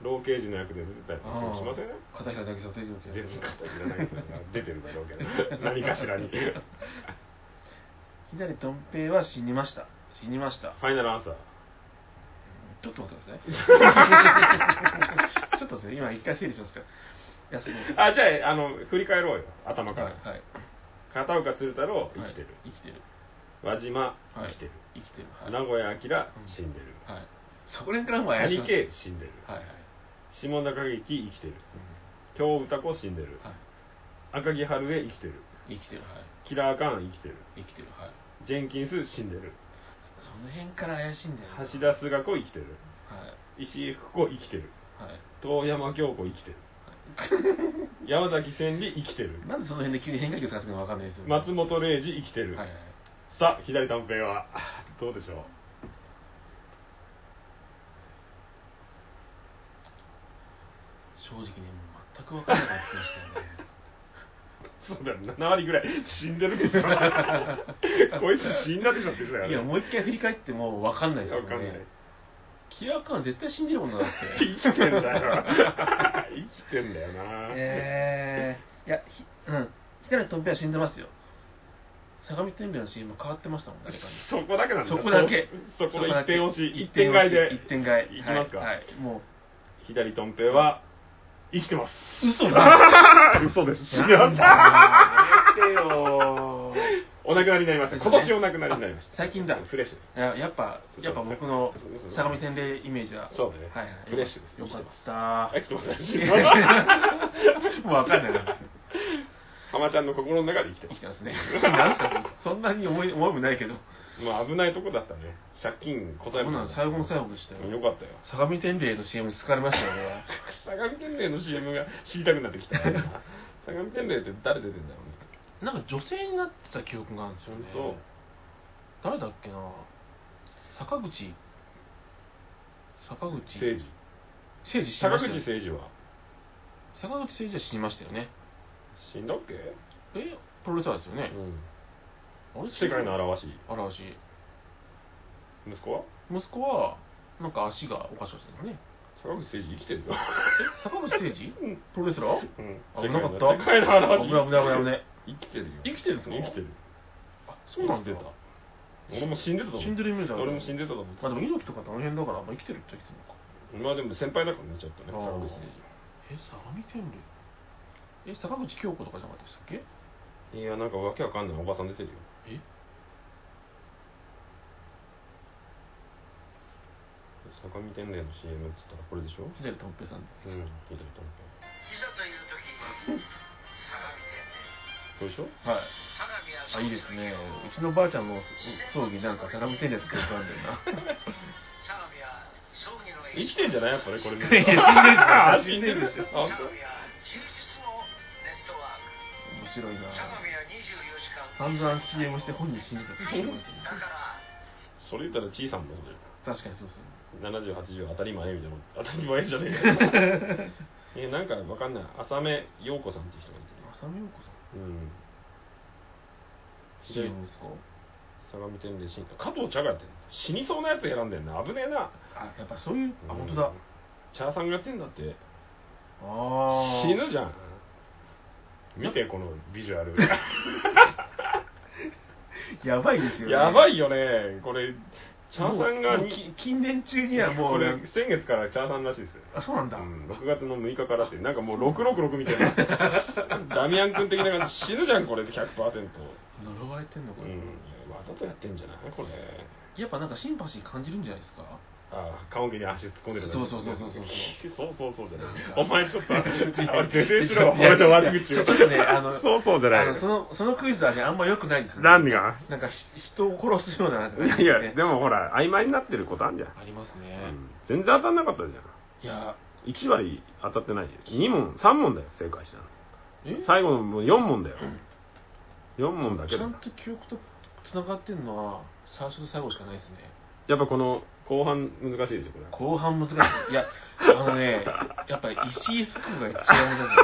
Speaker 1: 老刑事の役で出てたりとかしません
Speaker 2: 片平だけさ出てる気がす
Speaker 1: 出
Speaker 2: る
Speaker 1: てなかったじゃないですか出てるだろう けど何かしらにフ
Speaker 2: 左とん平は死にました死にました
Speaker 1: ァイナルアンサー
Speaker 2: ちょっと待ってくださ いちょっと待って今一回整理しますからいやその
Speaker 1: あじゃああの振り返ろうよ頭から、
Speaker 2: はいはい
Speaker 1: 片岡鶴太郎生きてる、
Speaker 2: 生きてる
Speaker 1: 輪島
Speaker 2: は
Speaker 1: 生
Speaker 2: い
Speaker 1: きてる、
Speaker 2: 生きてるはい、
Speaker 1: 名
Speaker 2: はい、
Speaker 1: 古屋明死んでる、
Speaker 2: そこら辺からも怪し
Speaker 1: 谷
Speaker 2: い
Speaker 1: 圭死んでる
Speaker 2: はいはい、
Speaker 1: 下中劇生きてる京歌子死んでる
Speaker 2: は
Speaker 1: 赤木春江生きてる
Speaker 2: い、生きてるはい
Speaker 1: キラーカーン生きてる
Speaker 2: 生きてるはい
Speaker 1: ジェンキンス死んでる
Speaker 2: その辺から怪しいんだよな
Speaker 1: 橋田壽賀子生きてる
Speaker 2: はい
Speaker 1: 石井福子生きてる
Speaker 2: はい
Speaker 1: 遠山京子生 きてる山崎千里生きてる
Speaker 2: なんでその辺で急に変化球使ってくるのかわかんないですよね、
Speaker 1: 松本零士生きてる、
Speaker 2: はいはいはい
Speaker 1: さあ左短平はどうでしょ
Speaker 2: 正直ねもう全く分からなくなってきましたよね
Speaker 1: うそうだよ7割ぐらい死んでるで しょこいつ死んだでしょって言ってたから
Speaker 2: いやもう一回振り返っても分かんないですよ
Speaker 1: わかんない
Speaker 2: ねキラーカーン絶対死んでるもん なだって
Speaker 1: 生きてんだ よ生きてんだよな、
Speaker 7: え
Speaker 2: いやひうん光とんぺは死んでますよ相模天秤の CM 変わってましたもんね
Speaker 1: そこだけなんだ
Speaker 2: そこだけ
Speaker 1: そこの
Speaker 2: だ
Speaker 1: 一
Speaker 2: け
Speaker 1: 点押し一点
Speaker 2: 点
Speaker 1: 買い
Speaker 2: 押
Speaker 1: で
Speaker 2: し一点買い
Speaker 1: いきますか
Speaker 2: はい、はいも
Speaker 1: 左とんぺいは生きてます
Speaker 2: う嘘だ
Speaker 1: 嘘です
Speaker 7: なんだよやめてよ
Speaker 1: お亡くなりになりました
Speaker 2: そう
Speaker 1: 今
Speaker 2: です
Speaker 1: 年
Speaker 2: ね
Speaker 1: お亡くなりになりました
Speaker 2: 最近だ
Speaker 1: フレッシュです
Speaker 2: いややっぱやっぱ僕の相模天秤イメージは
Speaker 1: そうだね
Speaker 2: はいはい、
Speaker 1: フレッシュです
Speaker 2: よかった
Speaker 1: あいつも同じも
Speaker 2: もう分かんないな
Speaker 1: 浜ちゃんの心の中で生きて
Speaker 2: 生
Speaker 1: ま
Speaker 2: き
Speaker 1: す
Speaker 2: てますね何ですかそんなに思い思いもないけど
Speaker 1: まあ危ないとこだったね借金答え
Speaker 2: そうなの最後の最後でしたよ
Speaker 1: よかったよ
Speaker 2: 相模天霊の CM に好かれましたよね
Speaker 1: 相模天霊の CM が知りたくなってきたな相模天霊って誰出てんだろうね
Speaker 2: なんか女性になってた記憶があるんですよね
Speaker 1: 本
Speaker 2: 誰だっけな坂口坂口
Speaker 1: 政治
Speaker 2: 誠治死に
Speaker 1: 坂
Speaker 2: まし
Speaker 1: 口
Speaker 2: たよね
Speaker 1: 誠治は
Speaker 2: 坂口誠治は死にましたよね
Speaker 1: 死んだっけ、
Speaker 2: えプロレスラーですよね、あれ
Speaker 1: 世界の表し
Speaker 2: 嵐
Speaker 1: 息子は
Speaker 2: 息子はなんか足がおかしかったですね
Speaker 1: 坂口誠治生きてるよ、
Speaker 2: え坂口誠治
Speaker 1: うん
Speaker 2: プロレスラー
Speaker 1: うん
Speaker 2: 危なかった
Speaker 1: 世界の表し
Speaker 2: 危ない危ない危ない危ない
Speaker 1: 生きてるよ
Speaker 2: 生きてるんですか
Speaker 1: 生きてる
Speaker 2: あそうなんで
Speaker 1: 生
Speaker 2: す
Speaker 1: き
Speaker 2: か
Speaker 1: てた俺も死んでたと思う
Speaker 2: 死んでるイメージある
Speaker 1: 俺も死んでたと思う
Speaker 2: まあでも猪木とかってあの辺だから、まあ、生きてるっちゃ生きてる
Speaker 1: ま
Speaker 2: のか
Speaker 1: あでも先輩だからねちょっとね
Speaker 2: あー
Speaker 1: 坂口誠
Speaker 2: え相模天竜え坂口京子とかじゃなかったでしたっけ
Speaker 1: 治いやなんかわけわかんないおばさん出てるよ
Speaker 2: え
Speaker 1: 坂見天霊の CM っつったらこれでしょ
Speaker 2: 左とんぺいさんです
Speaker 1: うん聞いたことあ
Speaker 8: いざという時相模で
Speaker 1: るこれでしょ
Speaker 2: はい
Speaker 8: 相模は
Speaker 2: あいいですねうちのばあちゃんの葬儀なんか相模天竜って言ったんだよな
Speaker 8: 相模は葬儀の
Speaker 1: 生
Speaker 8: 演
Speaker 1: き
Speaker 8: 出
Speaker 1: てんじゃないやっぱねこれ見
Speaker 2: いや
Speaker 1: る
Speaker 2: 死ん
Speaker 1: と
Speaker 2: でるでしょ
Speaker 1: あー
Speaker 2: 死 んでる
Speaker 1: あ本当
Speaker 2: でしょ面白
Speaker 8: 相模は充実のネットワーク
Speaker 2: いな
Speaker 8: 相
Speaker 2: 散
Speaker 8: 模は24時間
Speaker 2: 々 CM して本人死んでたって言ってますよ
Speaker 8: だから
Speaker 1: それ言ったらちいさんもそれ
Speaker 2: 確かにそうですよね
Speaker 1: 70、80当たり前みたいな当たり前じゃねえか えなんかわかんない浅目陽子さんっていう人がいてる
Speaker 2: 浅見陽子さん
Speaker 1: うん
Speaker 2: 死ぬんですか
Speaker 1: 相模天で死んだ加藤茶がやってる死にそうなやつ選んでんな危ねえな
Speaker 2: あやっぱそういうあ本当だ
Speaker 1: 茶さんがやってんだって
Speaker 2: ああ
Speaker 1: 死ぬじゃん見てこのビジュア ル
Speaker 2: やばいですよね
Speaker 1: やば
Speaker 2: い
Speaker 1: いよねこれ茶さんがに
Speaker 2: 近年中にはも
Speaker 1: こ
Speaker 2: う
Speaker 1: れ先月からチャーさんらしいですよ
Speaker 2: あそうなんだ
Speaker 1: うん、6月の6日からってなんかもう666みたい なダミアン君的な感じ死ぬじゃんこれで100%
Speaker 2: 呪われてんの
Speaker 1: う
Speaker 2: これ
Speaker 1: んわざとやってんじゃないこれ
Speaker 2: やっぱなんかシンパシー感じるんじゃないですか
Speaker 1: ああ、顔毛に足突っ込んでる
Speaker 2: そうそうそうそうそう
Speaker 1: そうそうそうじゃないお前ちょっとあれ出てし
Speaker 2: いや
Speaker 1: ろ俺の悪口
Speaker 2: ちょ
Speaker 1: を
Speaker 2: っとねあの
Speaker 1: そうそうじゃない
Speaker 2: あのそのそのクイズはねあんま良くないですよね
Speaker 1: 何が
Speaker 2: なんかひ人を殺すようななんかね
Speaker 1: いやでもほら曖昧になってることあんじゃん、
Speaker 2: ありますね
Speaker 1: うん全然当たんなかったじゃん
Speaker 2: いや
Speaker 1: 1割当たってない2問3問だよ正解したの
Speaker 2: え
Speaker 1: 最後のもう4問だよ4問だけ
Speaker 2: ち
Speaker 1: だ
Speaker 2: ゃ
Speaker 1: よ
Speaker 2: んと記憶とつながってんのは最初と最後しかないですね
Speaker 1: やっぱこの後半難しいでしょこれ
Speaker 2: 後半難しいいやあ のねやっぱり石井福が一番難しい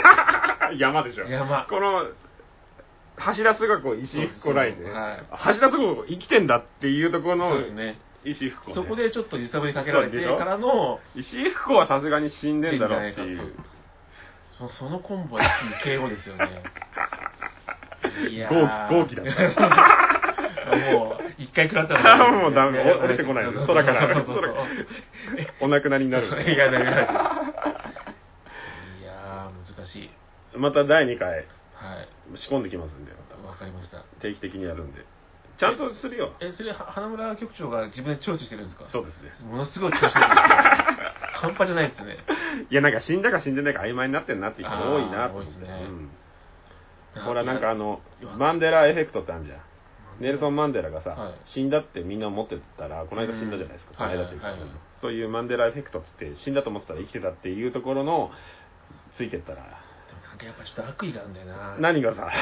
Speaker 2: です
Speaker 1: 山でしょ
Speaker 2: 山
Speaker 1: この橋田壽賀子石井福子ラインね、
Speaker 2: はい
Speaker 1: 橋田壽賀子生きてんだっていうところ
Speaker 2: そ
Speaker 1: の
Speaker 2: うですね
Speaker 1: 石井福子、ね、
Speaker 2: そこでちょっと揺さぶりかけられてからの
Speaker 1: 石井福子はさすがに死んでんだろうってい
Speaker 2: そう
Speaker 1: う
Speaker 2: そそのコンボは一気に KO ですよねいやー
Speaker 1: 豪気豪気だっ
Speaker 2: もう一回食らった
Speaker 1: あー もうダメお降りてこない
Speaker 2: そうそうそう
Speaker 1: 空から
Speaker 2: そうそうそう
Speaker 1: お亡くなりになる
Speaker 2: いやだめだいやー難しい
Speaker 1: また第2回
Speaker 2: はい
Speaker 1: 仕込んできますんでま
Speaker 2: わかりました
Speaker 1: た定期的にやるんでちゃんとするよ
Speaker 2: えそれは花村局長が自分で聴取してるんですか
Speaker 1: そうですね
Speaker 2: ものすごい聴 取してるんですよ半端じゃないですね
Speaker 1: いやなんか死んだか死んでないか曖昧になってんなっていう人多いなと思って
Speaker 2: あー多いですね
Speaker 1: うんほらなんかあの
Speaker 2: いや
Speaker 1: マンデラエフェクトってあるじゃんネルソ
Speaker 2: ン
Speaker 1: ン・マンデラがさ、
Speaker 2: はい
Speaker 1: 死んだってみんな思ってたらこの間死んだじゃないですか、
Speaker 2: うん
Speaker 1: この間というか、
Speaker 2: はいはいはいはい
Speaker 1: そういうマンデラエフェクトって死んだと思ってたら生きてたっていうところのついてったら
Speaker 2: なんかやっぱちょっと悪意があるんだよな
Speaker 1: 何がさ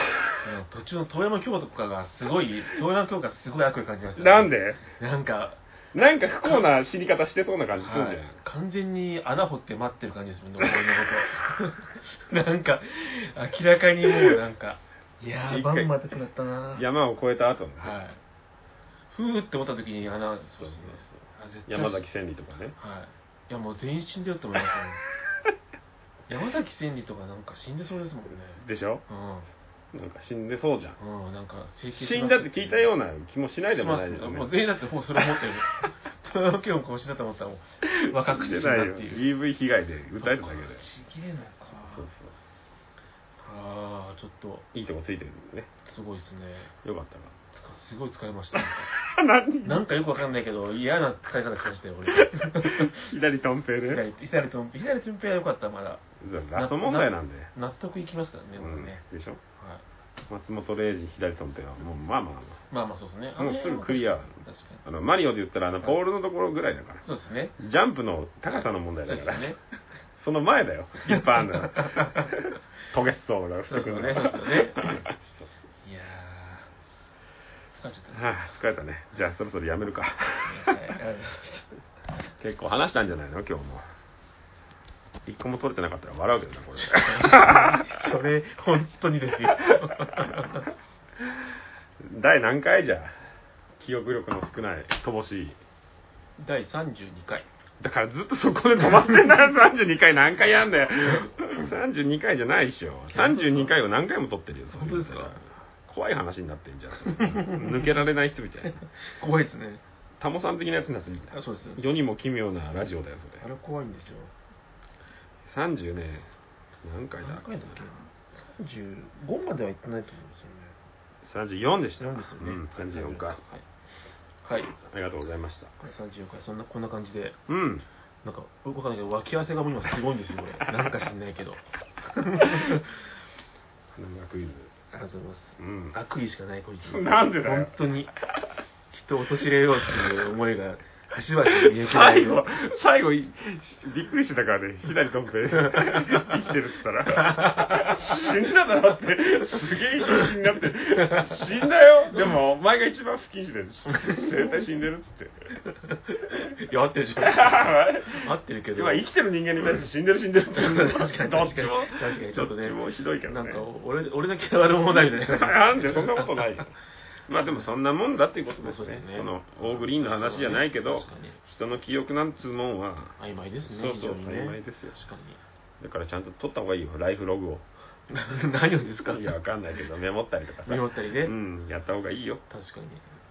Speaker 2: その途中の遠山京子とかがすごい遠山京子がすごい悪意感じますよね
Speaker 1: なんで
Speaker 2: なんか、
Speaker 1: なんか不幸な死に方してそうな感じするん
Speaker 2: は
Speaker 1: じ
Speaker 2: い
Speaker 1: ゃん、
Speaker 2: 完全に穴掘って待ってる感じですもんね俺のこと なんか明らかにもうなんか
Speaker 9: いやー、
Speaker 1: 一
Speaker 9: バ
Speaker 1: 回
Speaker 9: ンまた食らったな
Speaker 1: 山を越えた後のね、
Speaker 2: はいふーって思った時に穴
Speaker 1: そうそうそう
Speaker 2: あ絶対
Speaker 1: 山崎千里とかね
Speaker 2: はいいやもう全員死んでると思いますよ 山崎千里とかなんか死んでそうですもんね
Speaker 1: でしょなんか死んでそうじゃん
Speaker 2: うんうんなんか整形
Speaker 1: 死んだって聞いたよう
Speaker 2: な
Speaker 1: な気もしないでもない
Speaker 2: し
Speaker 1: よ
Speaker 2: ます
Speaker 1: ね
Speaker 2: もう全員だってもうそれ思ってる その時もこう死んだと思ったらもう若くして
Speaker 1: し
Speaker 2: 死んだ
Speaker 1: な
Speaker 2: っ
Speaker 1: いよ
Speaker 2: ていう
Speaker 1: EV 被害で訴えただけだよ
Speaker 9: ちぎれんのか。
Speaker 1: そうそう
Speaker 2: ああちょっと
Speaker 1: いいとこついてるんでね
Speaker 2: すごいですね
Speaker 1: よかったら
Speaker 2: つかすごい疲れ ました
Speaker 1: 何
Speaker 2: なんかよくわかんないけど嫌な疲れ方しましたよ俺
Speaker 1: 左トンペで
Speaker 2: 左左とん左とんぺはよかったまだ
Speaker 1: ラスト問題なんで
Speaker 2: 納得いきますからね、これね
Speaker 1: うんでしょ
Speaker 2: はい
Speaker 1: 松本零士左飛んっていうのはもうまあまあま
Speaker 2: まあまあそうですね
Speaker 1: あもうすぐクリア
Speaker 2: 確かに
Speaker 1: あのマリオで言ったらあのポールのところぐらいだから
Speaker 2: そうですね
Speaker 1: ジャンプの高さの問題だから、
Speaker 2: そうですね
Speaker 1: その前だよいっぱいあるん だよトゲそうな
Speaker 2: そうですよねそうですよねいやー疲れちゃったね
Speaker 1: はあ、疲れたねじゃあそろそろやめるか
Speaker 2: はいありがとうございました
Speaker 1: 結構話したんじゃないの今日も一個も取れてなかったら笑うけどなこれ
Speaker 2: それ、本当にですよ。
Speaker 1: 第何回じゃ記憶力の少ない乏しい
Speaker 2: 第32回。
Speaker 1: だからずっとそこで止まってんだよ32回何回やんだよ32回じゃないでしょ32回を何回も撮ってるよそれ
Speaker 2: 本当ですか
Speaker 1: 怖い話になってんじゃんそれ抜けられない人みたいな
Speaker 2: 怖いですね。
Speaker 1: タモさん的なやつになってる
Speaker 2: あそうですよ。
Speaker 1: 世にも奇妙なラジオだよ
Speaker 2: あ
Speaker 1: それ
Speaker 2: れ怖いんですよ。
Speaker 1: 30ね何回だ
Speaker 10: 何回だっけ ?35 までは行ってないと思うんですよね。
Speaker 1: 34でした
Speaker 2: なんですよね。
Speaker 1: うん、34回
Speaker 2: はい。はい。
Speaker 1: ありがとうございました
Speaker 2: これ34回。そんな、こんな感じで。
Speaker 1: うん
Speaker 2: なんか、よくわかんないけど、脇汗がもう今すごいんです よ、これ。なんか知んないけど。
Speaker 1: 花村クイズ
Speaker 2: ありがとうございます。
Speaker 1: うん
Speaker 2: 悪意しかない、こいつ。
Speaker 1: なんでだよ
Speaker 2: 本当に、人を陥れようっていう思いが、端々に見えてない
Speaker 1: 最
Speaker 2: よ
Speaker 1: 後。、最後い、びっくりしてたからね、左飛んで、生きてるって言ったら、死んだだろって、すげえ必死になって、死んだよ、でも、お前が一番不謹慎で、絶対死んでるっつって。
Speaker 2: いや、合ってるじゃん。合ってるけど。
Speaker 1: 今、生きてる人間に対して死んでる死んでるって言うんだよ
Speaker 2: 確かに
Speaker 1: どっ
Speaker 2: 確
Speaker 1: ち
Speaker 2: かに
Speaker 1: も、
Speaker 2: 確かにちょっとね
Speaker 1: どっちもひどいから
Speaker 2: な
Speaker 1: ね
Speaker 2: んか。俺俺だけ悪者ないみたいな
Speaker 1: なんで、そんなことないよ。まあでもそんなもんだっていうことです
Speaker 2: そうで
Speaker 1: ね。
Speaker 2: すね
Speaker 1: この大グリーンの話じゃないけど
Speaker 2: 確かに、
Speaker 1: 人の記憶なんつうもんは、
Speaker 2: 曖昧ですね
Speaker 1: そうそう
Speaker 2: 非常にね
Speaker 1: 曖昧ですよ
Speaker 2: 確か
Speaker 1: だからちゃんと取った方がいいよ、ライフログを。
Speaker 2: に 何をですか
Speaker 1: いや、わかんないけど、メモったりとかさ。
Speaker 2: メモったりね
Speaker 1: うん、やった方がいいよ。
Speaker 2: 確かに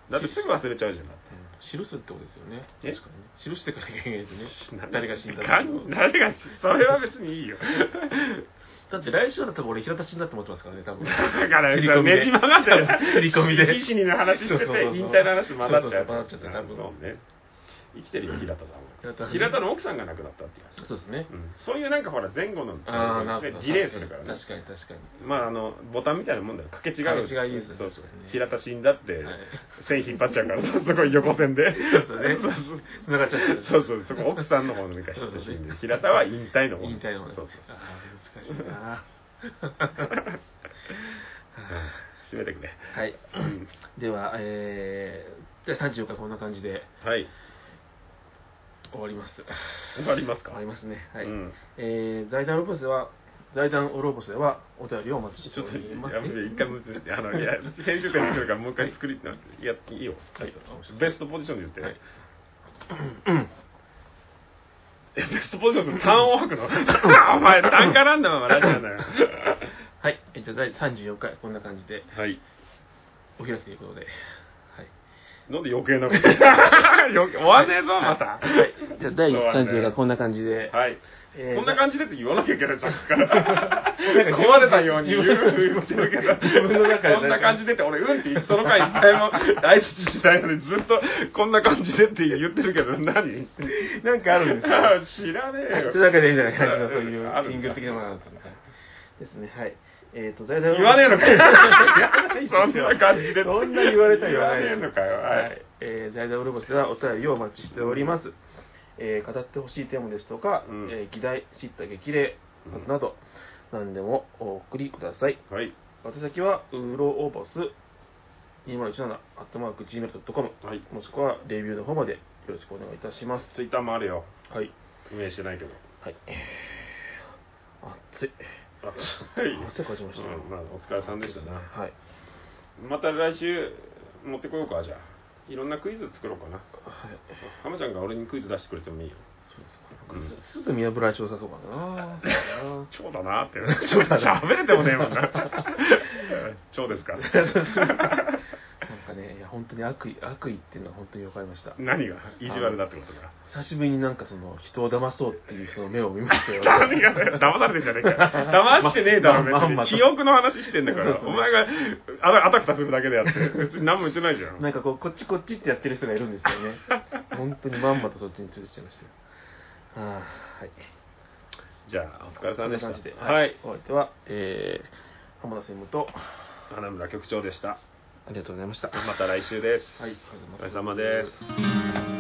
Speaker 1: だってすぐ忘れちゃうじゃん。
Speaker 2: うん記すってことですよね
Speaker 1: え
Speaker 2: 確かにね記してからいけ ないですね 誰が死んだ
Speaker 1: か
Speaker 2: か
Speaker 1: ん誰が死んそれは別にいいよ。
Speaker 2: だって来週は多分俺平田死んだと思ってますからね多分だ
Speaker 1: だから、ねじ曲がって
Speaker 2: 振り込 みで
Speaker 1: 意思にの話して
Speaker 2: そう
Speaker 1: て
Speaker 2: そうそう、
Speaker 1: 引退の話混ざっちゃう。
Speaker 2: そうそうそう混ざっちゃって多分
Speaker 1: そうね。生きてるよ、平田さん
Speaker 2: 平田さ
Speaker 1: は。
Speaker 2: ん
Speaker 1: 平田の奥さんが亡くなったっていう話。
Speaker 2: そうですね
Speaker 1: うんそういうなんかほら、前後の、
Speaker 2: ああなるほど
Speaker 1: ディレイするからね。
Speaker 2: 確かに確かに
Speaker 1: まああのボタンみたいなもんだよ掛け違う
Speaker 2: 掛け違いですよね
Speaker 1: そうそう
Speaker 2: 確かにね
Speaker 1: 平田死んだって、
Speaker 2: はい
Speaker 1: 線引っ張っちゃうからそうそこ横線で
Speaker 2: そうですよね
Speaker 1: そう
Speaker 2: 繋がっちゃってる
Speaker 1: そうそうそこ奥さんの方にかして死んで平田は引退の方
Speaker 2: 引退の方です
Speaker 1: そう
Speaker 2: ねあー難しいな
Speaker 1: そう締めてくれ
Speaker 2: はいではえーじゃあ34回こんな感じで
Speaker 1: はい
Speaker 2: 終わります
Speaker 1: 終わりますか
Speaker 2: 終わりますねはい、
Speaker 1: うん
Speaker 2: えー財団オロボスでは財団オロボスではお便りをお待ちし
Speaker 1: ち
Speaker 2: て
Speaker 1: ょっ
Speaker 2: お
Speaker 1: と
Speaker 2: ります
Speaker 1: やめて一回むずいあのいや編集会にするからもう一回作りってなっていやいいよ
Speaker 2: はい
Speaker 1: ベストポジションで言って、
Speaker 2: はい
Speaker 1: えベストポジションの単音 吐くのお前単価なんだままラジオなんだよ
Speaker 2: はい、えーじゃあ第34回こんな感じで
Speaker 1: はい
Speaker 2: お開きということではい、
Speaker 1: なんで余計なこと 余計終わんねえぞまた
Speaker 2: はい、じゃあ第34回こんな感じで、
Speaker 1: はい、
Speaker 2: えー
Speaker 1: こんな感じでって言わなきゃいけないじゃんから
Speaker 2: んか
Speaker 1: 壊れたように言う
Speaker 2: 自
Speaker 1: 言ってるけど
Speaker 2: 自分の中で
Speaker 1: こんな感じでって俺うんって言ってその回一回も大事にしないのにずっとこんな感じでって言ってるけど何
Speaker 2: なんかあるんですか
Speaker 1: あ知らねえ
Speaker 2: そ
Speaker 1: よ
Speaker 2: れだけでみたいな感じのそういう
Speaker 1: あるんだ
Speaker 2: シングル的なものなんですよねはいですねはいえっ、と財団
Speaker 1: 言わねえのかよ
Speaker 2: そ
Speaker 1: そ
Speaker 2: ん
Speaker 1: ん
Speaker 2: な
Speaker 1: な
Speaker 2: 感
Speaker 1: 感
Speaker 2: じ
Speaker 1: じで
Speaker 2: でそんな言われたら言わない
Speaker 1: 言わねえのかよ
Speaker 2: は
Speaker 1: はいい、
Speaker 2: えー、財団オルボスではお便りをお待ちしております、えー語ってほしいテーマですとか、
Speaker 1: うん
Speaker 2: えー議題知った激励などなど、何でもお送りください
Speaker 1: はい
Speaker 2: 宛先はウーロオーボス2017アットマーク Gmail.com
Speaker 1: はい
Speaker 2: もしくはレビューの方までよろしくお願いいたします
Speaker 1: ツイッターもあるよ
Speaker 2: はい
Speaker 1: 運営してないけど
Speaker 2: はい熱い
Speaker 1: あはい
Speaker 2: 汗かきました
Speaker 1: うんまあ、お疲れさんでしたな
Speaker 2: はい
Speaker 1: また来週持ってこようかじゃあいろんなクイズ作ろうかな
Speaker 2: はい
Speaker 1: 浜ちゃんが俺にクイズ出してくれてもいいよ
Speaker 2: そうですかすすぐ見破られちゃうさそうか な
Speaker 1: 超だなって 喋れてもねえもんな 超ですか
Speaker 2: なんかねいや本当に悪意悪意っていうのは本当に分かりました
Speaker 1: 何が意地悪だってことか
Speaker 2: 久しぶりになんかその人を騙そうっていうその目を見ました よ
Speaker 1: 何がだよ騙されてんじゃねえか騙してねえだろ別
Speaker 2: ままんまと
Speaker 1: に記憶の話してんだか
Speaker 2: そう
Speaker 1: ら
Speaker 2: そう
Speaker 1: お前があらあたふたするだけであって別に何も言ってないじゃん
Speaker 2: なんかこうこっちこっちってやってる人がいるんですよね本当にまんまとそっちに連れてっちゃいましたよあーはい
Speaker 1: じゃあお疲れ
Speaker 2: そ
Speaker 1: さん
Speaker 2: んな
Speaker 1: でした
Speaker 2: 感じで
Speaker 1: はい
Speaker 2: お相手は、えー、浜田専務と
Speaker 1: 花村局長でした
Speaker 11: ありがとうございました。
Speaker 1: また来週です
Speaker 2: はい、ありがとうございます
Speaker 1: お疲れ様です